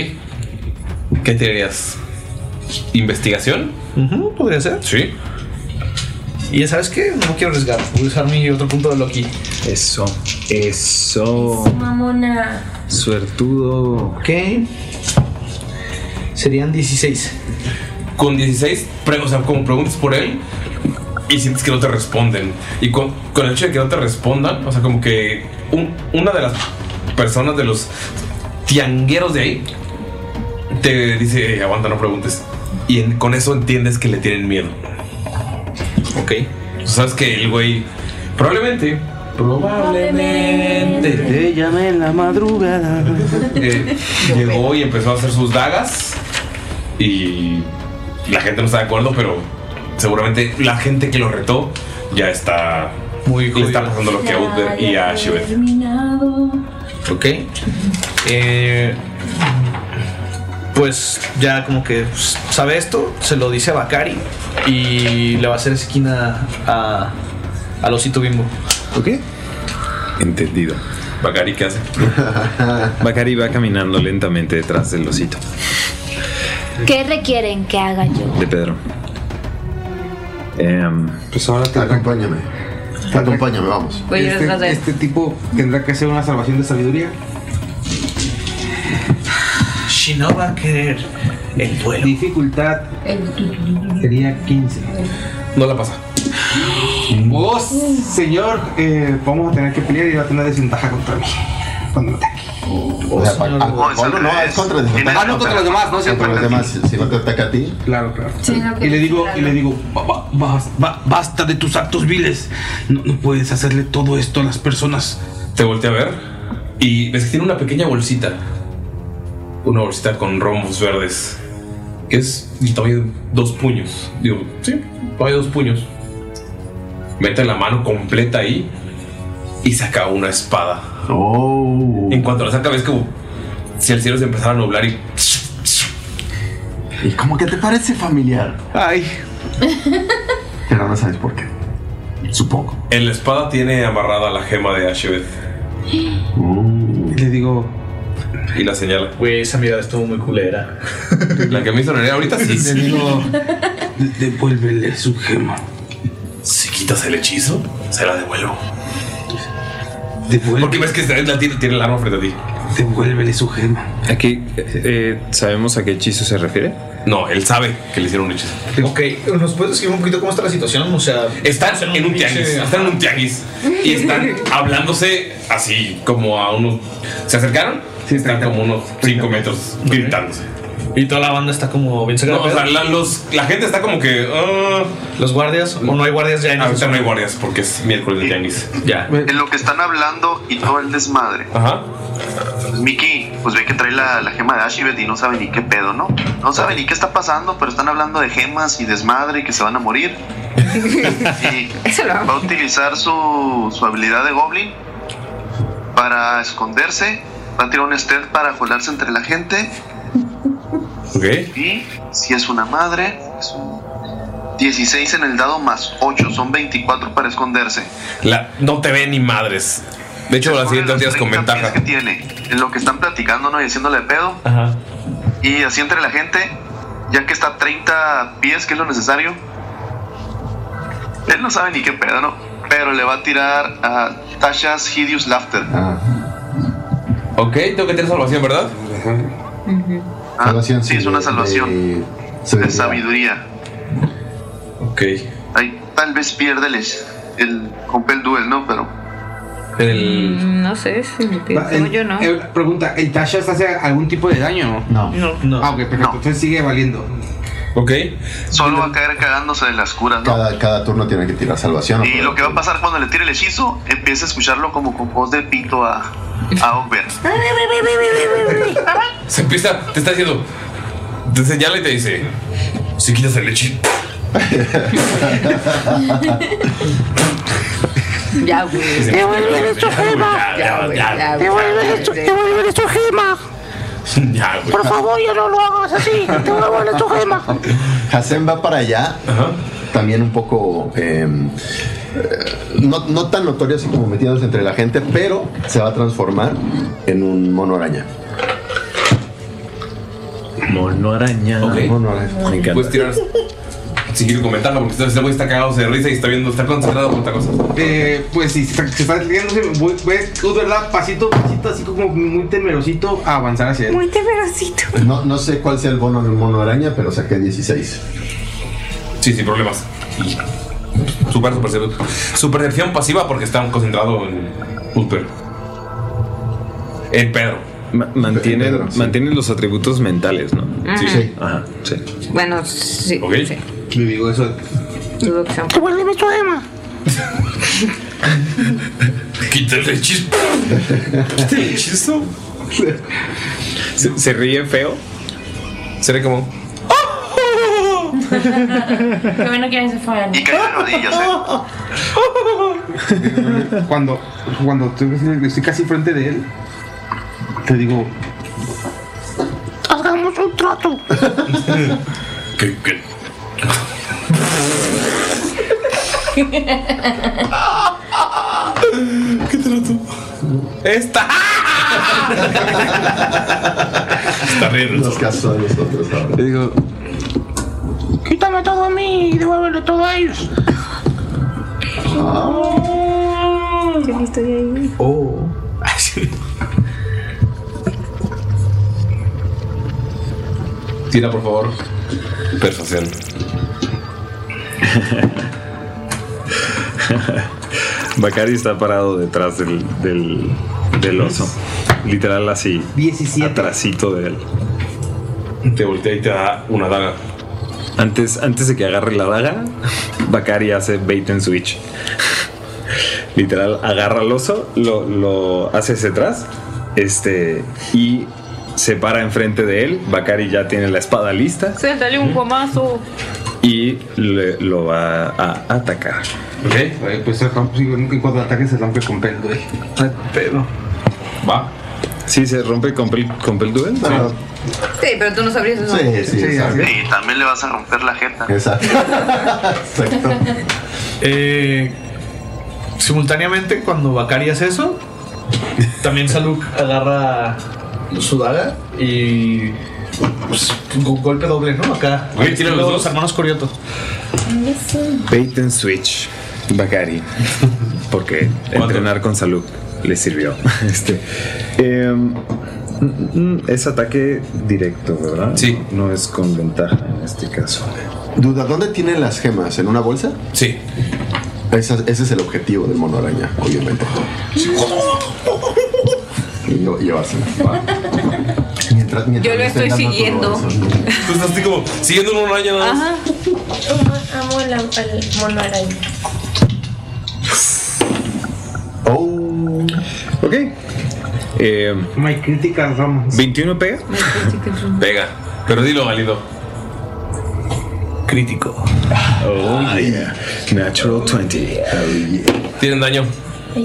S3: ¿Qué tirarías? ¿Investigación?
S11: Ujú, Podría ser.
S3: Sí.
S11: Y ya sabes que no quiero arriesgar. Voy a usar mi otro punto de Loki.
S9: Eso. Eso.
S13: Mamona.
S9: Suertudo.
S11: Ok. Serían 16.
S3: Con 16, pre- o sea, como preguntas por él, y sientes que no te responden. Y con, con el hecho de que no te respondan, o sea, como que un- una de las personas de los tiangueros de ahí te dice, "Ey, aguanta, no preguntes. Y en- con eso entiendes que le tienen miedo. Ok. Tú sabes que el güey probablemente... Probablemente.
S12: Te llamé en la madrugada.
S3: Eh, llegó y empezó a hacer sus dagas y la gente no está de acuerdo, pero seguramente la gente que lo retó ya está muy le está pasando lo que a Uther y a Shivet.
S11: Ok. Eh, pues ya como que pues, sabe esto, se lo dice a Bakari y le va a hacer esquina a, al osito bimbo.
S9: ¿Ok? Entendido.
S3: Bacari, ¿qué hace?
S9: Bacari va caminando lentamente detrás del osito
S16: ¿Qué requieren que haga yo?
S9: de Pedro. Em,
S39: pues ahora te acompáñame. Acompáñame, vamos.
S8: Voy a ir detrás de él.
S12: Este, este tipo tendrá que hacer una salvación de sabiduría.
S11: Shino va a querer el vuelo.
S12: Dificultad sería 15.
S3: No la pasa.
S12: Vos, señor, eh, vamos a tener que pelear y va a tener desventaja contra mí. Cuando me ataque.
S10: O sea, pa- ah, bueno, no, es contra los demás.
S12: Ah, no, contra los demás, no, sí,
S10: Contra los
S12: contra
S10: demás, si- si no te ataca a ti.
S12: Claro, claro.
S1: Y le digo, y le digo, "Ba- ba- bas- ba- basta de tus actos viles. No, no puedes hacerle todo esto a las personas.
S3: Te volteé a ver y ves que tiene una pequeña bolsita. Una bolsita con rombos verdes. Que es el tamaño de dos puños. Digo, sí, tamaño de dos puños. Mete la mano completa ahí y saca una espada. En cuanto la saca, ves como si el cielo se empezara a nublar y.
S10: ¿Y cómo que te parece familiar?
S12: Ay.
S10: Pero no sabes por qué. Supongo.
S3: En la espada tiene amarrada la gema de Ashebeth
S10: Mm.
S12: Le digo.
S3: y la señala.
S11: Güey, esa mirada estuvo muy culera.
S3: La que me hizo Nerea ahorita sí.
S1: Le digo, "De- devuélvele su gema.
S3: Si quitas el hechizo, se la devuelvo. Porque ves que la tiene, tiene el arma frente a ti.
S1: Devuélvele su gema.
S9: Aquí, eh, ¿sabemos a qué hechizo se refiere?
S3: No, él sabe que le hicieron un hechizo.
S11: Ok, ¿nos puedes describir un poquito cómo está la situación? O sea,
S3: Están en un tianguis, están en un tianguis y están hablándose así como a unos. ¿Se acercaron? están como unos 5 metros gritándose.
S11: Y toda la banda está como bien
S3: No, o sea, la, los- la gente está como que.
S11: ¿Los guardias? ¿O no hay guardias ya en
S3: Ahorita no hay guardias porque es miércoles de tianguis. Ya.
S14: En lo que están hablando y todo el desmadre.
S3: Ajá.
S14: Mickey, pues ve que trae la, la gema de Ashibet y no sabe ni qué pedo, ¿no? No sabe ni qué está pasando, pero están hablando de gemas y desmadre y que se van a morir. y va a utilizar su, su habilidad de Goblin para esconderse. Va a tirar un stealth para colarse entre la gente.
S3: Ok.
S14: Y si es una madre, es un 16 en el dado más 8, son 24 para esconderse.
S3: La- no te ven ni madres. De hecho, las siguientes días con ventaja.
S14: que tiene en lo que están platicando ¿no? y haciéndole de pedo
S3: Ajá.
S14: y así entre la gente ya que está a 30 pies que es lo necesario él no sabe ni qué pedo no pero le va a tirar a Tasha's Hideous Laughter
S3: Ok, tengo que tener salvación, ¿verdad?
S14: Ah, sí es una salvación de sabiduría
S3: ok
S14: ahí tal vez pierde el, el compel duel no pero
S3: el
S15: Mm, No sé si me pido.
S12: Va, el-
S15: yo no.
S12: eh, pregunta, ¿el Tashas hace algún tipo de daño? No.
S11: No. no.
S12: Ah, ok, perfecto. Entonces sigue valiendo.
S3: Ok.
S14: solo va a caer cagándose de las curas no
S10: Cada, cada turno tiene que tirar salvación. ¿no?
S14: Y lo que va a pasar cuando le tire el hechizo, empieza a escucharlo como con voz de pito a, a Ogber.
S3: Se empieza, te está diciendo. Te señala y te dice: Si quitas el hechizo.
S15: Ya, güey.
S3: Te vuelve
S15: tu gema. Ya, güey. Ya, güey.
S2: devuelve tu gema.
S3: Ya, güey.
S2: Por favor, ya no lo hagas así. Te devuelve tu gema.
S10: Hasem va para allá. También un poco. eh, eh, no, no tan notorio así como metidos entre la gente, pero se va a transformar en un mono araña.
S9: Mono araña.
S10: Mono araña.
S9: Me encanta.
S3: Puedes tirar. Si quieres comentarlo, porque este este güey está cagado de risa y está viendo, está concentrado con otra cosa.
S12: Eh, pues sí, se se está riéndose. Voy, voy, uh, ¿verdad? Pasito, pasito, así como muy temerosito a avanzar hacia él.
S15: temerosito.
S10: No, no sé cuál sea el bono del mono araña, pero saqué 16.
S3: Sí, sin problemas. Super, super, super. Su percepción pasiva porque está concentrado en Upper. En Pedro.
S9: Mantienen, mantienen los atributos mentales, ¿no?
S15: Sí. Sí.
S9: Ajá, sí.
S15: Bueno, sí. sí.
S9: Le digo eso.
S15: Dudo que sea un-
S2: Devuélveme tu gema.
S3: Quítale el chispo. Quítale el chispo.
S9: ¿Se, se ríe feo?
S3: Seré como.
S13: Qué bueno que ya se fueron.
S14: Y cae de rodillas, ¿eh?
S12: Cuando, cuando estoy, estoy casi frente de él, te digo,
S2: Hagamos un trato.
S3: ¿Qué, qué?
S2: ¿Qué trato?
S3: Esta. Está riendo.
S39: Nos casó a nosotros ahora.
S12: Le digo,
S2: Quítame todo a mí y devuélvelo todo a ellos.
S15: Yo ni estoy ahí.
S12: oh.
S3: Tira, por favor. Persuasión.
S9: Bacari está parado detrás del, del, del oso. Literal así.
S12: 17.
S9: Atrasito de él.
S3: Te voltea y te da una daga.
S9: Antes, antes de que agarre la daga, Bacari hace bait and switch. Literal, agarra al oso, lo, lo hace hacia atrás, este, y se para enfrente de él. Bacari ya tiene la espada lista
S15: Suéltale un guamazo.
S9: y le- lo va a atacar.
S12: Ok, eh, pues el rompe- en cuanto ataque se rompe con Pel, güey. Ay, Pero.
S3: Va.
S9: Sí, se rompe con Pel, con Pel Duel.
S15: Sí, pero tú no sabrías eso.
S14: Y también le vas a romper la jeta.
S39: Exacto.
S11: Eh, simultáneamente, cuando Bakari hace eso, también Saluk agarra su daga y. Pues un golpe doble, ¿no? Acá.
S9: Güey, tira los
S11: Estilo
S9: dos.
S11: hermanos Corioto.
S9: Bait and Switch, Bakari. Porque entrenar con salud le sirvió. Este, em, mm, mm, es ataque directo, ¿verdad? Sí. No es con ventaja en este caso.
S10: Duda, ¿dónde tienen las gemas? ¿En una bolsa?
S3: Sí.
S10: ese es el objetivo del mono araña, obviamente. Y lle- llevársela. Mientras, mientras
S15: Yo lo
S10: le estén
S15: estoy
S10: dando tu
S15: siguiendo.
S10: bolsa.
S3: Tú estás así como siguiendo una araña nada más.
S13: Ajá. Amo la- al mono araña.
S9: Oh. Ok. Em,
S12: My critical romance.
S9: 21 pega.
S3: Pega. Pero dilo, válido. Crítico.
S9: Oh, yeah. Natural 20.
S3: Tienen daño.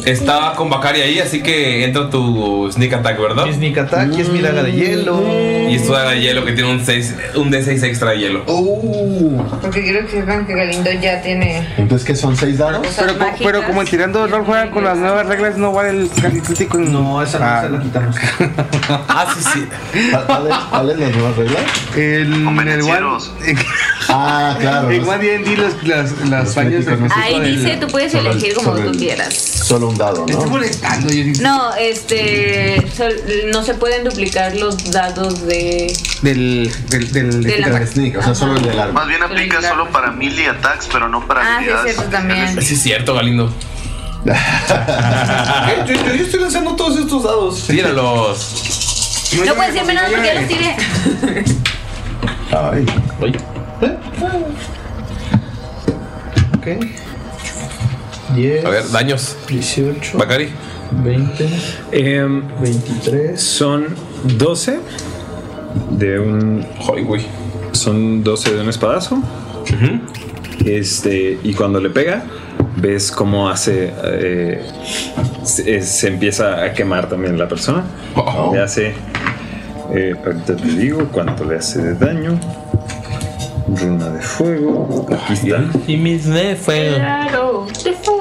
S3: Está con Bakari ahí, así que entra tu sneak attack, ¿verdad?
S11: Sneak attack, y es mi daga de hielo.
S3: Y es tu daga de hielo que tiene un, seis- un D6 extra de hielo. Oh.
S15: Porque creo que sepan que Galindo ya tiene.
S10: Entonces, ¿qué son seis dados?
S15: Cosas
S12: Pero, co-
S15: mágicas.
S12: pero como el tirando de rol juega con las nuevas reglas, no vale el crítico. No, esa no se la quitamos.
S3: ah, sí, sí.
S10: ¿Cuáles las nuevas reglas?
S12: El, el One.
S10: Ah, claro.
S12: En
S10: los-
S12: One D&D los- las, las fallas.
S10: críticos no se
S8: Ahí
S10: pueden.
S8: dice, tú puedes
S10: Solo el-
S8: elegir como
S10: solo
S8: tú
S10: el-
S8: quieras.
S10: Solo un dado,
S12: Estoy
S10: ¿no?
S12: molestando, yo digo.
S8: No, este, sol- no se pueden duplicar los dados de...
S12: Del, del, del,
S8: Del
S12: del
S8: ataque.
S12: sneak,
S10: o sea, solo el del arma.
S14: Más bien aplica solo para melee attacks, pero no para
S8: Ah, sí, es
S14: habilidades.
S8: cierto también.
S3: Sí, es cierto, Galindo.
S11: Yo, yo- yo estoy lanzando todos estos dados.
S3: Tíralos.
S8: No puedes decir menos porque ya los tiré.
S10: Ay.
S9: A ver, daños. 18. Bacari. 20. 23. Em, Son 12 de un. Son 12 de un espadazo. Este. Y cuando le pega, ves cómo hace. eh, se, eh, se empieza a quemar también la persona. Le hace. eh, ahorita te digo cuánto le hace de daño. Runa de fuego. Aquí está.
S35: Y mis de fuego.
S15: Claro, de fuego.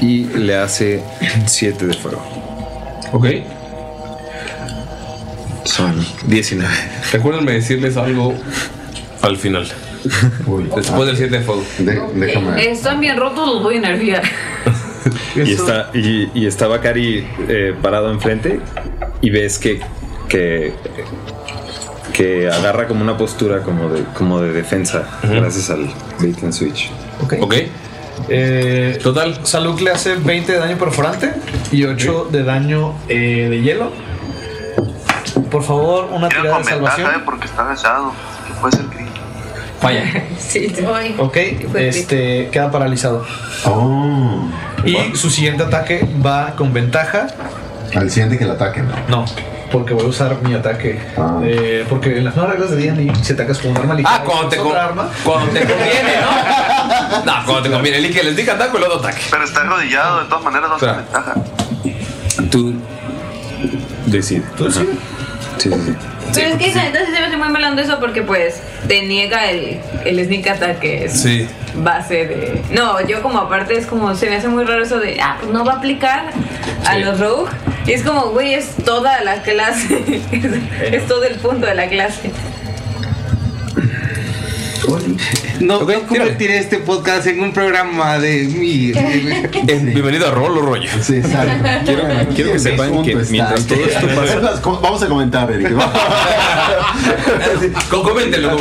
S9: Y le hace 7 de fuego.
S3: Ok.
S9: Son 19.
S3: Recuérdenme decirles algo al final. Después del 7 de fuego.
S15: Están bien rotos, los voy a nerviar.
S9: Y está, y, y está Bakari eh, parado enfrente y ves que, que que agarra como una postura como de, como de defensa gracias al bait and switch.
S3: Ok.
S11: Eh, Total. Salud le hace 20 de daño perforante y 8 de daño eh, de hielo. Por favor, una
S14: Tiene
S11: tirada
S14: con
S11: de
S14: ventaja,
S11: salvación.
S14: eh, porque está besado. Que puede ser crítico.
S11: Falla.
S14: Sí,
S11: Ok, este queda paralizado.
S39: Oh.
S11: Y su siguiente ataque va con ventaja.
S39: Al siguiente que le Ah. ataquen.
S11: No, porque voy a usar mi ataque. Eh, porque en las nuevas reglas de D&D, si atacas con un arma ligera,
S3: Ah, cuando te,
S11: usas
S3: con-
S11: otra arma,
S3: cuando te conviene, ¿no? No, cuando te conviene. El que les diga ataque, el otro ataque.
S14: Pero está arrodillado, de todas maneras, no
S3: Espera.
S14: tiene ventaja.
S9: Tú decide. Ajá. Sí, sí, sí.
S15: Pero es que esa neta sí se me hace muy mal onda eso porque pues te niega el, el sneak attack que es
S3: Sí.
S15: base de... No, yo como aparte es como, se me hace muy raro eso de, ah, pues no va a aplicar a
S3: Sí.
S15: los rogue. Y es como, güey, es toda la clase, es, es todo el punto de la clase.
S12: No, no convertiré este podcast en un programa de mi.
S3: Bienvenido a Rolo Rollo.
S39: Sí, exacto.
S9: Quiero, quiero que sepan que mientras todo esto pasa.
S39: Vamos a comentar, Eric.
S3: Coméntenlo,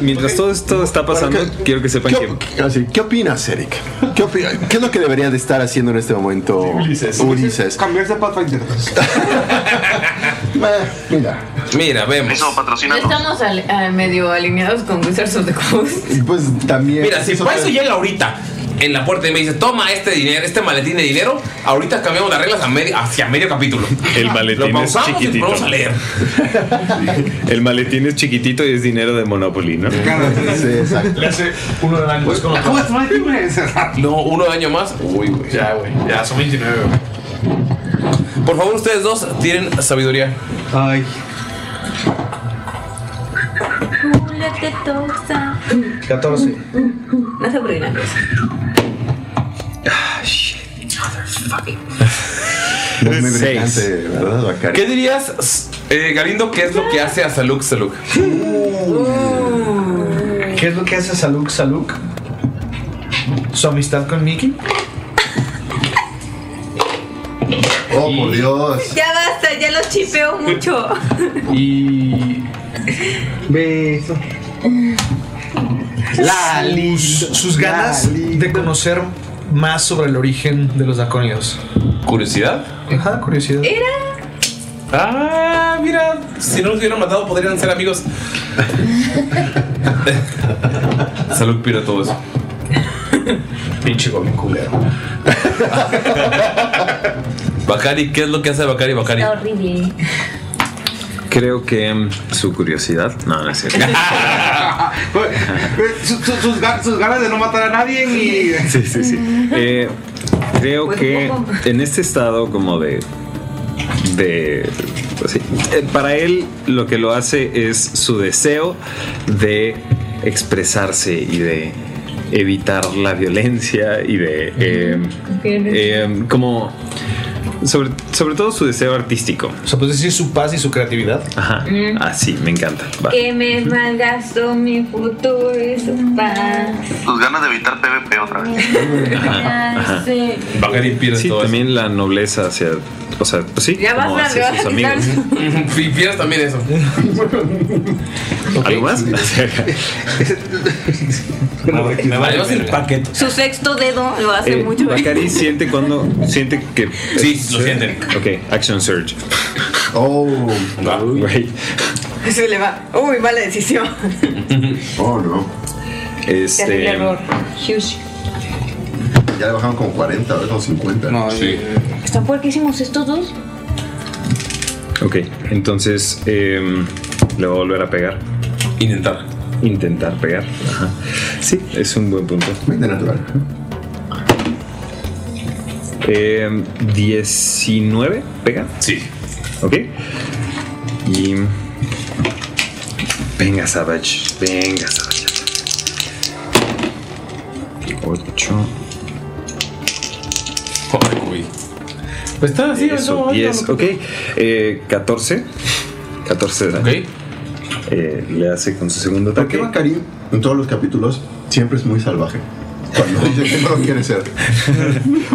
S9: Mientras todo esto está pasando, quiero que sepan que.
S10: Así, ¿Qué opinas, Eric? ¿Qué, opi- qué es lo que debería de estar haciendo en este momento Ulises?
S12: Cambiarse a Pathfinder.
S10: Mira.
S3: Mira, vemos.
S10: Eso,
S40: No estamos al- a- medio alineados con Wizards of the Coast.
S10: Pues también.
S3: Mira, si Paiso llega ahorita en la puerta y me dice, toma este dinero, este maletín de dinero, ahorita cambiamos las reglas a medio- hacia medio capítulo.
S9: El maletín
S3: Lo
S9: es
S3: pausamos y
S9: chiquitito.
S3: vamos a leer.
S9: El maletín es chiquitito y es dinero de Monopoly, ¿no?
S10: Sí, exacto.
S11: le hace uno de daño. Es como-
S3: No, uno de daño más. Uy, güey. Ya, güey. Ya, son 29, Por favor, ustedes dos tienen sabiduría.
S12: Ay.
S15: te tosa.
S11: 14.
S15: No se por nada.
S10: Ah,
S39: Es muy
S3: Seis.
S39: brillante, ¿verdad, Bacari?
S3: ¿Qué dirías, s- eh, Galindo, qué es lo que hace a Saluk Saluk?
S10: Uh.
S11: ¿Qué es lo que hace Saluk Saluk? Su amistad con Mickey.
S10: Oh, por Dios.
S15: Ya basta, ya los chipeo mucho.
S11: Y. Beso.
S12: Lali.
S11: Sus, sus ganas de conocer más sobre el origen de los daconios.
S3: ¿Curiosidad?
S11: Ajá, curiosidad.
S15: Era.
S3: Ah, mira, si no nos hubieran matado podrían ser amigos. Salud pira todo eso. Pinche goblin culero. Bacari, ¿qué es lo que hace Bacari Bacari?
S15: horrible.
S9: Creo que mm, su curiosidad. No, no es cierto.
S12: Sus, sus- sus ga- sus ganas de no matar a nadie ni.
S9: Sí, sí, sí. Eh, creo
S12: Pues
S9: que
S12: un poco.
S9: en este estado como de... de pues sí, eh, para él lo que lo hace es su deseo de expresarse y de evitar la violencia y de... eh, eh, como... Sobre, sobre todo su deseo artístico.
S11: O sea, puedes decir su paz y su creatividad.
S9: Ajá.
S15: Mm. Eh,
S9: Así, me encanta. Va.
S15: Que me malgastó mi futuro y su paz.
S14: Tus ganas de evitar PvP otra vez.
S9: Ajá, ajá.
S15: Sí.
S9: Sí, también la nobleza hacia. O sea, pues sí,
S15: Ya
S9: como
S15: basta,
S9: hacia
S15: le
S9: sus
S15: vas a quitar
S9: amigos.
S3: Y pierdes también eso.
S9: ¿Algo más?
S3: Me vale más el paquete.
S15: Su sexto dedo lo hace
S9: Eh,
S15: mucho.
S9: Bacari siente cuando. Siente que.
S3: Sí, lo sienten.
S9: Ok, Action Surge. Oh. Güey.
S15: Se le va. Uy, mala decisión.
S39: Oh, no.
S10: Este,
S15: Terrible error. Huge.
S39: Ya le bajaron como 40, ahora como 50. No, sí.
S15: ¿Están puerquísimos estos dos?
S9: Ok, entonces. em, le voy a volver a pegar.
S3: Intentar.
S9: Intentar pegar. Ajá. Sí, es un buen punto. natural. Eh, 19, ¿pega?
S3: Sí.
S9: Ok. Y. Venga, Savage. Venga, Savage. 8.
S3: Pues está así,
S9: eso.
S3: eso,
S9: 10,
S3: ahorita.
S9: ok. Eh, 14. 14 de daño.
S3: Ok.
S9: Eh, le hace con su segundo
S39: ¿Por qué
S9: ataque.
S39: Bacari en todos los capítulos siempre es muy salvaje?
S10: Dice, ¿cómo lo quiere ser?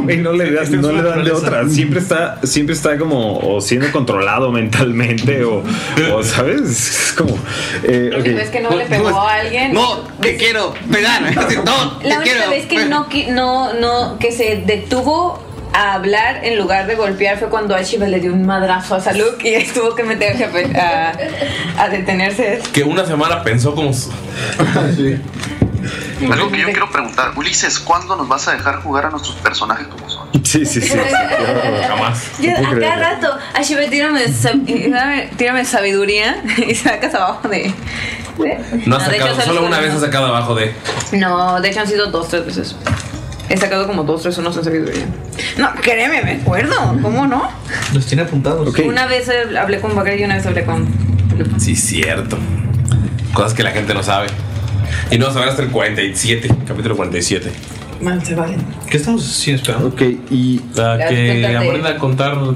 S9: Güey, no le,
S3: Este
S9: da- no le dan de otra. Siempre está, siempre está como o siendo controlado mentalmente o, o, ¿sabes? Es como. eh, ok.
S15: vez que no le pegó a alguien. pues
S12: No, te quiero pegar. No, te
S15: La única
S12: quiero.
S15: vez que no, qui- no, no, que se detuvo a hablar en lugar de golpear fue cuando Ashiva le dio un madrazo a Salud y él tuvo que meterse a, pe- a- a detenerse.
S3: Que una semana pensó como. su-
S14: Algo que yo quiero preguntar, Ulises, ¿cuándo nos vas a dejar jugar a nuestros personajes como son?
S9: Sí, sí, sí.
S3: Jamás.
S15: Yo a cada rato, Ashiva, tírame, sab- tírame- tírame sabiduría y sacas abajo de. de-
S3: No has
S15: Ah, de hecho,
S3: sacado,
S15: Salud
S3: solo una
S15: no.
S3: vez has sacado abajo de.
S15: No, de hecho han sido dos, tres veces. He sacado como dos, tres unos en sabiduría. No, créeme, me acuerdo. ¿Cómo no?
S4: Los tiene apuntados.
S15: Una vez eh, hablé con Bacari y una vez hablé con.
S3: Sí, cierto. Cosas que la gente no sabe. Y no vas a ver hasta el 47, capítulo 47.
S15: Man, se vale.
S3: ¿Qué estamos sin esperando?
S9: Ok, y.
S3: La que
S15: Espérate.
S3: aprenda a contar.
S9: ¿No?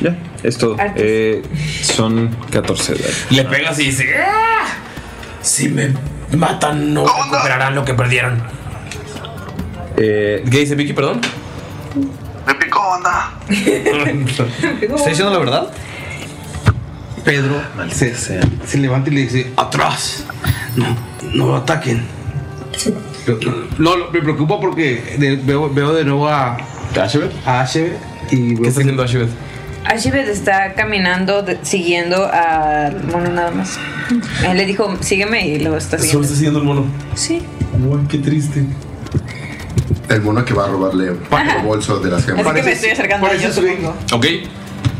S9: Ya, es todo. Eh, son 14 de edad.
S3: Le pegas y dice. "Ah, Si me matan, no recuperarán lo que perdieron. Eh, ¿Qué dice Vicky, perdón?
S14: Me picó, anda.
S4: ¿Está diciendo la verdad?
S12: Pedro se, se- se levanta y le dice, atrás. No, no lo ataquen. No, no, me preocupa porque de- veo, veo de nuevo a...
S10: ¿Ashebet?
S12: A Ashebet. Y ¿Qué está
S3: haciendo Ashebet?
S15: Ashibet está caminando, de- siguiendo a. Bueno, nada más. Él le dijo, sígueme y lo está
S3: Solo
S15: siguiendo.
S3: está siguiendo el mono.
S15: Sí.
S3: Uy, qué triste.
S10: El mono que va a robarle el bolso de las
S15: Así
S10: gemas.
S15: que me estoy acercando a ellos, supongo.
S3: Ok,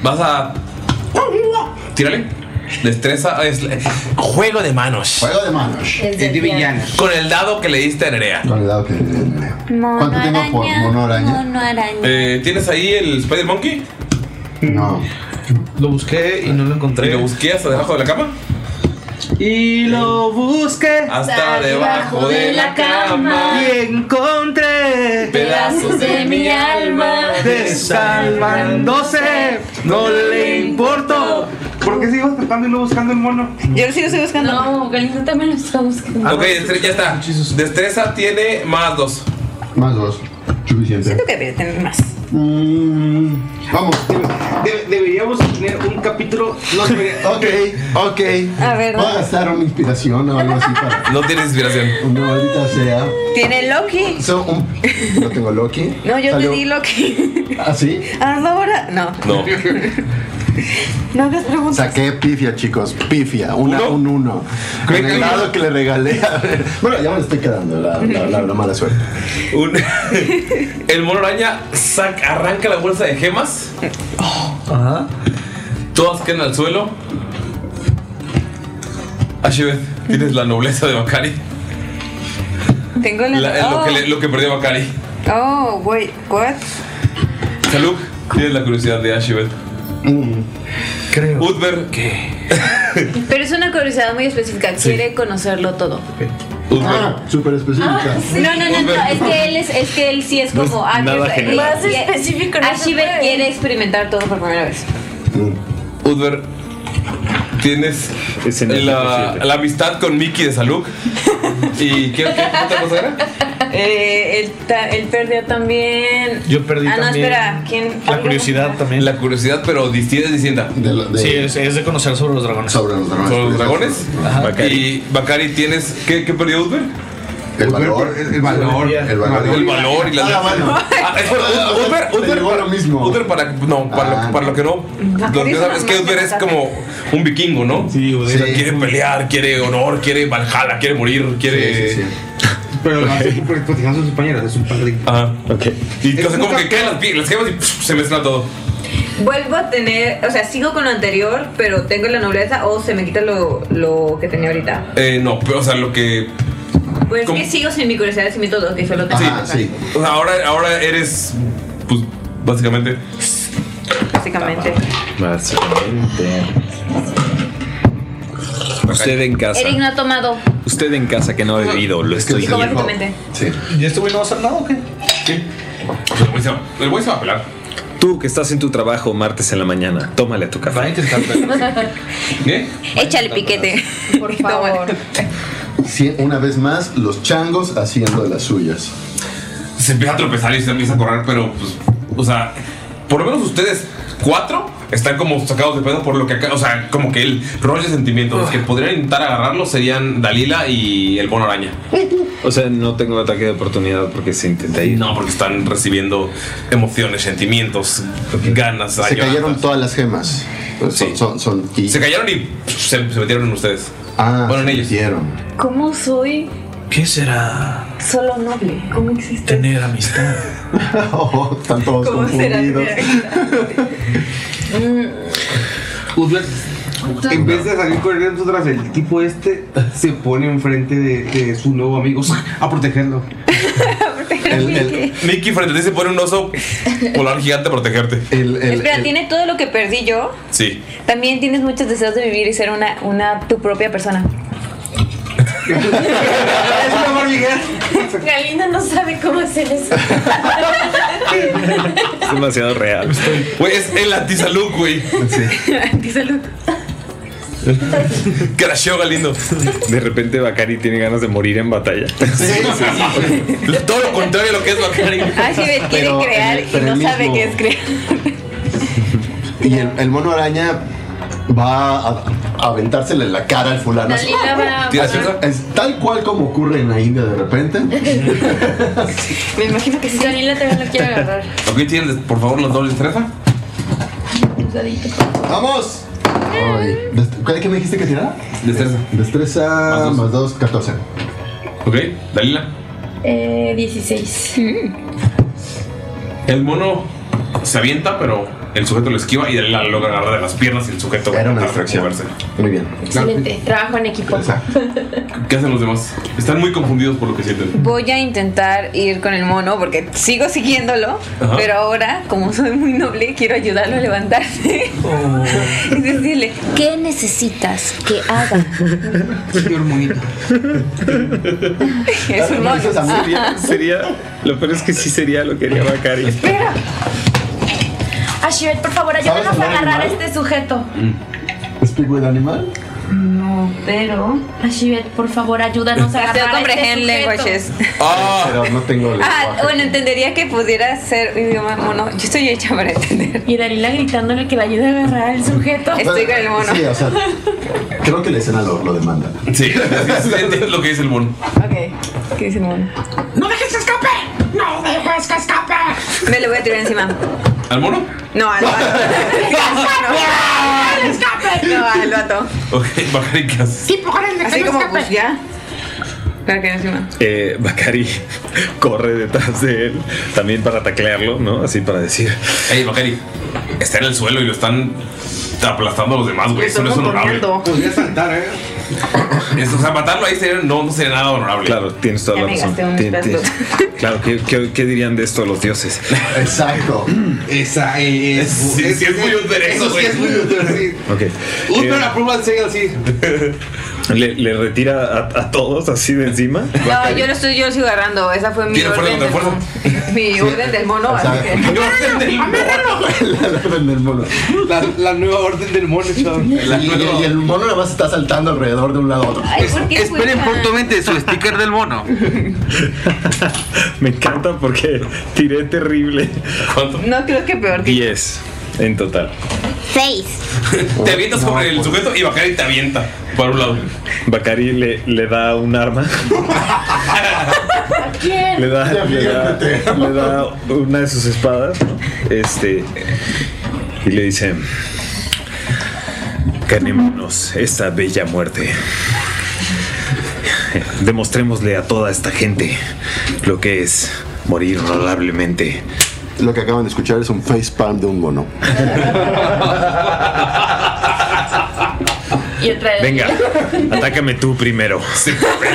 S3: vas a. Tírale. Destreza. es- Juego de manos. Juego
S10: de manos.
S15: Es de villano.
S3: Con el dado que le diste a Nerea.
S10: Con el dado que le diste a Nerea. ¿Cuánto tengo por mono araña?
S16: Mono araña.
S3: Eh, ¿Tienes ahí el Spider Monkey?
S10: No.
S3: Lo busqué y no lo encontré. lo busqué hasta debajo de la cama?
S12: Y lo busqué.
S3: Hasta debajo de la cama.
S12: Y encontré
S2: Pedazos de mi alma.
S12: Desalmándose. No le importo. ¿Por qué sigo buscando y lo buscando el mono?
S15: Yo sí lo estoy buscando. Ah,
S13: No, Galindo también lo está buscando.
S3: ok, destre- ya está. Destreza tiene más dos.
S10: Más dos. Suficiente.
S15: que debería tener más.
S10: Mm, vamos.
S12: deberíamos tener un capítulo. No
S10: ok, ok.
S15: A ver,
S10: Voy a gastar una inspiración o algo así para.
S3: No tienes inspiración.
S10: No, ahorita sea.
S15: Tiene Loki.
S10: So, un- No tengo Loki.
S15: No, yo
S10: Salió-
S15: te di Loki.
S10: ¿Ah, sí?
S15: Ahora. No.
S3: No.
S15: No hagas preguntas.
S10: Saqué pifia, chicos. Pifia. Una, Un uno. Con el lado que le regalé. A ver. Bueno, ya me lo estoy quedando. La, la, la- la mala suerte.
S3: Un- el mono araña saca, arranca la bolsa de gemas. Todas quedan al suelo. Ashibet, tienes la nobleza de Bakari.
S15: Tengo la.
S3: La- eh, lo,
S15: oh.
S3: que le- lo que perdió Bakari.
S15: oh, wait, what?
S3: Salud, tienes la curiosidad de Ashibet. Creo. Udber.
S15: Pero es una curiosidad muy específica. Quiere conocerlo todo. Ah,
S3: Udber.
S10: Ah, súper específica.
S15: No, no, no, no, es que él es, es que él sí es
S10: No es
S15: como ah,
S10: nada
S15: que-
S10: general. Más
S15: específico. Ashibet quiere experimentar todo por primera vez.
S3: Udber, tienes la, la amistad con Mickey de Salud. ¿Y qué, qué otra cosa era?
S15: Eh, él, ta- él perdió también.
S3: Yo perdí
S15: Ah, no,
S3: también.
S15: espera. ¿Quién?
S3: curiosidad también. La curiosidad, pero distinta es distinta.
S11: Sí, es, es de conocer sobre los dragones.
S10: Sobre los
S3: Son los dragones. Y Bakari, ¿tienes qué, qué perdió Udber?
S10: El valor, el valor, el valor.
S3: El valor y la
S10: Ah, bueno.
S3: Ah, es verdad, Udber, Udber, para, Udber para, no, para,
S10: Ah.
S3: lo, para lo que no. Lo que no sabes es que Udber es como un vikingo, ¿no? Sí, Udber. Quiere pelear, quiere honor, quiere Valhalla, quiere morir, quiere.
S12: Pero lo hace por proteger a sus compañeros. Es un padre.
S3: Ajá. Ok. Y entonces, como que caen las, pie- las gemas y pf, se mezcla todo.
S15: Vuelvo a tener, o sea, sigo con lo anterior, pero tengo la nobleza o se me quita lo, lo que tenía ahorita.
S3: Eh, no, pero, o sea, lo que.
S15: Pues es que sigo sin mi curiosidad y mi todo, que solo tengo. acá,
S3: O sea, ahora, ahora eres. Pues, básicamente.
S15: Básicamente.
S9: Básicamente. Usted en casa.
S8: Eric no ha tomado.
S9: Usted en casa que no ha bebido, lo estoy
S8: Dijo
S9: viendo.
S8: básicamente.
S10: Sí.
S4: ¿Y este güey no va a hacer nada o qué?
S3: El güey se va- el güey se va a pelar.
S9: Tú que estás en tu trabajo martes en la mañana, tómale a tu café.
S3: ¿Qué?
S8: Échale piquete. Por favor.
S10: Sí, una vez más, los changos haciendo de las suyas.
S3: Se empieza a tropezar y se empieza a correr, pero pues, o sea, por lo menos ustedes cuatro están como sacados de pedo por lo que acá, o sea, como que el rollo de sentimientos.
S10: Ah.
S3: Los que podrían intentar agarrarlo serían Dalila y el bono araña.
S9: O sea, no tengo ataque de oportunidad porque se intenta ir.
S3: No, porque están recibiendo emociones, sentimientos, ganas,
S10: Se
S3: añoranzas.
S10: cayeron todas las gemas. Son, son, son- y-
S3: Se cayeron y se, se metieron en ustedes.
S10: Ah,
S3: Pues, bueno, en ellos.
S15: ¿Cómo soy
S11: ¿Qué será
S15: solo noble? ¿Cómo existo?
S11: tener amistad?
S10: están todos
S15: ¿Cómo será
S10: confundidos.
S12: En vez de salir corriendo tras el tipo este, se pone enfrente de, de su nuevo amigo a protegerlo.
S3: Mickey frente a ti se pone un oso polar gigante a protegerte.
S15: Espera, ¿tiene todo lo que perdí yo?
S3: Sí.
S15: También tienes muchos deseos de vivir y ser una, una tu propia persona.
S13: Es una Galindo no sabe cómo hacer eso.
S9: Es demasiado real.
S3: Güey, es el antisalud, güey.
S13: Díselo.
S3: Crasheó Galindo.
S9: De repente Bakari tiene ganas de morir en batalla.
S3: Todo lo contrario a lo que es Bakari.
S15: Ashibet quiere
S10: Pero en
S15: crear
S10: el-
S15: y
S10: pero
S15: no
S10: el
S15: sabe
S10: mismo-
S15: qué es crear.
S10: Y el, el mono araña va a, a aventársele en la cara al fulano. así.
S15: Dalila va-
S10: Así, Es tal cual como ocurre en la India de repente.
S15: Me imagino que sí.
S13: Dalila también lo quiere agarrar.
S3: Ok, tienen, por favor, los dobles trefa.
S10: ¡Vamos! Ay, dest- ¿Cuál es que me dijiste que tirara?
S3: Destreza.
S10: Destreza más 2, 14.
S3: Ok, Dalila.
S13: Eh, 16.
S15: Mm.
S3: El mono se avienta, pero el sujeto lo esquiva y Dalila lo logra agarrar de las piernas y el sujeto va a intentar moverse.
S10: Muy bien.
S13: Excelente. Trabajo en equipo.
S3: ¿Qué hacen los demás? Están muy confundidos por lo que sienten.
S15: Voy a intentar ir con el mono porque sigo siguiéndolo,
S3: Ajá.
S15: pero ahora, como soy muy noble, quiero ayudarlo a levantarse y decirle,
S16: ¿Qué necesitas que haga?
S12: Señor monito.
S15: Es un mono.
S9: Sería, sería- lo peor es que sí sería lo que haría Bakari.
S13: Ashibet, Ah, por favor, ayúdanos
S10: ¿Sabes
S13: a
S10: hablar
S13: agarrar a
S10: animal?
S13: este sujeto.
S10: ¿Explico el animal?
S13: No, pero. Ashibet, Ah, por favor, ayúdanos
S15: Yo
S13: a agarrar a
S15: comprehend
S13: este
S15: languages.
S13: sujeto.
S10: Pero no tengo
S15: Ah, bueno, entendería que pudiera ser idioma mono. Yo estoy hecha para entender.
S13: Y Dalila gritándole que la ayude a agarrar al sujeto.
S15: Estoy con el mono.
S10: Sí, o sea, creo que la escena lo, lo demanda.
S3: Sí, entiendo lo que dice el mono.
S15: Ok, ¿qué dice el mono?
S35: ¡No dejes que escape! ¡No dejes que escape!
S15: Me lo voy a tirar encima.
S3: ¿Al mono?
S15: No, al vato.
S35: ¡Que escape!
S15: No, al vato.
S3: Ok, Bakari, ¿qué haces?
S35: Sí, póngale
S15: Así como pues ya. Claro que encima.
S9: Eh, Bakari corre detrás de él también para taclearlo, ¿no? Así para decir.
S3: Ey, Bakari, está en el suelo y lo están aplastando a los demás,
S10: Pues
S3: güey. Eso no es honorable.
S12: Podría saltar, ¿eh?
S3: Eso, o sea, matarlo ahí sería- no, no sería nada honorable.
S9: Claro, tienes toda
S3: Ya
S9: la
S3: me
S9: razón.
S3: gasté unos
S9: Tien- tien- claro, ¿qué, qué, qué dirían de esto los dioses?
S10: Exacto.
S12: Esa es.
S3: Sí, sí, es muy
S12: eso,
S3: interesante,
S12: sí
S3: güey.
S12: es muy útil, sí.
S9: Ok.
S12: Un
S9: Eh,
S12: para prueba sí, así.
S9: le, le retira a, a todos así de encima.
S15: No, yo lo estoy, yo lo sigo agarrando. Esa fue mi
S9: Tiene fuerza
S15: orden.
S9: contra
S15: del mono. Mi orden del mono, así que.
S10: La orden del mono.
S12: La, la nueva orden del mono, chaval.
S10: Y, y- y el mono nada más está saltando alrededor de un lado a otro.
S12: Ay, ¿por qué Esperen juegan?
S10: prontamente su sticker del mono.
S9: Me encanta porque tiré terrible.
S3: ¿Cuánto?
S15: No creo que peor.
S9: 10 en total. pues.
S16: Seis.
S3: Te avientas sobre el sujeto y Bakari te avienta por un lado.
S9: Bakari le, le da un arma,
S13: ¿Quién?
S9: le da, le da- le da una de sus espadas, este, y le dice: Ganémonos esta bella muerte. Demostrémosle a toda esta gente lo que es morir honorablemente.
S10: Lo que acaban de escuchar es un face palm de un mono.
S13: Y otra vez.
S9: Venga, atácame tú primero.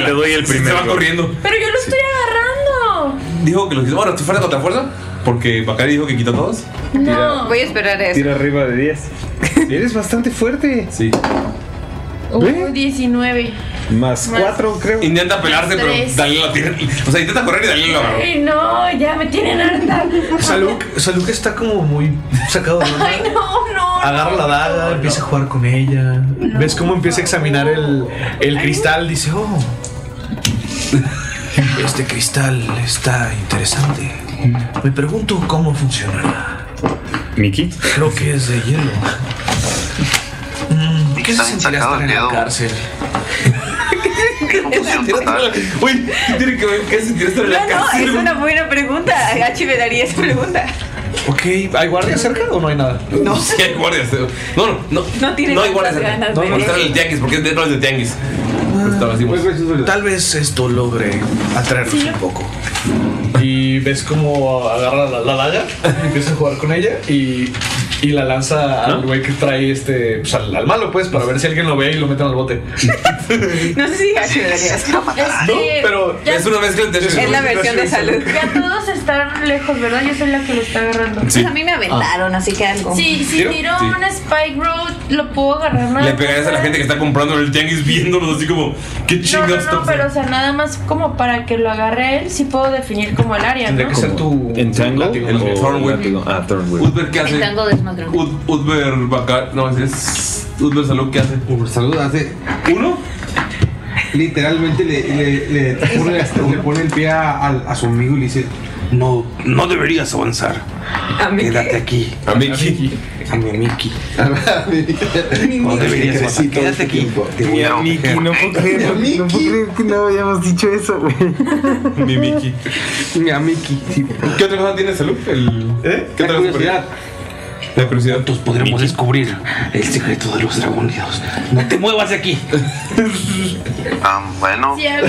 S9: Te doy el primero. Se va
S3: corriendo.
S13: Pero yo lo estoy agarrando.
S3: Dijo que lo quitó. Bueno, si fuera contra fuerza, porque Bakari dijo que quitó a todos.
S15: No. Voy a esperar eso.
S9: arriba de 10. Eres bastante fuerte.
S3: Sí.
S13: Uh, 19. Más
S9: Más cuatro, creo.
S3: Intenta pelarse, pero
S13: Tres.
S3: Dalila lo tiene. O sea, intenta correr y Dalila lo agarra.
S13: Ay, no, ya me tienen harta.
S11: Saluk, Saluk está como muy sacado de onda.
S13: Ay, no, no.
S11: Agarra la daga, empieza a jugar con ella. ¿Ves cómo empieza a examinar el, el cristal? Dice, oh,
S41: Este cristal está interesante. Me pregunto cómo funcionará.
S9: ¿Miki?
S41: Creo que es de hielo. Mm, ¿Qué se sentirá estar en la cárcel?
S3: Uy, tiene que ver qué sentir estar en la
S15: No, no,
S3: cárcel.
S15: es una buena pregunta. Gachi me daría esa pregunta.
S11: Ok, ¿hay guardia cerca o no hay nada?
S3: No, sí hay guardias. No, no, no.
S15: No tiene
S3: No hay guardias.
S15: tantas ganas
S3: No,
S15: de-
S3: no están en el tianguis porque es de- no es de tianguis.
S11: Ah. Pues, Tal vez esto logre atraernos un poco. Y ves cómo agarra la, la daga, empieza a jugar con ella y, y la lanza al güey que trae este. pues, al, al malo, pues, para ver si alguien lo ve y lo meten al bote.
S15: No sé si Gachi me daría esa pregunta.
S3: Pero
S11: es una mezcla entre.
S15: Es la versión de salud.
S13: Ya todos están lejos, ¿verdad? Yo soy la que lo está agarrando.
S3: Sí.
S15: Pues a mí me aventaron, así que algo.
S13: Sí, si
S3: ¿Tiro?
S13: tiro
S3: Sí.
S13: un Spike Road, lo puedo agarrar nada
S3: Le
S13: más.
S3: pegarías a la gente que está comprando en el tianguis viéndonos así como, qué
S13: No,
S3: chingados
S13: no, no, pero o sea, nada más como para que lo agarre él, sí puedo definir como el área, ¿no?
S3: tu.
S9: ¿Entangle? o látigo? Ah, Thornwhip.
S3: ¿Qué hace?
S13: Tango es más grande.
S3: Ud- Udber Bacar. No, ese es. Udber Salud, ¿qué hace?
S12: Udber Salud hace.
S3: ¿Uno?
S12: Literalmente le, le, le, pone, le pone el pie a, al- a su amigo y le dice: No, no deberías avanzar. Quédate aquí.
S3: A Miki.
S12: A mi Miki.
S42: No
S12: deberías avanzar. Quédate aquí. Te voy a proteger.
S42: no puedo creer, no puedo creer que no habíamos dicho eso, güey.
S3: Mi Miki.
S12: Mi Miki.
S3: ¿Qué otra cosa tiene Salud? El... ¿Eh? ¿Qué otra cosa? La curiosidad. Entonces
S43: podremos descubrir el secreto de los dragónidos. No te muevas de aquí.
S14: Ah, bueno.
S9: ¿Qué,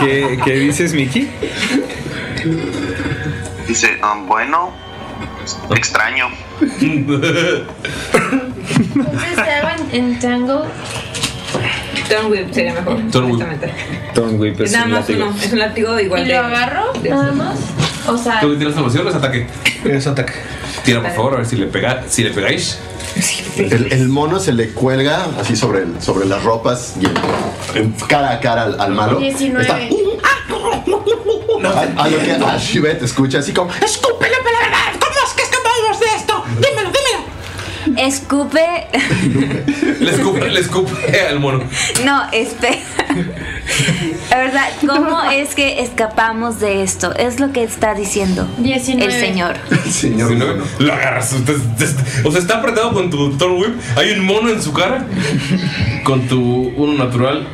S9: qué, qué dices, Miki?
S14: Dice, ah, bueno. Extraño.
S13: Entonces te hago en, en Tango.
S15: Thornwhip sería mejor. exactamente.
S9: Thornwhip
S15: Es
S9: es
S15: nada
S9: un
S15: más
S9: látigo.
S15: uno. Es un látigo igual.
S13: ¿Y lo agarro? Nada más. O sea,
S3: ¿Tú tiras salvación o es ataque?
S11: Es ataque.
S3: Tira, por favor, a ver si le, pega, si le pegáis.
S10: El, el mono se le cuelga así sobre, el- sobre las ropas y el- en cara a cara al, al malo.
S13: 19.
S10: Está- a, a lo que a Shivet escucha así como
S44: ¡Escupe la palabra! ¿Cómo es que escapamos de esto? ¡Dímelo, dímelo!
S16: Escupe.
S3: Le escupe, le escupe al mono.
S16: No, espera. La verdad, ¿cómo es que escapamos de esto? Es lo que está diciendo el señor.
S10: Señor,
S3: lo agarras. usted- usted- O sea, está apretado con tu Thornwhip. Hay un mono en su cara. Con tu uno natural.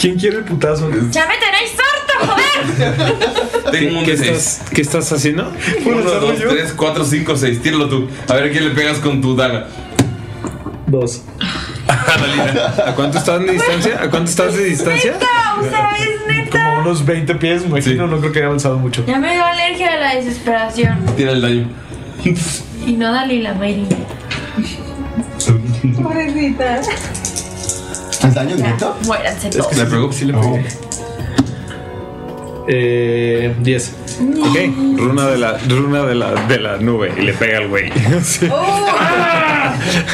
S9: ¿Quién quiere el putazo?
S13: ¡Ya me tenéis harto, joder!
S3: Tengo un
S9: ¿Qué
S3: de
S9: estás, ¿Qué estás haciendo?
S3: 1, 2, 3, 4, 5, 6. Tíralo tú. A ver a quién le pegas con tu daga.
S9: Dos. ¿A cuánto estás de distancia? ¿A cuánto estás de distancia?
S13: o sea, es neta.
S44: Como unos 20 pies, me imagino, no creo que haya avanzado mucho.
S13: Ya me dio alergia a la desesperación.
S3: Tira el daño.
S13: Y no da la Mary. Pobrecita.
S10: ¿El daño neto?
S13: Muéranse
S10: Es que
S13: todos.
S10: le
S3: pegó, sí le pegó.
S9: Eh, 10. Ok, runa de la, runa de la, de la nube y le pega al güey. Sí.
S15: Oh,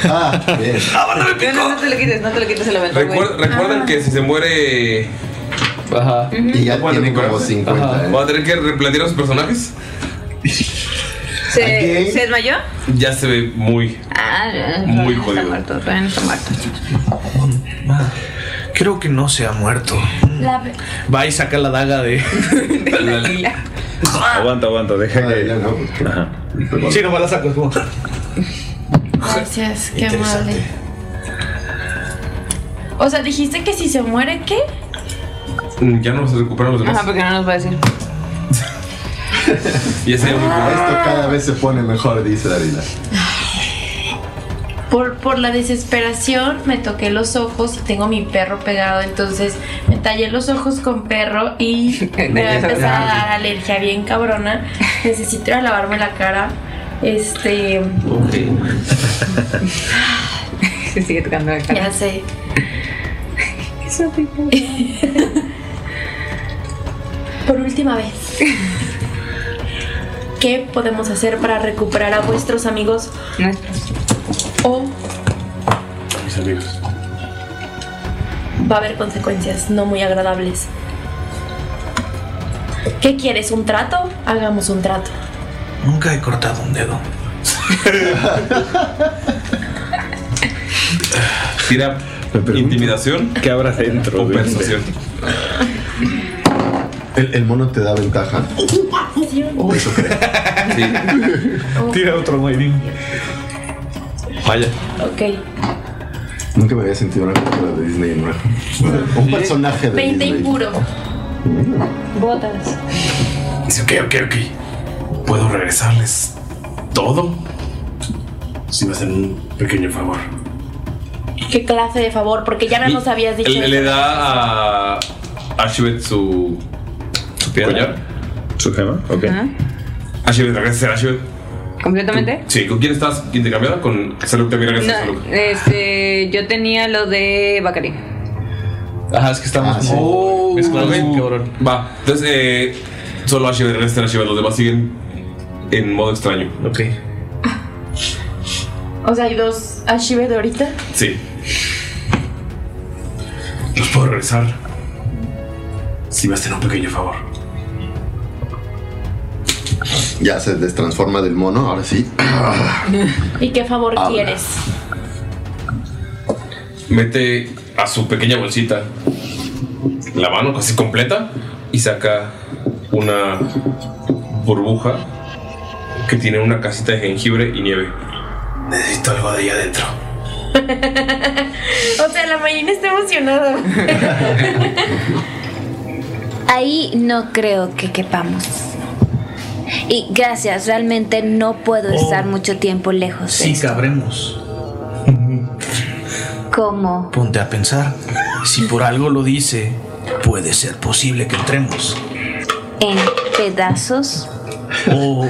S10: Ah.
S15: No, no, no te lo quites, no te lo quites, se lo aventó, güey.
S3: Recuer- recuerden que si se muere. Ajá.
S10: Y ya tiene como ¿eh?
S3: 50. ¿Va a tener que replantear a sus personajes?
S15: ¿Se, ¿Se desmayó?
S3: Ya se ve muy.
S15: Ah,
S3: Muy
S15: no,
S3: jodido.
S15: Está muerto, todavía no está muerto.
S11: Creo que no se ha muerto.
S13: La...
S11: Va y saca la daga de.
S9: Aguanta, aguanta,
S10: Ah,
S9: deja que. Ajá.
S11: Sí, nomás la saco. es como-
S13: Gracias, qué
S11: Interesante.
S13: amable. O sea, dijiste que si se muere, ¿qué?
S3: Mm, Ya no se recuperan los demás.
S15: Ajá, porque no nos va a decir.
S3: Y ese
S10: Esto cada vez se pone mejor, dice Darila.
S13: Por, por la desesperación me toqué los ojos y tengo mi perro pegado, entonces me tallé los ojos con perro y me va a empezar a dar alergia bien cabrona. Necesito ir a lavarme la cara. Este,
S15: Se sigue tocando la cara.
S13: ya sé. Por última vez. ¿Qué podemos hacer para recuperar a vuestros amigos? O
S42: Mis amigos.
S13: va a haber consecuencias no muy agradables. ¿Qué quieres? ¿Un trato? Hagamos un trato.
S11: Nunca he cortado un dedo.
S3: Tira ¿Intimidación?
S9: ¿Qué habrá dentro?
S3: O persuasión.
S10: El, el mono te da ventaja. O eso creo.
S45: Tira otro Mayrin.
S10: Vaya.
S13: Ok.
S10: Nunca me había sentido una película de Disney en una- Un personaje de
S13: 20
S10: Disney.
S13: impuro. Botas.
S45: Dice, ok, ok, ok. ¿Puedo regresarles todo? Si me hacen un pequeño favor.
S13: ¿Qué clase de favor? Porque ya no nos habías dicho.
S3: Le, le da a Ashibet su. su collar.
S9: ¿Su gema? Ok.
S15: Ajá.
S3: Ashibet, regresa a ser Ashibet.
S15: ¿Completamente?
S3: Sí, ¿con quién estás intercambiada? Con Saluk también regresa a Saluk.
S15: No, este, yo tenía lo de Bacari.
S3: Ajá, es que
S9: Ah,
S3: estamos. Oh, es cabrón. Va, entonces, eh, solo Ashibet regresa a ser Ashibet, los demás siguen en modo extraño. Ok.
S13: O sea, hay dos Ashibet ahorita.
S3: Sí. Los puedo regresar.
S45: Si me hacen un pequeño favor.
S10: Ya se destransforma del mono, ahora sí.
S13: ¿Y qué favor
S3: Habla.
S13: quieres?
S3: mete a su pequeña bolsita la mano casi completa y saca una burbuja que tiene una casita de jengibre y nieve. Necesito algo de ahí adentro.
S13: o sea, la Mayina está emocionada.
S16: Ahí no creo que quepamos. Y gracias, realmente no
S13: Oh.
S16: puedo estar mucho tiempo lejos. de
S5: Sí, cabremos.
S16: ¿Cómo?
S5: Ponte a pensar. Si por algo lo dice, puede ser posible que entremos.
S16: ¿En pedazos?
S5: O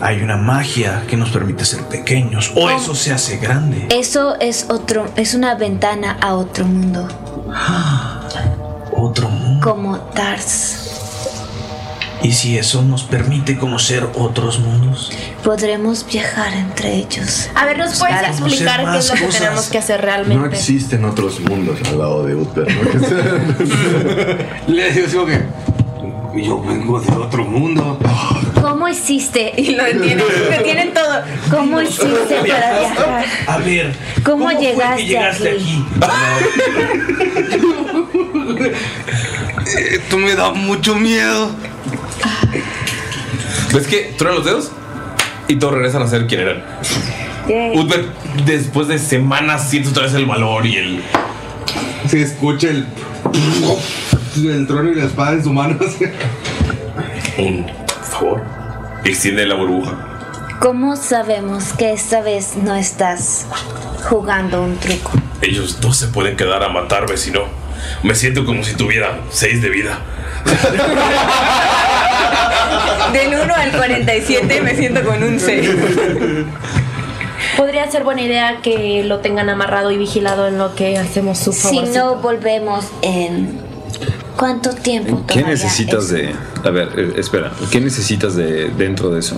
S5: hay una magia que nos permite ser pequeños. O eso se hace grande.
S16: Eso es otro, es una ventana a otro mundo.
S5: Otro mundo.
S16: Como Tars.
S5: Y si eso nos permite conocer otros mundos.
S16: Podremos viajar entre ellos.
S13: A ver, ¿nos puedes
S16: Buscar-
S13: explicar qué es lo que tenemos que hacer
S10: No
S13: realmente?
S10: existen otros mundos al lado de Utber.
S12: Le digo así como que. Yo vengo de otro mundo.
S16: ¿Cómo hiciste? Y lo tienen, lo tienen todo. ¿Cómo hiciste para viajar?
S5: A ver,
S16: ¿Cómo,
S5: fue que
S16: llegaste,
S5: llegaste
S16: aquí?
S12: Esto me da mucho miedo.
S3: ¿Ves que truenan los dedos? Y todos regresan a ser quien eran. Utber, después de semanas, siente otra vez el valor y el.
S12: Se escucha el. El trono y la espada en su mano.
S3: Un favor. Extiende la burbuja.
S16: ¿Cómo sabemos que esta vez no estás jugando un truco?
S3: Ellos dos se pueden quedar a matarme si no. Me siento como si tuviera seis de vida.
S15: Del 1 al 47 me siento con un 6.
S13: Podría ser buena idea que lo tengan amarrado y vigilado en lo que hacemos su
S16: Si
S13: favor.
S16: no volvemos en... ¿Cuánto tiempo?
S9: ¿Qué
S16: tomaría
S9: necesitas
S3: este.
S9: de.? A ver, eh, espera. ¿Qué necesitas de dentro de eso?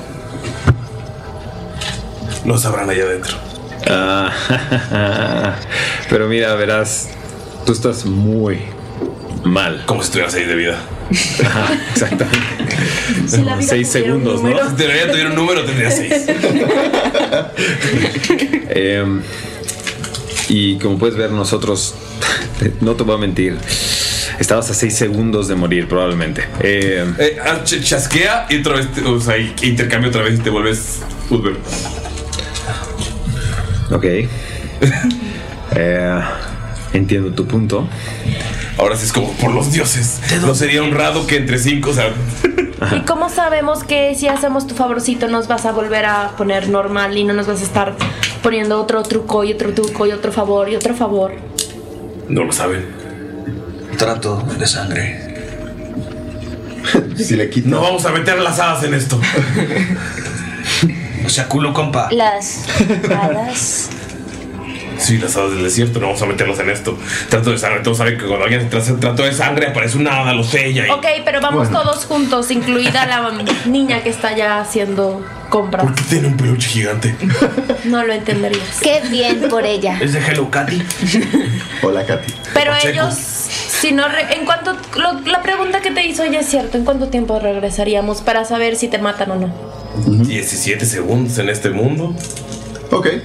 S3: Lo sabrán allá adentro.
S9: Ah, pero mira, verás. Tú estás muy mal.
S3: Como si tuviera seis de vida.
S9: Ajá, exactamente.
S3: Si la vida
S9: seis
S3: tuviera un
S9: segundos,
S3: número.
S9: ¿no?
S3: Si la vida tuviera un número, tendría seis.
S9: Em, y como puedes ver, nosotros, no te voy a mentir, estabas a 6 segundos de morir probablemente. Em,
S3: Eh, ah, ch- chasquea y otra vez, te- o sea, y- intercambio otra vez y te vuelves fútbol.
S9: ok. Eh, entiendo tu punto.
S3: Ahora sí es como por los dioses. No sería honrado que entre cinco, o sea.
S13: ¿Y cómo sabemos que si hacemos tu favorcito nos vas a volver a poner normal y no nos vas a estar poniendo otro truco y otro truco y otro favor y otro favor?
S3: Eh, No lo saben.
S5: Trato de sangre.
S10: si le
S3: No vamos a meter las hadas en esto.
S5: o sea, culo compa.
S16: Las hadas.
S3: Sí, las hadas del desierto, no vamos a meterlas en esto. Trato de sangre, todos saben que cuando alguien se hace trato de sangre aparece una hada, lo sella y.
S13: Ok, pero vamos
S3: Bueno.
S13: todos juntos, incluida la niña que está ya haciendo compras.
S3: Tiene un peluche gigante.
S13: No lo entenderías.
S16: Qué bien por ella.
S5: ¿Es de Hello Katy?
S10: Hola, Katy.
S13: Pero ellos, si no, re- en cuanto lo- la pregunta que te hizo ya es cierto, ¿en cuánto tiempo regresaríamos para saber si te matan o no?
S3: 17 segundos en este mundo.
S10: Ok.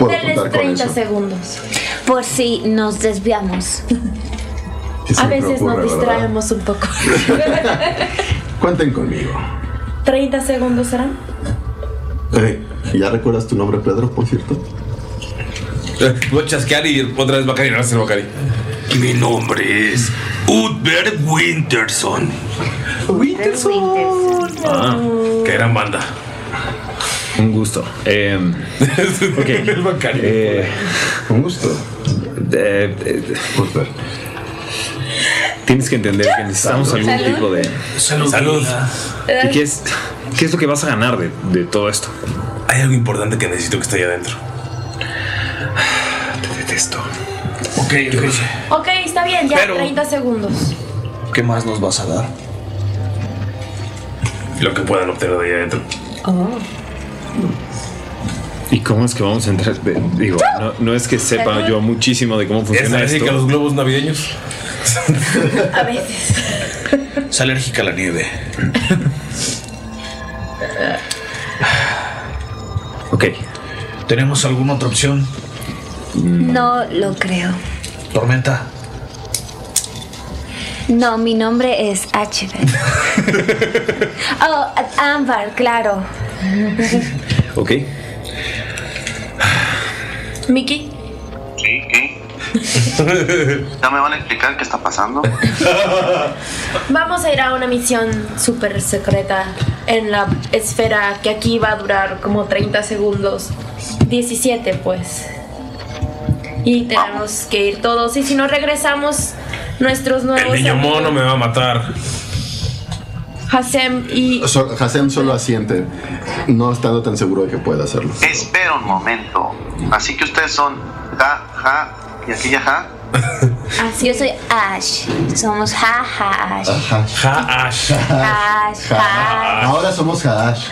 S10: Puedo
S16: Denles
S10: contar con
S16: 30
S10: eso.
S16: segundos. Por si nos desviamos.
S10: Que
S16: A
S10: siempre
S16: veces nos
S10: ocurre, ¿verdad?
S16: distraemos un poco.
S10: Cuenten conmigo.
S16: 30 segundos serán.
S10: Eh, ¿Ya recuerdas tu nombre, Pedro, por cierto?
S3: Voy a chasquear y otra vez Bacari. Gracias, Bacari.
S46: Mi nombre es Utbert Winterson.
S47: Winterson.
S9: Ah,
S3: qué gran banda.
S9: Un gusto. Eh, ok. Eh,
S10: un gusto.
S9: Eh, eh,
S3: Pues,
S9: Tienes que entender que necesitamos
S47: Salud.
S9: algún
S47: Salud.
S9: tipo de
S3: Salud. Salud.
S9: ¿Y qué es, qué es lo que vas a ganar de, de todo esto?
S3: Hay algo importante que necesito que esté ahí adentro.
S9: Te detesto.
S3: Ok,
S16: Ok, está bien, ya
S36: Pero-
S16: 30 segundos.
S36: ¿Qué más nos vas a dar?
S3: Lo que puedan obtener de ahí adentro.
S9: ¿Y cómo es que vamos a entrar? De- Digo, no, no es que sepa
S16: Salud.
S9: yo muchísimo de cómo
S3: ¿Es
S9: funciona
S3: alérgica
S9: esto.
S3: a los globos navideños?
S16: A veces.
S11: Es alérgica a la nieve.
S9: ok.
S11: ¿Tenemos alguna otra opción?
S16: No lo creo.
S11: Tormenta.
S16: No, mi nombre es HB. oh, Ámbar, claro.
S9: Ok.
S16: Mickey.
S14: Sí, ¿qué? ¿Ya me van a explicar qué está pasando?
S13: Vamos a ir a una misión súper secreta en la esfera que aquí va a durar como 30 segundos. 17 pues. Y tenemos que ir todos. Y si no regresamos, nuestros
S3: El
S13: nuevos...
S3: niño mono me va a matar.
S13: Hasem y...
S10: So- Hasem solo asiente, no estando tan seguro de que pueda hacerlo.
S14: Espera un momento. Así que ustedes son ja, ja y aquella ja.
S16: Ah, Yo soy Ash. Somos jaja Ash.
S3: Haash.
S16: Ash.
S10: Haash. Ahora somos Haash.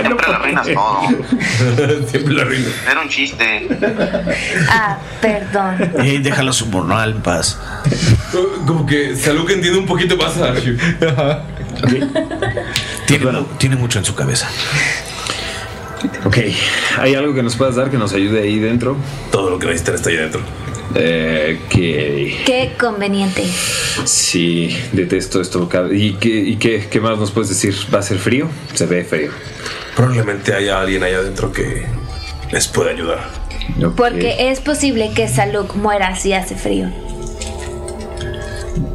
S14: Siempre la reinas todo.
S3: Siempre la reina.
S14: Era un chiste.
S16: Ah, perdón.
S11: Eh, déjala su mornal en paz.
S3: Como que Salud que entiende un poquito más a Ashu.
S11: Tiene, tiene mucho en su cabeza.
S9: Ok. ¿Hay algo que nos puedas dar que nos ayude ahí dentro? Todo lo que necesitas está ahí dentro. Eh, ok.
S16: Qué conveniente.
S9: Sí, detesto esto. cab- ¿Y, qué, y qué, qué más nos puedes decir? ¿Va a ser frío? Se ve frío.
S3: Probablemente haya alguien ahí adentro que les pueda ayudar.
S16: Porque es posible que Saluk muera si hace frío.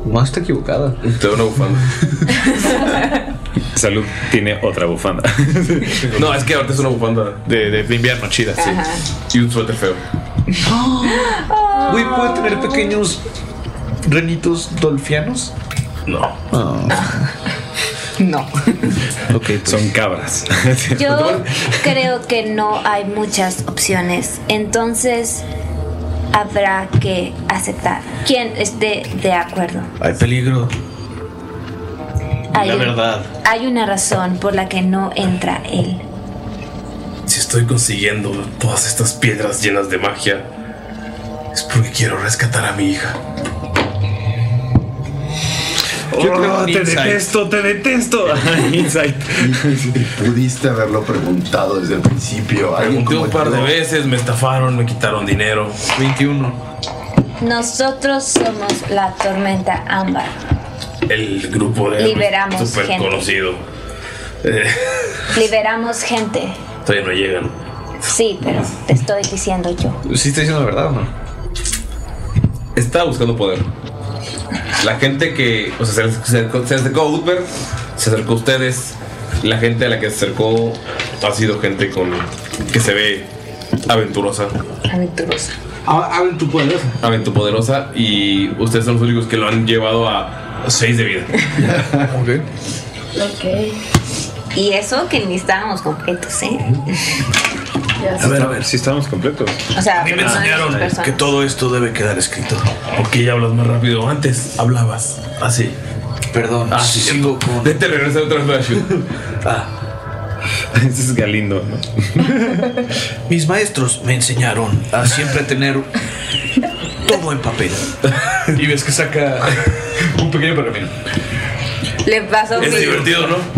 S3: No está equivocada. Te da una bufanda.
S9: Salud tiene otra bufanda.
S3: no, es que ahorita es una bufanda de, de- de invierno chida. sí.
S47: Ajá.
S3: Y un suéter feo.
S13: Oh.
S36: Güey, ¿puede tener pequeños renitos dolfianos?
S3: No.
S9: Ah,
S36: No.
S9: Son cabras.
S16: Yo creo que no hay muchas opciones, entonces habrá que aceptar. Quien esté de acuerdo.
S11: Hay peligro.
S16: Hay,
S11: La verdad.
S16: hay una razón por la que no entra él.
S3: Si estoy consiguiendo todas estas piedras llenas de magia, es porque quiero rescatar a mi hija.
S9: Oh, te detesto, te detesto. Insight.
S10: Pudiste haberlo preguntado desde el principio. Alguien
S3: Pregunté
S10: como
S3: un par de
S10: yo.
S3: veces, me estafaron, me quitaron dinero. 21.
S16: Nosotros somos la tormenta ámbar.
S3: El grupo de
S16: Liberamos
S3: super
S16: gente.
S3: conocido. Eh,
S16: Liberamos gente.
S3: todavía no llegan.
S16: Sí, pero te estoy diciendo yo.
S3: Pues, ¿Sí está diciendo la verdad o no? Estaba buscando poder. La gente que. O sea, se- se acercó, se acercó a Utber, se acercó a ustedes. La gente a la que se acercó ha sido gente con. que se ve aventurosa.
S16: Aventurosa.
S3: Aven tu poderosa. Aven tu poderosa. Y ustedes son los únicos que lo han llevado a 6 de vida.
S15: Ok.
S16: Y eso que ni estábamos completos, ¿eh?
S15: Ya.
S9: ver, a ver. Si estamos completos.
S15: O sea,
S11: A mí me
S47: Ah.
S15: pero no de
S11: enseñaron eh,
S15: esas personas.
S11: que todo esto debe quedar escrito.
S3: ¿Por qué ya hablas más rápido? Antes hablabas así.
S11: Perdón,
S3: Ah, sí,
S11: sigo con. Ah.
S3: Vete, regresa otra vez, Ashu.
S9: Ese es Galindo, ¿no?
S11: Mis maestros me enseñaron a siempre tener todo en papel.
S48: Y ves que saca un pequeño pergamino.
S47: Le pasó mi-
S11: ¿no?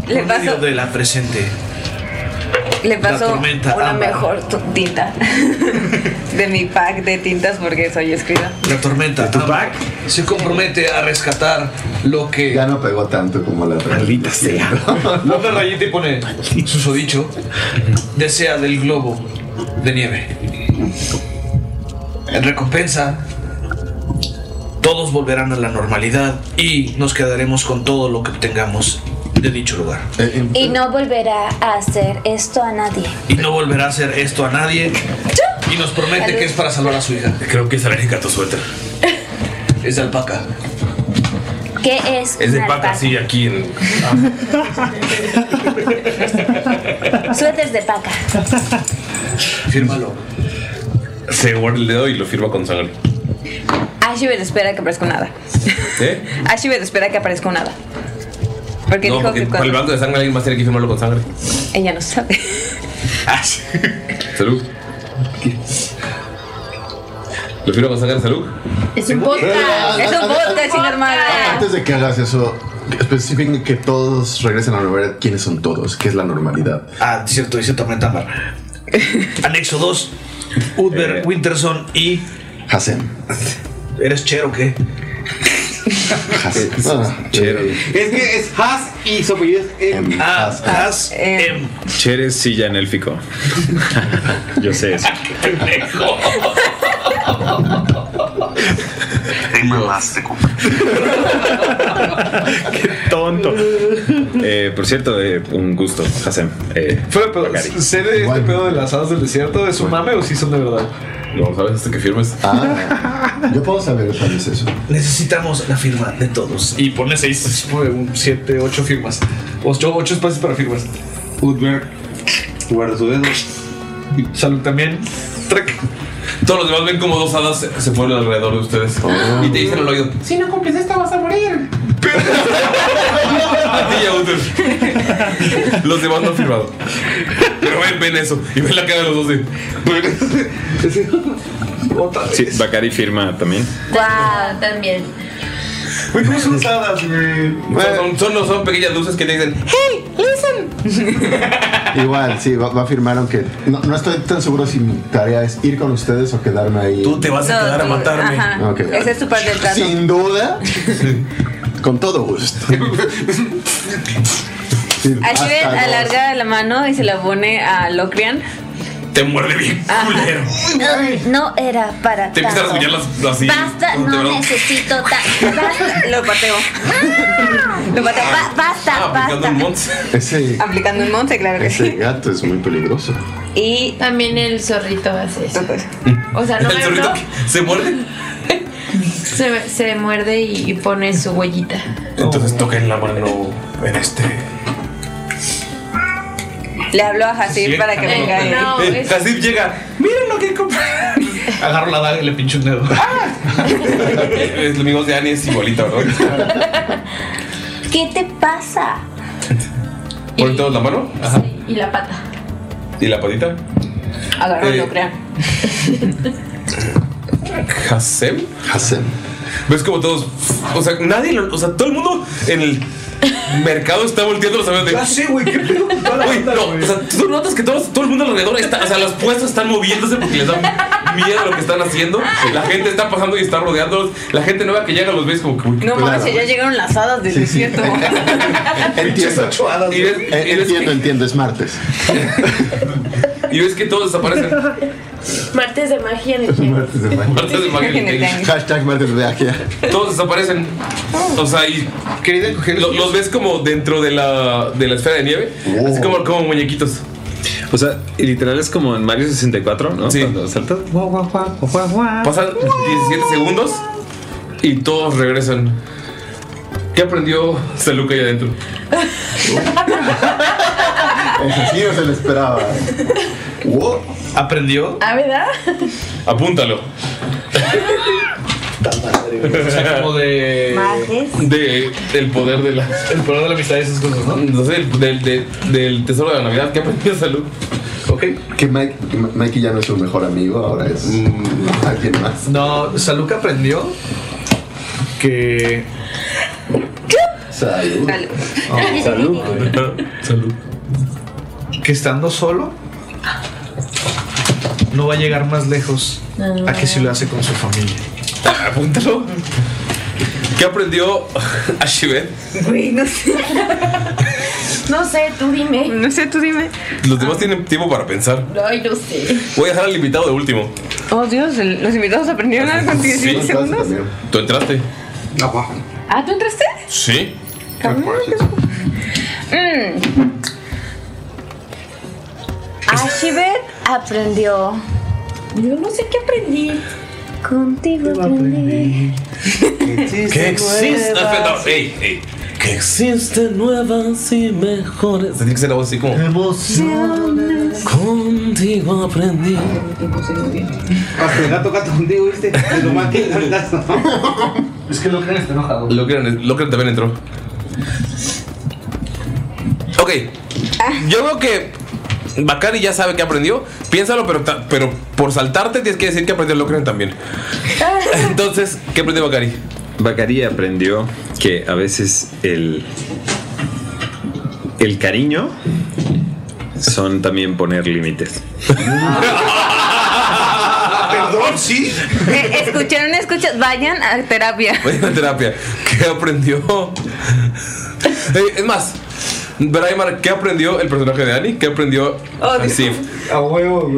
S47: Le
S11: Un
S47: paso-
S11: medio de la presente.
S15: le
S49: La
S15: paso
S49: tormenta
S15: una
S49: ámbar.
S15: mejor tu- tinta de mi pack de tintas porque soy escriba.
S11: La tormenta Tupac se compromete a rescatar lo que.
S10: Ya no pegó tanto como la
S11: Maldita sea. Una rayita y pone susodicho. Desea del globo de nieve. En recompensa, todos volverán a la normalidad y nos quedaremos con todo lo que obtengamos de dicho lugar.
S10: Eh,
S16: Y no volverá a hacer esto a nadie.
S11: Y no volverá a hacer esto a nadie. Y nos promete que es para salvar a su hija.
S50: Creo que es alérgica a tu suéter.
S11: Es de alpaca.
S16: ¿Qué es?
S50: Es de
S16: una
S50: paca, sí, aquí en.
S16: alpaca? Suéteres de paca.
S11: Fírmalo.
S3: Se guarda el dedo y lo firma con sangre.
S15: Ashibet espera que aparezca un hada.
S3: ¿Eh?
S15: Ashibet espera que aparezca un hada. Porque
S3: no,
S15: dijo
S3: porque
S15: que
S3: para el
S15: cuando
S3: banco de sangre alguien más tiene que firmarlo con sangre.
S15: ella no sabe. Ah,
S3: Salud. ¿Lo firma con sangre, salud?
S15: Es un
S10: podcast.
S15: Es un podcast, sin hermana.
S10: Antes de que hagas eso, especifiquen que todos regresen a la normalidad. ¿Quiénes son todos? ¿Qué es la normalidad?
S11: Ah, cierto, dice Tormenta Ámbar. Anexo 2. Udber,
S3: Eh,
S11: Winterson y.
S10: Hasem.
S11: ¿Eres chero o qué?
S10: Hasem. Chero.
S12: Es que es Has y su apellido es M.
S11: Has, Has,
S12: em.
S11: M.
S9: Cheres silla en élfico. Yo sé eso.
S14: Te mamaste, compa.
S9: Tonto. Eh, por cierto, eh, un gusto, Hasem. Eh, Bacari.
S47: ¿Sé de este pedo de las hadas del desierto? ¿Es un mame o si son de verdad? Ah,
S3: No sabes hasta que firmes.
S50: Ah.
S10: Yo puedo saber cuál es eso.
S11: Necesitamos la firma de todos.
S47: Y Pues, pone 6, 7, 8 firmas. 8, espacios para firmas. Udberg guarda su dedo. Salud también. Trek.
S3: Todos los demás ven como dos hadas se- se mueven alrededor de ustedes.
S15: Oh.
S3: Y te dicen al oído.
S12: Si no cumples esta vas a morir.
S3: A ti y a Uther". Los demás no han firmado. Pero ven, ven eso. Y ven la cara de los dos de.
S9: Sí, Bacari firma también.
S13: Wow, también.
S3: Güey, ¿cómo son hadas, Son, son, no son pequeñas luces que te dicen.
S51: Hey, listen.
S10: Igual, sí, va, va a firmar aunque... No, no estoy tan seguro si mi tarea es ir con ustedes o quedarme ahí. Tú te
S15: vas a No, quedar a tú- matarme. ajá.
S10: Ok.
S15: Esa es tu parte del trato.
S10: Sin duda. Con todo gusto. Sí,
S15: Ashibet
S10: hasta los-
S15: alarga la mano y se la pone a Locrian.
S3: Te muerde bien,
S15: Ajá.
S3: culero.
S16: No, no era para
S3: Te empiezan a
S16: tanto.
S3: rasguñar las, las así.
S16: Basta,
S3: Te
S16: no
S3: van a-
S16: necesito tanto.
S15: Lo pateo. Lo pateo.
S3: Ah.
S15: Ba- basta, basta.
S10: Ese,
S15: Aplicando un monte, claro que
S10: ese
S15: sí.
S10: gato es muy peligroso.
S15: Y
S13: también el zorrito hace eso. O sea, no
S3: El
S13: me
S3: zorrito
S13: no,
S3: que se muerde.
S13: se, se muerde y, y pone su huellita.
S3: Entonces toquen la mano en este.
S15: le hablo a Hasib para que venga. y-
S3: Eh, Hasib llega.
S47: Miren lo que compré.
S3: Agarro la daga y le pincho un dedo.
S15: Ah,
S3: Los amigos de Annie es igualita, ¿verdad?
S16: ¿Qué te pasa?
S3: Ponen todos la mano Ajá.
S13: Y la pata.
S3: y la patita.
S15: Agarro
S3: Eh.
S15: Locrian.
S3: Hasem.
S10: Hasem.
S3: ¿Ves como todos? O sea, nadie lo- O sea, todo el mundo en el mercado está volteando los amigos de.
S47: Ya sé, güey, qué pedo con toda la
S3: Güey,
S47: banda,
S3: no,
S47: güey.
S3: o sea, tú notas que todos- todo el mundo alrededor está. O sea, las puestas están moviéndose porque les dan miedo a lo que están haciendo. La gente está pasando y está rodeándolos. La gente nueva que llega los ves como que. uy, qué
S15: No
S3: pedo.
S15: mames, ya llegaron las hadas del desierto.
S10: Entiendo. Eh, entiendo, entiendo, es martes.
S3: Y ves que todos desaparecen.
S13: Martes de magia en el
S10: Es martes de magia.
S3: Martes de magia en el tenis.
S10: Hashtag martes de magia.
S3: Todos desaparecen. O sea, y lo- los ves como dentro de la, de la esfera de nieve.
S10: Oh.
S3: Así como, como muñequitos.
S9: O sea, y literal es como en Mario 64, ¿no? Sí. Cuando saltas.
S3: Pasan 17 segundos y todos regresan. ¿Qué aprendió Saluca ahí adentro?
S10: Eso sí no se lo esperaba.
S3: ¿Aprendió?
S13: ¿Ah, verdad?
S3: Apúntalo.
S47: O sea, como de.
S3: De, del poder de la. El poder de la amistad y esas cosas, ¿no? No sé, del, del- del tesoro de la Navidad. ¿Qué aprendió Salud? Ok.
S10: Que Mike, que Ma- Mikey ya no es su mejor amigo, ahora es alguien más.
S47: No, Saluca aprendió que.
S10: Salud.
S3: Oh,
S47: Salud.
S3: Salud.
S11: Oh. que estando solo no va a llegar más lejos a que si lo hace con su familia.
S3: Apúntalo. ¿Qué aprendió Ashibet?
S15: Güey, no sé.
S6: No sé, tú dime.
S15: No sé, tú dime.
S3: Los demás tienen tiempo para pensar.
S6: Ay, no sé.
S3: Voy a dejar al invitado de último.
S15: Oh, Dios, el- los invitados aprendieron algo en 17 segundos.
S3: ¿Tú entraste?
S15: Ah, ¿tú entraste?
S3: Sí.
S15: Cabrón, Mm.
S16: Ashibet aprendió. Yo no sé qué aprendí. Contigo aprendí.
S3: Que existen. No, ey, ey. Que existen nuevas y mejores. Tiene que ser la voz así como. Contigo aprendí.
S12: Hasta el gato gato hundido, ¿viste? Te lo maté el gato.
S4: Es que lo creen está enojado.
S3: Locran Locran también entró. Ok. Yo creo que Bakari ya sabe que aprendió. Piénsalo, pero, ta- pero por saltarte tienes que decir que aprendió Locran también. Entonces, ¿qué aprendió Bakari?
S9: Bacari aprendió que a veces el, el cariño son también poner límites.
S3: Ah, Perdón, sí.
S15: Eh, escucharon, escucharon. Vayan a terapia.
S3: Vaya a terapia. ¿Qué aprendió? Eh, es más, Braimar, ¿qué aprendió el personaje de Annie? ¿Qué aprendió
S15: Oh, Dios.
S3: Steve? A huevo,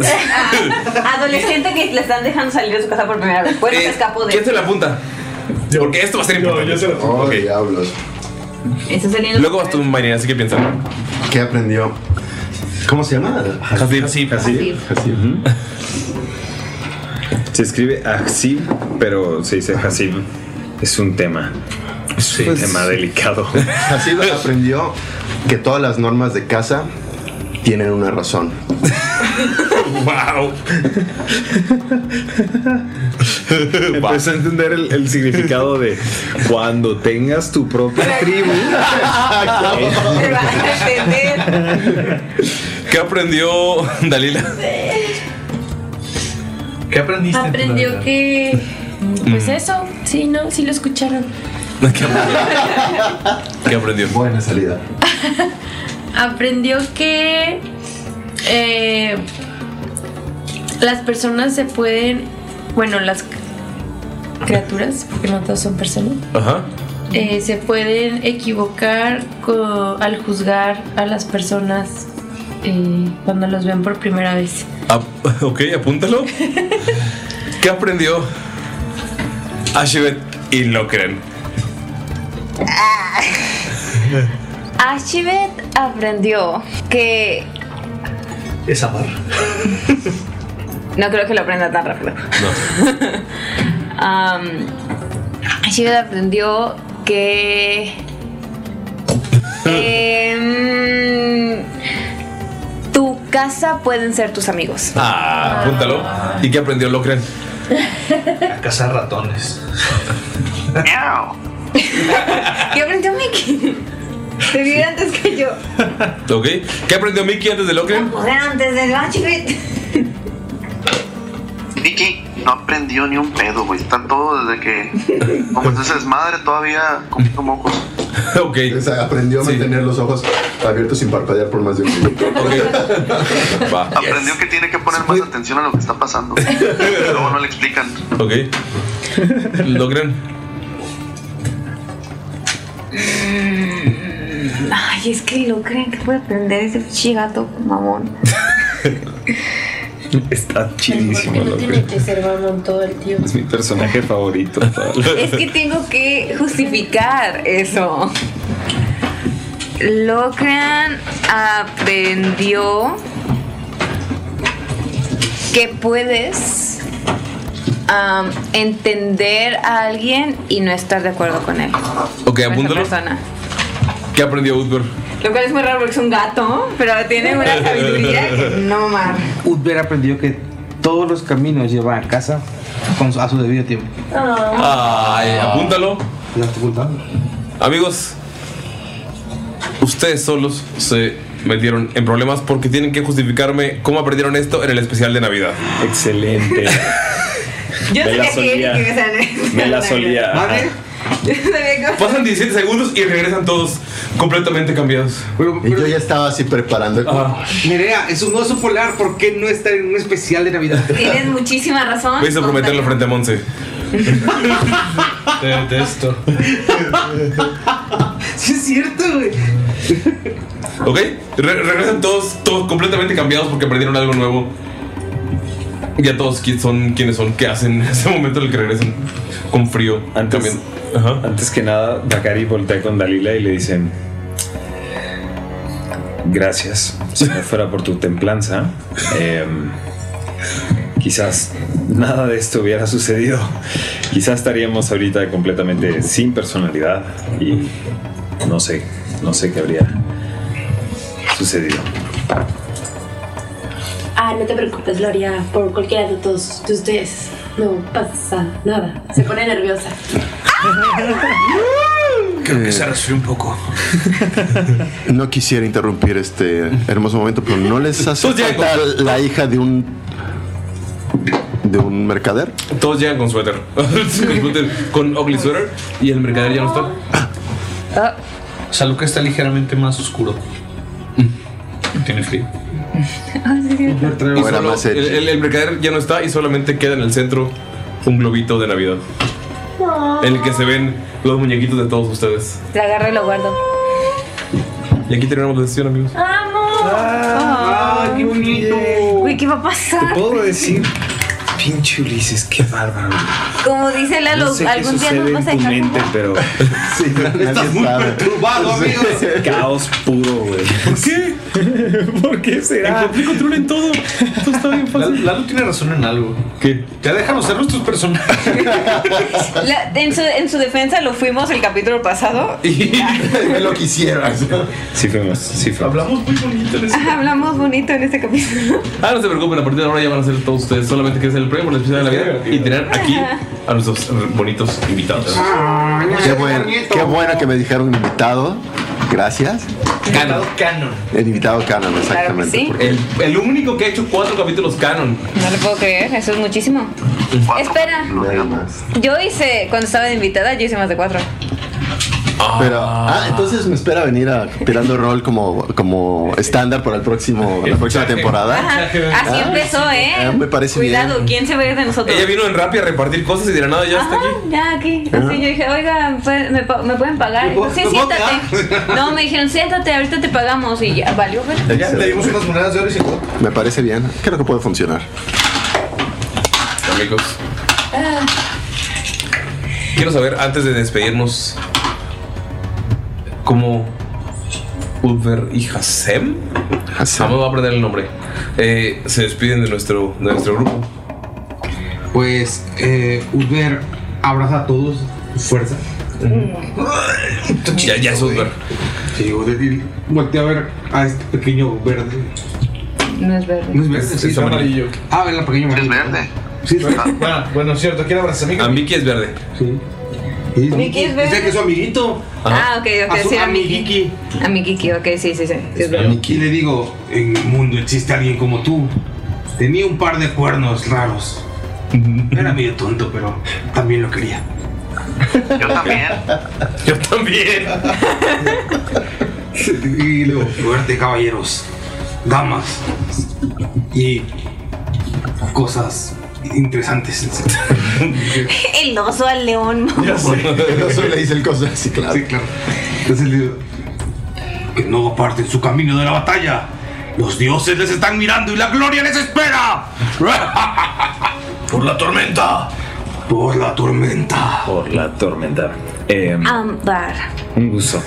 S15: Ah,
S8: Adolescente que le están dejando salir de su casa por primera vez. Bueno, se escapó de.
S3: ¿Quién se la apunta? Porque esto va a ser importante.
S10: Oh, diablos.
S8: Está saliendo.
S3: Luego vas tú, Marina, así que piensa.
S39: ¿Qué aprendió? ¿Cómo se llama?
S3: Hasib. Hasib.
S9: Se escribe Hasib, pero se dice Hasib. Es un tema. Es un
S10: Pues-
S9: tema delicado.
S10: Así aprendió que todas las normas de casa tienen una razón.
S3: wow.
S9: Empecé a entender el, el significado de cuando tengas tu propia tribu.
S3: ¿Qué aprendió Dalila? ¿Qué aprendiste?
S6: Aprendió que.
S3: Mm.
S6: Pues eso, sí, ¿no? Sí lo escucharon.
S3: ¿Qué aprendió?
S39: Buena salida.
S6: Aprendió que. eh, las personas se pueden. Bueno, las criaturas, porque no todas son personas.
S3: Ajá.
S6: eh, se pueden equivocar co- al juzgar a las personas eh, cuando los ven por primera vez.
S3: Ap- ok, apúntalo. ¿Qué aprendió Ashibet y Locren?
S15: Ashibet aprendió que.
S7: Es amar.
S15: No creo que lo aprenda tan rápido. Um, Ashibet aprendió que. que, mm, tu casa pueden ser tus amigos.
S3: Ah, apúntalo. ¿Y qué aprendió Locren?
S11: A cazar ratones.
S15: ¿Qué aprendió Mickey? Te vi antes que yo.
S3: Ok. ¿Qué aprendió Mickey antes de Locren?
S8: Joder, antes de Ashibet.
S14: Vicky no aprendió ni un pedo, güey. Están todos desde que. Como entonces desmadre todavía comiendo mocos.
S3: Ok.
S10: aprendió a mantener los ojos abiertos sin parpadear por más de un minuto.
S14: Aprendió que tiene que poner más atención a lo que está pasando. Luego no le explican.
S3: Ok. Locren.
S15: Ay, es que lo creen que puede aprender ese chigato mamón.
S9: Está chidísimo,
S6: No
S9: Locren.
S6: tiene que ser mamón todo el tiempo.
S9: Es mi personaje favorito.
S15: Es que tengo que justificar eso. Locran aprendió que puedes am, entender a alguien y no estar de acuerdo con él.
S3: Ok,
S15: con esa
S3: apúntalo.
S15: persona.
S3: ¿Qué aprendió Utber?
S15: Lo cual es muy raro porque es un gato, pero tiene una sabiduría que no mar.
S12: Udber aprendió que todos los caminos llevan a casa con su- a su debido tiempo.
S6: Ah.
S3: Ay, apúntalo. Amigos, ustedes solos se metieron en problemas porque tienen que justificarme cómo aprendieron esto en el especial de Navidad.
S9: Excelente.
S15: Yo
S3: Me la
S15: sabía que
S3: solía.
S15: Eric iba a ser-
S3: Me la solía.
S15: Yo sabía que-
S3: Pasan 17 segundos y regresan todos. completamente cambiados.
S10: Y yo ya estaba así preparando.
S12: Nerea, es un oso polar, ¿por qué no estar en un especial de Navidad?
S52: Tienes muchísima razón.
S3: Vais a prometerlo frente a Monse. Te detesto.
S12: Sí, es cierto, güey.
S3: Ok, re- regresan todos, todos completamente cambiados porque aprendieron algo nuevo. Ya todos qui- son quienes son, qué hacen en ese momento en el que regresan con frío.
S9: Antes, antes que nada, Bakari voltea con Dalila y le dice: Gracias. Si no fuera por tu templanza, em, quizás nada de esto hubiera sucedido. Quizás estaríamos ahorita completamente sin personalidad y no sé, no sé qué habría sucedido.
S13: Ah, no te preocupes, Gloria, por cualquiera de todos de ustedes. No pasa nada. Se pone nerviosa.
S53: Creo que se resfrió un poco.
S10: No quisiera interrumpir este hermoso momento, pero ¿no les
S3: Pues
S10: hace falta la hija de un de un mercader?
S3: Todos llegan con suéter. Con suéter, con ugly suéter y el mercader ya no está.
S11: Salud que está ligeramente más oscuro. Tiene frío.
S3: Y solo- el, el- el mercader ya no está y solamente queda en el centro un globito de Navidad. En el que se ven los muñequitos de todos ustedes.
S15: La agarro y lo guardo.
S3: Y aquí terminamos la sesión, amigos.
S15: ¡Vamos! ¡Ah, qué bonito! Güey, ¿qué va a pasar?
S9: Puedo decir, pinche Ulises, qué bárbaro.
S15: Como dice Lalo,
S9: No sé qué
S15: algún día
S9: sucede
S15: nos vas a
S9: en tu
S15: dejar.
S9: mente, pero. sí,
S10: estás
S9: muy
S10: perturbado,
S9: amigos. Caos puro, güey. ¿Por
S3: qué?
S9: ¿Por qué será?
S11: Encontré
S3: control en todo. Esto está bien
S11: fácil. Lalo tiene razón en algo.
S3: ¿Qué?
S11: Ya déjanos ser nuestros personajes.
S15: La- en, su, en su defensa lo fuimos el capítulo pasado.
S10: Me lo quisiera.
S9: Sí fuimos, sí fuimos.
S3: Hablamos muy bonito en ese
S15: Ajá, hablamos bonito en este capítulo.
S3: Ah, no se preocupen, a partir de ahora ya van a ser todos ustedes. Solamente que es el premio por la especial de Navidad y tener aquí a nuestros bonitos invitados.
S12: Ah.
S10: Qué bueno, qué bueno que me dijeron invitado. Gracias.
S3: Canon. Canon.
S10: El invitado canon, exactamente.
S15: sí.
S10: porque-
S3: El, el único que ha hecho cuatro capítulos canon.
S15: No lo puedo creer, eso es muchísimo. Espera, yo hice, cuando estaba de invitada, yo hice más de cuatro.
S10: Pero, ah, entonces me espera venir a tirando rol como, como estándar para el próximo, la próxima temporada.
S15: Ajá, así
S10: Ah,
S15: empezó, ¿eh?
S10: eh, me parece
S15: Cuidado, ¿quién se va a ir de nosotros?
S3: Ella vino en rap y a repartir cosas y de la nada ya
S15: Ajá,
S3: está aquí.
S15: ya aquí. Así
S3: Ah.
S15: yo dije, oiga, ¿puede- me, pa- me pueden pagar?
S3: ¿Me puedo-
S15: sí,
S3: me puedo
S15: siéntate. No, me dijeron, siéntate, ahorita te pagamos. Y ya, valió, güey.
S10: Ya, le dimos unas
S11: monedas de oro y se
S10: Me parece bien. Creo que puede funcionar.
S3: Amigos, quiero saber antes de despedirnos cómo Ulver y Hasem, Hasem. va a aprender el nombre, eh, se despiden de nuestro, de nuestro grupo.
S12: Pues, eh, Uber abraza a todos, fuerza.
S3: Ya, ya es Ulver.
S12: Sí, Uber, voltea a ver a este pequeño verde.
S15: No es verde.
S12: No es verde, sí, está amarillo. Ah, el pequeño amarillo. Es verde. Sí, es verde.
S11: Bueno, Ah, bueno, es cierto, ¿quién abraza amigo?
S3: Ambiki es verde.
S12: Sí.
S15: Vicky es
S12: O sea, que
S15: verde.
S12: es su amiguito.
S15: Ah, ok, ok,
S12: A su
S15: sí, era
S12: amiguiki.
S15: A mi Kiki, ok, sí, sí, sí. sí, es verdad.
S12: Y le digo, en el mundo existe alguien como tú. Tenía un par de cuernos raros. Era medio tonto, pero también lo quería.
S54: Yo también.
S3: Yo también.
S12: y luego, fuerte, caballeros, damas y cosas interesantes.
S15: El oso al león.
S10: Eso le dice el cosa así, claro.
S12: Sí, claro. Entonces le digo, que no aparten su camino de la batalla. Los dioses les están mirando y la gloria les espera.
S9: Por la tormenta.
S12: Por la tormenta.
S9: Por la tormenta. Eh,
S15: Ámbar.
S9: un gusto.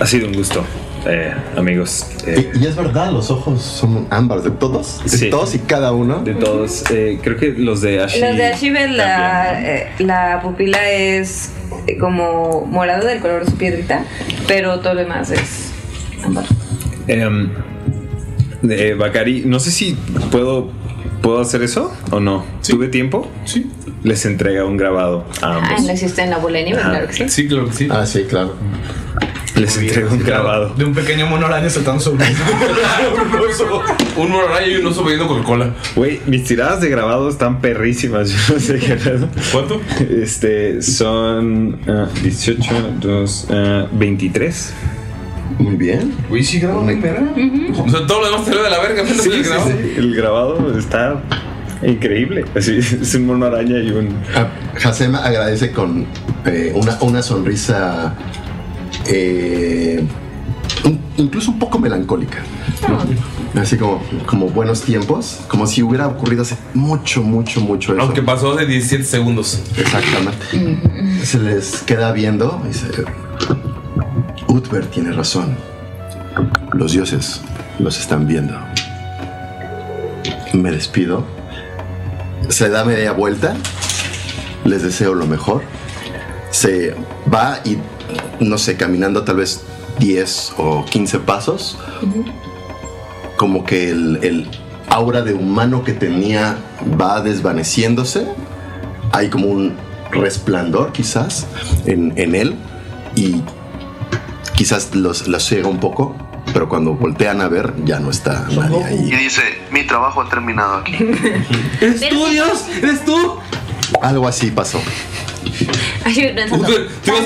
S9: ha sido un gusto, eh, amigos. Eh,
S10: Y, y es verdad, los ojos son ámbar de todos, de
S9: Sí.
S10: todos y cada uno.
S9: de todos, eh, creo que los de Ashi.
S15: Los de Ashibet, la, eh, la pupila es eh, como morado del color de su piedrita, pero todo lo demás es.
S9: Em, eh, Bacari, no sé si puedo, puedo hacer eso o no. ¿Tuve tiempo? Sí. Les entrega un grabado a ambos.
S15: Ah, no existe en la bola de nieve,
S9: Ajá.
S15: claro que sí.
S3: claro que sí.
S10: Ah, sí, claro.
S9: Les entrego un grabado.
S11: De un pequeño monoraño saltando sobre
S3: un oso. Un monoraño y un oso bebiendo Coca-Cola.
S9: Güey, mis tiradas de grabado están perrísimas. Yo no sé qué pedo.
S3: ¿Cuánto?
S9: Este, son ah, 18, 2, 23.
S10: Muy bien.
S3: Uy, sí, grabado. O sea, todo lo demás salió de la verga. menos el grabado.
S9: El grabado está increíble. Así, es un mono araña y un.
S10: Hasem Ah, agradece con eh, una, una sonrisa eh, un- incluso un poco melancólica. ¿no?
S15: Ah.
S10: Así como, como buenos tiempos, como si hubiera ocurrido hace mucho, mucho, mucho eso.
S3: Aunque pasó hace 17 segundos.
S10: Exactamente. Se les queda viendo y dice, Utber tiene razón. Los dioses los están viendo. Me despido. Se da media vuelta. Les deseo lo mejor. Se va y, no sé, caminando tal vez 10 o 15 pasos como que el, el aura de humano que tenía va desvaneciéndose. Hay como un resplandor quizás en, en él y quizás los, los ciega un poco, pero cuando voltean a ver ya no está nadie ahí.
S14: Y dice, mi trabajo ha terminado aquí.
S12: ¿Eres tú, Dios? ¿Eres tú?
S10: Algo así pasó.
S3: Tú te ibas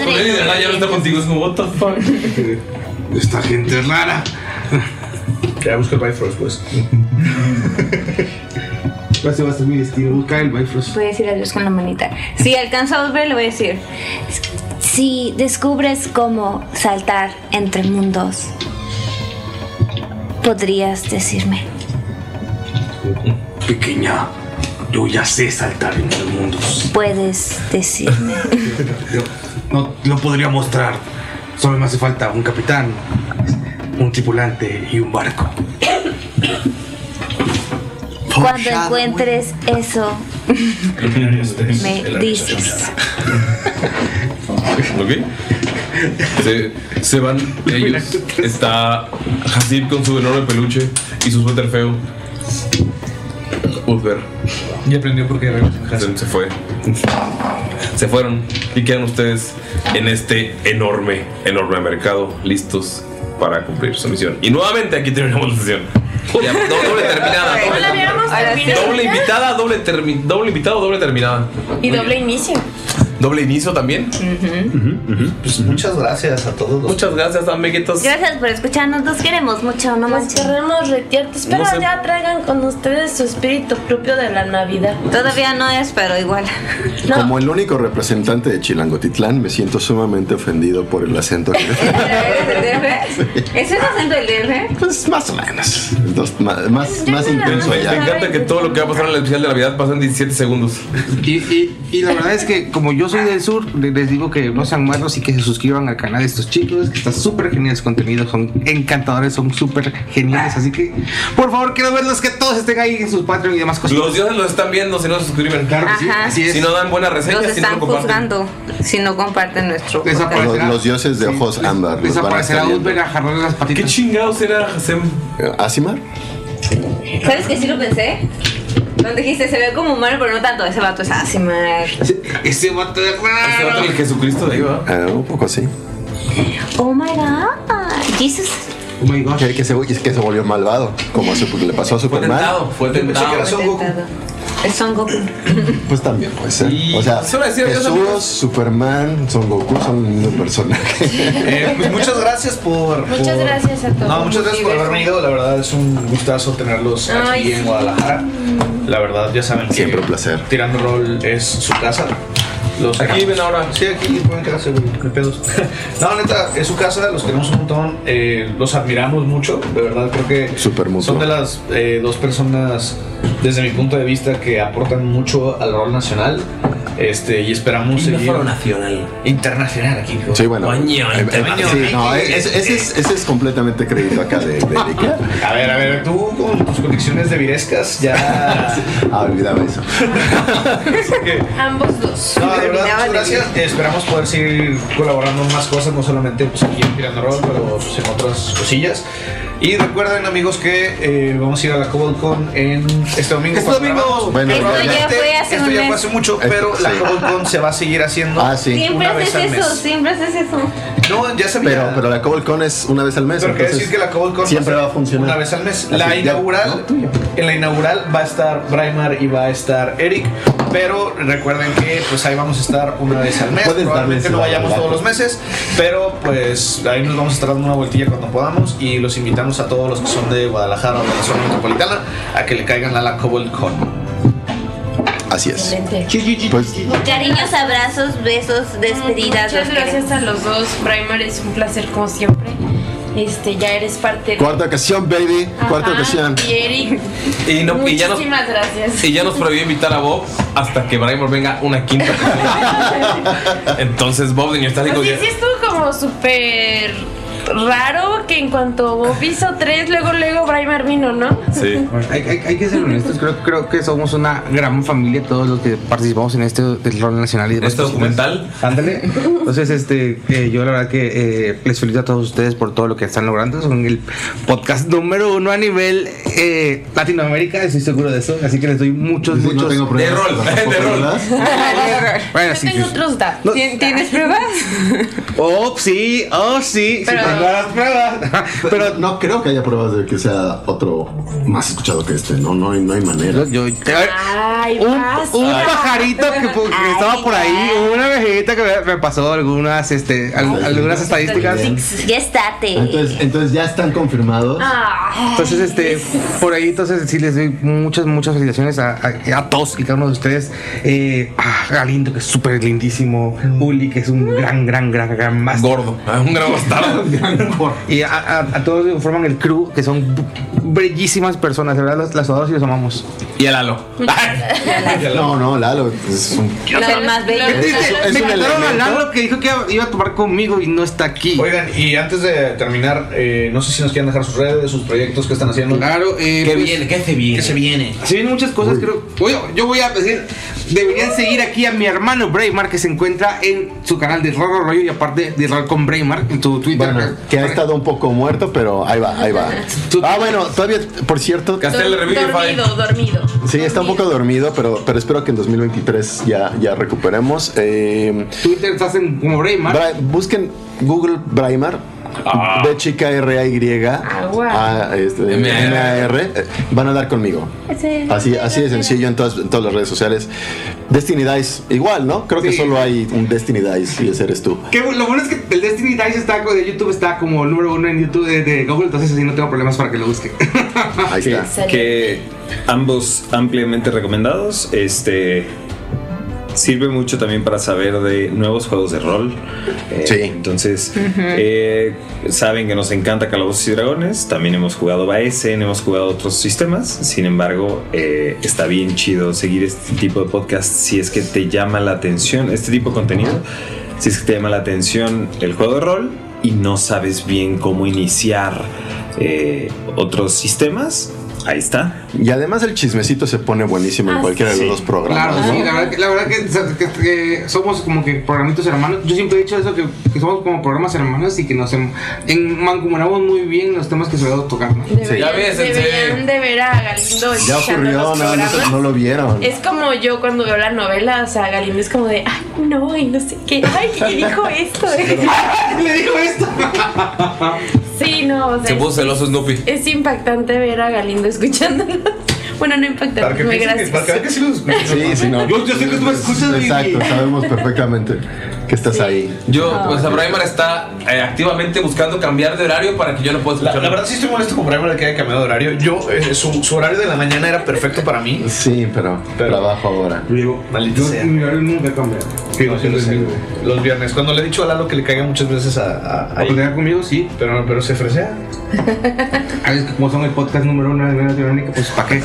S3: con él y de la nada ya no está contigo. Es como, what the fuck.
S7: Esta gente es rara.
S11: Ya busca el Bifrost, pues.
S12: Ese Pues, va a ser mi destino. Buscar el Bifrost.
S8: Voy a decir adiós con la manita. Si alcanza a ver, le voy a decir.
S16: Si descubres cómo saltar entre mundos, podrías decirme.
S7: Pequeña, yo ya sé saltar entre mundos.
S16: Puedes decirme.
S7: Yo no lo podría mostrar. Solo me hace falta un capitán, un tripulante y un barco.
S16: Cuando encuentres eso, me dices.
S3: Ok. Se, se van ellos. Está Hasib con su enorme peluche y su suéter feo. Utber.
S11: Y aprendió por qué
S3: Se, se fue. Se fueron y quedan ustedes en este enorme, enorme mercado listos para cumplir su misión. Y nuevamente aquí terminamos la sesión. Ya, do- doble terminada.
S13: No
S3: Doble,
S13: la habíamos
S3: terminada.
S13: terminado
S3: Doble
S13: ya.
S3: invitada, doble, termi- doble invitado, doble terminada.
S13: Y doble inicio.
S3: Doble inicio también.
S11: Pues muchas gracias a todos.
S3: Muchas gracias, amiguitos.
S16: Gracias por escucharnos, nos queremos mucho, no manches. queremos retiertos,
S8: pero No sé. ya
S16: traigan con ustedes su espíritu propio de la Navidad.
S8: Todavía no es, pero igual.
S10: Como el único representante de Chilangotitlán, me siento sumamente ofendido por el acento que
S8: ¿Es el acento del DF?
S10: Pues más o menos. Dos- más, más, más intenso
S3: Me
S10: allá.
S3: encanta que todo lo que va a pasar en el especial de Navidad pasa en 17 segundos.
S12: Y, y- y la verdad es que como yo soy del sur, le- les digo que no sean malos y que se suscriban al canal de estos chicos, que está súper genial su contenido, son encantadores, son súper geniales, así que por favor quiero verlos que todos estén ahí en sus Patreon y demás cosas.
S3: Los dioses los están viendo si no se suscriben. Claro
S8: que sí, Ajá. así es.
S3: Si no dan buenas reseñas,
S8: Los
S3: si no
S8: están
S3: lo comparten.
S8: juzgando si no comparten nuestro. podcast.
S10: Los, los dioses de ojos ámbar. los Pues van a
S12: Desaparecerá
S10: estar
S12: Udber a jarrarle las patitas.
S3: ¿Qué chingados era Hasem?
S10: viendo. ¿Asimar?
S8: ¿Sabes que sí lo pensé? Cuando dijiste, se ve como humano, pero no tanto. Ese vato es así, mal.
S12: Ese vato de
S3: Ese vato el Jesucristo de ahí, ¿verdad?
S10: Ah, un poco así.
S16: Oh my god, Jesus.
S11: Oh
S10: Que, que se, que se volvió malvado, como a su- le pasó a Superman.
S3: fue
S8: Es Son Goku.
S10: Pues también puede ser. O sea,
S11: Pues
S8: Eso iba a decir, yo también.
S10: Jesús, Superman, Son Goku son el mismo personaje.
S11: Eh, pues muchas gracias por.
S6: Muchas
S11: por-
S6: gracias a todos.
S11: No, muchas gracias por haber venido. La verdad es un gustazo tenerlos aquí
S6: Ay,
S11: en
S6: sí.
S11: Guadalajara. La verdad, ya saben Siempre un
S10: placer.
S11: Tirando Roll es su casa. Los
S3: Aquí viven ahora.
S11: Sí, aquí pueden quedarse, güey, no hay pedos. No, neta, es su casa, los queremos un montón. eh, los admiramos mucho, de verdad, creo que son de las eh, dos personas, desde mi punto de vista, que aportan mucho al rol nacional. Este, y esperamos
S3: Y no
S11: seguir.
S3: solo nacional.
S11: Internacional aquí. güey.
S10: Sí, bueno.
S11: Coño, este
S10: eh, eh,
S11: internacional.
S10: sí, no, eh, ese, ese es, ese es completamente crédito acá de, de Ikea.
S11: A ver, a ver, tú con tus conexiones de Virescas ya.
S10: ah, olvidaba eso.
S6: Ambos dos.
S11: No, Ah, de verdad, muchas gracias. Esperamos poder seguir colaborando en más cosas, no solamente pues, aquí en Tirando Roll, pero pues, en otras cosillas. Y recuerden, amigos, que eh, vamos a ir a la CobaltCon en este domingo.
S39: Este
S11: cuando
S39: domingo.
S11: grabamos.
S39: Bueno, Esto ya
S11: Probablemente-
S15: fue hace
S11: esto
S15: un
S11: ya fue
S15: mes.
S11: hace mucho,
S39: Esto-
S11: pero la
S39: sí.
S11: CobaltCon se va a seguir haciendo
S39: Ah, sí.
S15: Siempre
S11: una vez
S15: haces
S11: al mes.
S15: eso, siempre haces eso.
S11: No, ya sabía.
S10: Pero, pero la CobalCon es una vez al mes.
S11: Pero quiere
S10: entonces
S11: decir que la CobaltCon
S10: siempre
S11: va a
S10: va
S11: ser
S10: a funcionar.
S11: Una vez al mes.
S10: Así,
S11: La
S10: ya,
S11: inaugural, en la inaugural va a estar Braimar y va a estar Eric, pero recuerden que pues ahí vamos a estar una vez al mes.
S10: Puedes
S11: Probablemente
S10: darles
S11: no
S10: la-
S11: vayamos
S10: la-
S11: todos los meses, pero pues ahí nos vamos a estar dando una vueltilla cuando podamos y los invitamos a todos los que son de Guadalajara o de la zona metropolitana a que le caigan a la CobaltCon.
S10: Así es.
S12: Pues,
S8: Cariños, abrazos, besos, despedidas.
S13: Mm, Muchas gracias a los dos. Braimar es un placer como siempre.
S6: Este, ya eres parte de.
S10: Cuarta ocasión, baby. Cuarta
S6: Ajá,
S10: ocasión.
S6: Y Eric.
S3: Y, no, y ya nos,
S6: Muchísimas gracias.
S3: y ya nos prohibió invitar a Bob hasta que Braymore venga una quinta. Entonces Bob de Neostático
S13: Sí,
S3: ya.
S13: sí estuvo como súper raro que en cuanto Bob hizo tres, luego luego Braimar vino, ¿no?
S3: Sí.
S12: Hay, hay- hay que ser honestos, creo, creo que somos una gran familia todos los que participamos en este del rol nacional y demás
S3: Este
S12: cositas.
S3: documental.
S12: Ándale. Entonces, este, eh, yo la verdad que eh, les felicito a todos ustedes por todo lo que están logrando. Son el podcast número uno a nivel eh, Latinoamérica, estoy seguro de eso. Así que les doy muchos, muchos.
S39: tengo pruebas. De rol,
S12: Tampoco
S39: de rol.
S12: pruebas. Bueno, sí. sí.
S13: otros datos.
S15: ¿Tien- ¿Tienes pruebas?
S12: Oh, sí, oh, sí.
S15: Pero-
S12: sí, tengo las pruebas.
S10: Pero no creo que haya pruebas de que sea otro más escuchado que este. No, no, hay- no hay manera.
S6: Ay, basta.
S12: un pajarito que, pu- que estaba por ahí, una vejita que me- me pasó algunas, este, al- algunas estadísticas.
S8: Ya estate.
S12: Entonces,
S10: entonces ya están confirmados.
S6: Ah.
S12: Entonces, este, por ahí, entonces sí les doy muchas, muchas felicitaciones a, a- a todos y cada uno de ustedes. Eh, a Galindo, que es súper lindísimo. Uli, que es un gran, gran, gran, gran más. Gordo,
S3: Mm. Ah, un gran bastardo.
S12: y a, a- a todos que forman el crew, que son b- bellísimas personas, de verdad, las, las adoro y los amamos.
S3: Y a Lalo.
S10: No, no, Lalo es un.
S8: más
S12: Me
S8: bello.
S12: quitaron a Lalo que dijo que iba a tomar conmigo y no está aquí.
S11: Oigan, y antes de terminar, eh, no sé si nos quieren dejar sus redes, sus proyectos que están haciendo.
S12: Claro, eh,
S11: ¿Qué
S12: pues-
S11: viene? ¿Qué se viene? ¿Qué se viene?
S12: Se vienen muchas cosas, creo. Oye, yo voy a decir, deberían seguir aquí a mi hermano Braymar, que se encuentra en su canal de Raro Rollo y aparte de Raro con Braymar, en tu Twitter.
S10: Que ha estado un poco muerto, pero ahí va, ahí va. Ah, bueno, todavía, por cierto.
S6: dormido, dormido.
S10: Sí, está un poco dormido, pero, pero espero que en 2023 ya, ya recuperemos. Eh,
S12: Twitter estás en como Braimar.
S10: busquen Google Braimar. B chica R A Y A este, Ah. M A R eh, van a dar conmigo. Así, así de sencillo en todas, en todas las redes sociales. Destiny Dice, igual, ¿no? Creo que solo hay un Destiny Dice y ese eres tú.
S12: Que lo bueno es que el Destiny Dice está co- de YouTube está como número uno en YouTube de, de Google, entonces así no tengo problemas para que lo busquen.
S10: Ahí
S9: que, que ambos ampliamente recomendados. Este sirve mucho también para saber de nuevos juegos de rol. Eh, Entonces,
S45: Ujú.
S9: eh, saben que nos encanta Calabozos y Dragones. También hemos jugado Baesen, hemos jugado otros sistemas. Sin embargo, eh, está bien chido seguir este tipo de podcast si es que te llama la atención, este tipo de contenido. Si es que te llama la atención el juego de rol y no sabes bien cómo iniciar eh, otros sistemas, ahí está.
S10: Y además el chismecito se pone buenísimo en
S12: Ah,
S10: cualquiera de
S9: sí.
S10: los dos programas.
S12: Claro,
S10: ¿no?
S12: sí, la verdad, que, la verdad que, o sea, que- que somos como que programitos hermanos. Yo siempre he dicho eso, que, que somos como programas hermanos y que nos em- en- mancomunamos muy bien los temas que se van a tocar. ¿no?
S13: Deberían, deberían de ver a Galindo
S12: Ya
S13: echando
S12: ocurrió,
S13: los
S12: no, no
S13: programas.
S12: se-
S10: No lo vieron.
S13: Es como yo cuando veo la novela, o sea, Galindo es como de, ay, no, y no sé qué, ay, y dijo esto.
S12: Le dijo esto.
S13: Sí, no, o sea,
S3: Se puso
S13: es,
S3: celoso Snoopy.
S13: es impactante ver a Galindo escuchándonos. Bueno, no impactante, muy gracioso.
S10: Sí, sí, no. Yo, sé que tú me escuchas. Exacto, sabemos perfectamente que estás ahí.
S3: Yo, pues a Braimar está eh, activamente buscando cambiar de horario para que yo no pueda
S11: La,
S3: escuchar.
S11: la verdad sí estoy molesto con Braimar de que haya cambiado de horario. Yo, eh, su, su horario de la mañana era perfecto para mí.
S10: Sí, pero, trabajo ahora.
S11: Digo, maldito sea.
S12: Mi horario nunca cambia.
S11: Digo, yo lo sé, güey. los viernes. Cuando le he dicho a Lalo que le caiga muchas veces a... a,
S12: conmigo, sí.
S11: Pero, pero se fresea.
S12: Ah, es que como son el podcast número uno de Latinoamérica, pues ¿para qué?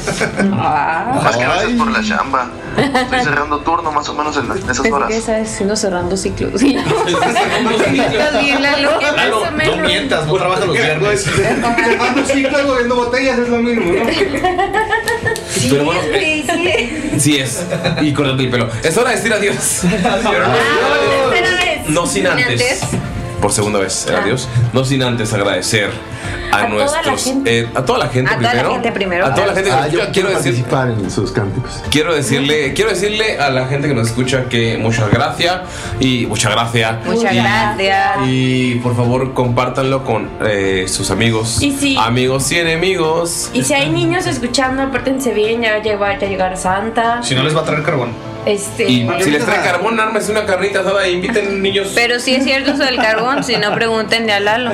S11: Ah.
S14: Más que gracias por la chamba. Estoy cerrando turno más o menos en, las- en esas
S40: Pensé que
S14: horas.
S40: estabas diciendo cerrando ciclos. Estás bien, Lalo.
S11: Lalo,
S40: Más o
S11: no
S40: menos.
S11: mientas, no trabajas los viernes.
S12: Cerrando ciclos, volviendo botellas, es lo mismo, ¿no?
S3: Pero bueno, eh, sí es. Y Ah, cortando el pelo. Es hora de decir adiós. Pero no, no sin antes. por segunda vez el
S15: Ah.
S3: adiós. No sin antes agradecer a,
S15: A toda la
S3: nuestros.
S15: gente.
S3: eh, a toda la gente
S15: A toda la
S3: primero.
S15: gente primero.
S3: A toda la gente que
S15: Ah,
S3: nos
S15: yo
S3: escucha. Quiero decir.
S10: Participar en sus cánticos.
S3: Quiero decirle, quiero decirle a la gente que nos escucha que muchas gracias y muchas gracias.
S15: Muchas
S3: y-
S15: gracias.
S3: Y por favor compártanlo con eh, sus amigos,
S13: Y si-
S3: amigos y enemigos.
S13: Y si hay niños escuchando, apártense bien, ya llegó a llegar Santa.
S11: Si no les va a traer carbón.
S13: Este.
S3: Y si les trae carbón, ármense una carnita asada e inviten niños.
S15: Pero sí es cierto eso del carbón, si no pregúntenle a Lalo.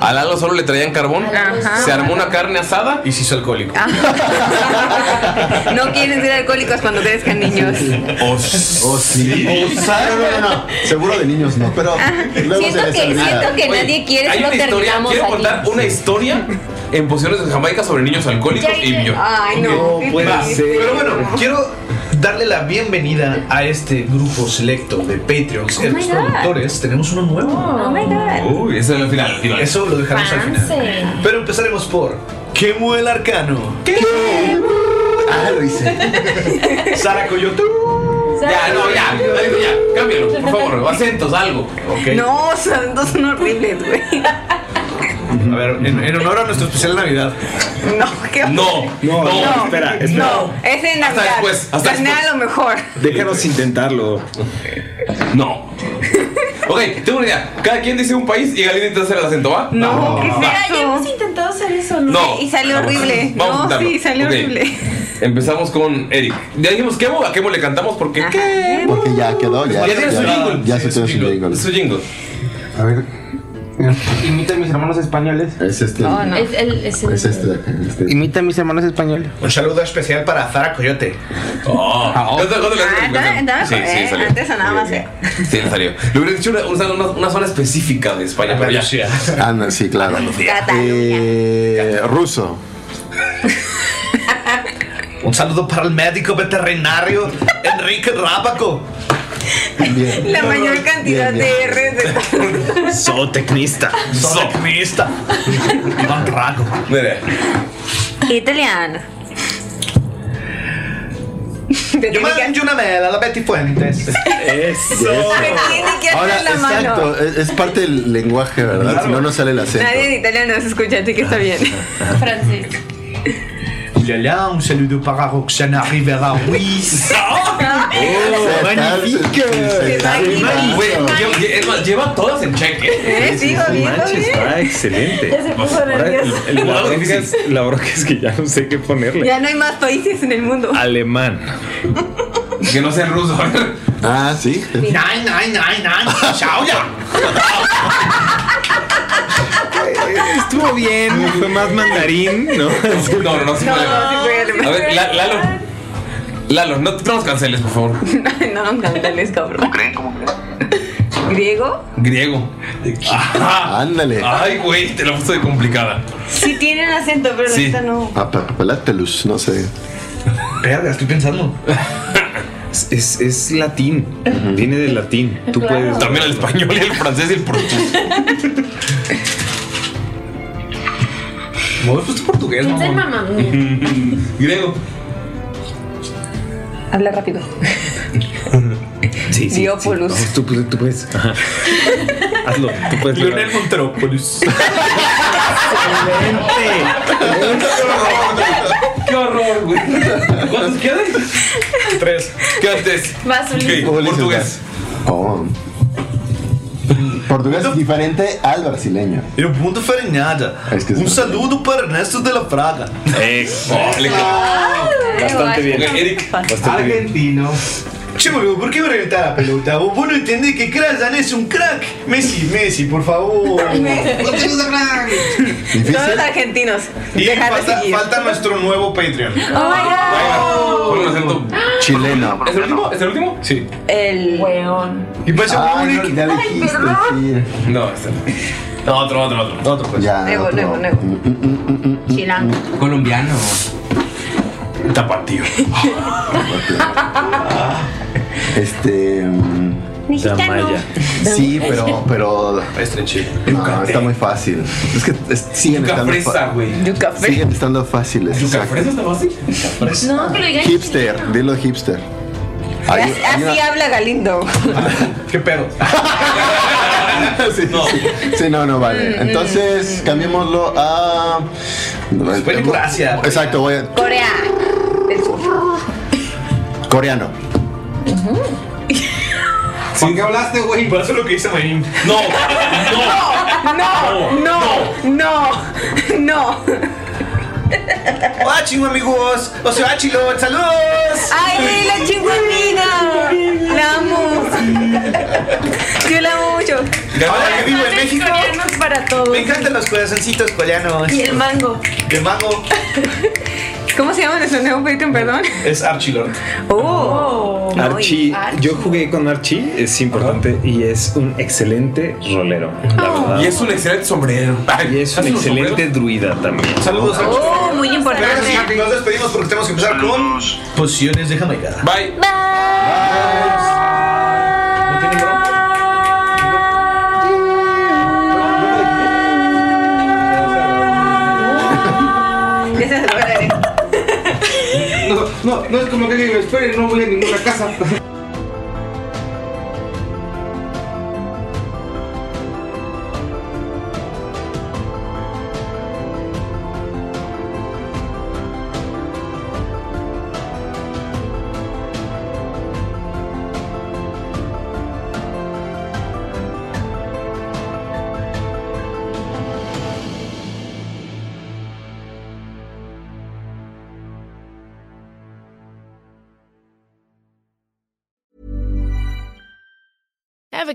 S3: A Lalo solo le traían carbón.
S15: Ajá.
S3: Se armó una carne asada. Y se hizo alcohólico.
S15: No quieren ser alcohólicos cuando crezcan niños.
S3: O sí.
S10: No, no, no. Seguro de niños no, pero luego
S15: Siento
S10: se les
S15: que-
S10: olvida.
S15: siento que
S3: Oye,
S15: nadie quiere,
S3: Hay
S15: solo
S3: una historia,
S15: terminamos
S3: quiero
S15: aquí.
S3: contar una historia en posiciones de Jamaica sobre niños alcohólicos
S15: Ya, ya.
S3: y yo.
S15: Ay,
S11: No
S3: Ok.
S11: puede
S3: Va.
S11: ser. Pero bueno, quiero darle la bienvenida a este grupo selecto de Patreons.
S13: Oh
S11: en
S13: my
S11: los
S13: God.
S11: productores tenemos uno nuevo.
S13: Oh my god.
S3: Uy, eso es al final.
S11: Eso lo dejaremos al final.
S13: Avance.
S11: Pero empezaremos por Kemu el Arcano.
S10: Ah, lo hice.
S11: Sara Coyote.
S3: Ya, no, ya, algo ya, cámbialo, por favor, acentos, algo. Ok.
S15: No, son dos son horribles, güey.
S11: A ver, en, en honor a nuestro especial Navidad.
S15: No, qué
S3: No, no,
S15: No.
S11: espera,
S15: No, es en Navidad.
S3: después, hasta
S15: Planealo mejor.
S9: Déjanos intentarlo.
S3: No. Ok, tengo una idea. Cada quien dice un país y Galina intenta hacer el acento, ¿va?
S15: No, ¿qué
S3: Va.
S15: Ya hemos intentado hacer eso,
S3: No.
S15: Y salió horrible.
S3: Vamos
S15: no,
S3: a intentarlo.
S15: sí, salió
S3: Ok.
S15: horrible.
S3: Empezamos con Eric. Ya dijimos Kemo, a Kemo le cantamos porque
S10: Porque ya quedó, ya.
S3: Ya tiene su jingle.
S10: Ya se tiene su jingle.
S3: Su jingle.
S10: A ver.
S12: Imita a mis hermanos españoles.
S10: Es este.
S11: Oh,
S13: Es el. Es el-
S10: Es este de acá. Este.
S12: Imita a mis hermanos españoles.
S11: Un saludo especial para Zara Coyote.
S3: Oh.
S15: Ah, da- da-
S3: Sí, sí,
S15: eh,
S3: salió.
S15: antes sonaba más. eh.
S3: Sí, le salió. Le hubiera dicho una, una- una- una zona específica de España, pero ya.
S10: Ah, no, sí, claro. Eh, ruso.
S11: Un saludo para el médico veterinario Enrique Rábaco.
S10: Bien.
S15: La mayor cantidad
S10: Bien,
S15: de R de
S9: Zootecnista.
S11: Zootecnista. Iván Rago.
S3: Mira.
S15: italiano.
S11: Yo me arranjo una mela, la Betty Fuentes.
S10: Eso.
S15: Tiene que hacer
S10: Ahora,
S15: la mano.
S10: exacto, es, es parte del lenguaje, ¿verdad? Si no, no sale el acento.
S15: Nadie en italiano nos escucha, así que está bien. Francés.
S11: Ulala, un saludo para Roxana Rivera Ruiz.
S10: Oh, ¡Magnífico!
S3: Güey, lle- lle- es más, lleva todas en cheque.
S15: Eh, sigo
S9: No
S15: viendo
S9: manches,
S15: bien.
S9: va excelente.
S15: Ya se puso
S9: Ahora,
S15: nervioso.
S9: el- el- la, bronca es, la bronca es que ya no sé qué ponerle.
S15: Ya no hay más países en el mundo.
S9: Alemán.
S3: Que no sea ruso.
S10: Ah, sí.
S11: Nein, nein, nein, nein. Schau ya.
S9: Estuvo bien, fue más mandarín, ¿no?
S3: No, no, no, sí
S15: No,
S3: puede.
S15: no se puede
S3: A ver, La- Lalo. Lalo, no, no nos canceles, por favor.
S15: No, no, cantantes, cabrón. ¿Cómo creen? ¿Cómo creen? ¿Griego?
S3: Griego. Ajá.
S10: Ándale.
S3: Ay, güey, te la puse de complicada.
S15: Sí tienen acento, pero
S3: Sí.
S15: esta no.
S10: Ah, Papalatelus, no sé.
S11: Verga, estoy pensando.
S9: Es, es- es latín, viene del latín. Tú
S15: Claro.
S9: puedes.
S3: También el español y el francés y el portugués. No, pues portugués,
S13: Piensa en
S3: mamón.
S13: mamá.
S3: Griego.
S15: Habla rápido.
S9: Sí, sí,
S15: Diópolis.
S9: sí. Vamos, tú, puedes- tú puedes. Ajá. Hazlo, tú puedes. Leonel
S3: Monterópolis.
S11: ¡Qué horror, güey! ¿Cuántos quedan?
S3: Tres. ¿Qué antes?
S13: Vas, Ulises.
S3: Ok, portugués.
S10: Oh. Portugués es diferente al brasileño.
S11: Eu mundo farinhada. Um saludo para Ernesto de la Fraga.
S9: Bastante bien.
S3: Eric,
S9: bastante bien.
S11: Argentino. Che, boludo, ¿por qué me reventar la pelota? Vos vos no entendés que Krasan es un crack. Messi, Messi, por favor.
S15: Todos argentinos.
S11: Y falta, falta nuestro nuevo Patreon.
S15: Oh my
S3: Con un acento
S10: chileno.
S3: ¿Es el último? ¿Es el último? Sí.
S15: El weón.
S11: Y pasa
S10: Ay, no, ya dijiste, sí.
S3: pues, No, este no. No, otro, otro, otro. Otro, pues.
S10: Ya,
S15: Luego,
S10: otro. Mm,
S15: luego, luego. Chilango.
S3: Colombiano. Tapatío.
S10: Este. mm,
S15: Mexicano.
S10: Sí, pero. pero No, está muy fácil. Es que es- siguen
S3: Yuca
S10: estando.
S3: fresa,
S10: fa-
S3: güey.
S15: Yuca
S3: fresa.
S10: Siguen estando fáciles.
S3: ¿Yuca
S10: exacto.
S3: fresa está fácil?
S15: No, que lo digan
S10: Hipster, dilo hipster. Hay-
S15: Así
S10: hay una-
S15: habla Galindo.
S11: ¿Qué pedo?
S10: sí, no. sí, no, no
S15: Mm,
S10: vale. Entonces, cambiémoslo a.
S11: por Asia.
S10: Exacto, voy a.
S8: Corea.
S10: Coreano.
S11: ¿Con qué hablaste, güey? Por eso lo que dice Marín. No,
S2: No, no, no, no.
S11: Hola, Ah, chingo, amigos. O sea, ah, chilo, saludos.
S2: Ay, la chingüemina. La amo.
S15: Yo la amo mucho.
S11: De verdad que vivo en
S15: Panes
S11: México.
S15: coreanos para todos.
S11: Me encantan los corazoncitos coreanos.
S15: Y el mango.
S11: De mango
S15: ¿Cómo se llama nuestro nuevo Patreon, perdón?
S11: es Archilord.
S15: Oh.
S9: Archie, yo jugué con Archie, es importante y es un excelente rolero, la
S15: Oh.
S9: verdad.
S45: Y es un excelente sombrero.
S9: Y es
S45: ¿haces
S9: un
S45: un
S9: excelente druida también.
S11: Saludos, Archilord.
S15: Oh, muy importante.
S11: Pero sí, nos despedimos porque tenemos que empezar con posiciones de Jamaica.
S45: Bye.
S12: No, no, no es como que alguien me espere, no voy a ninguna casa.
S1: Ever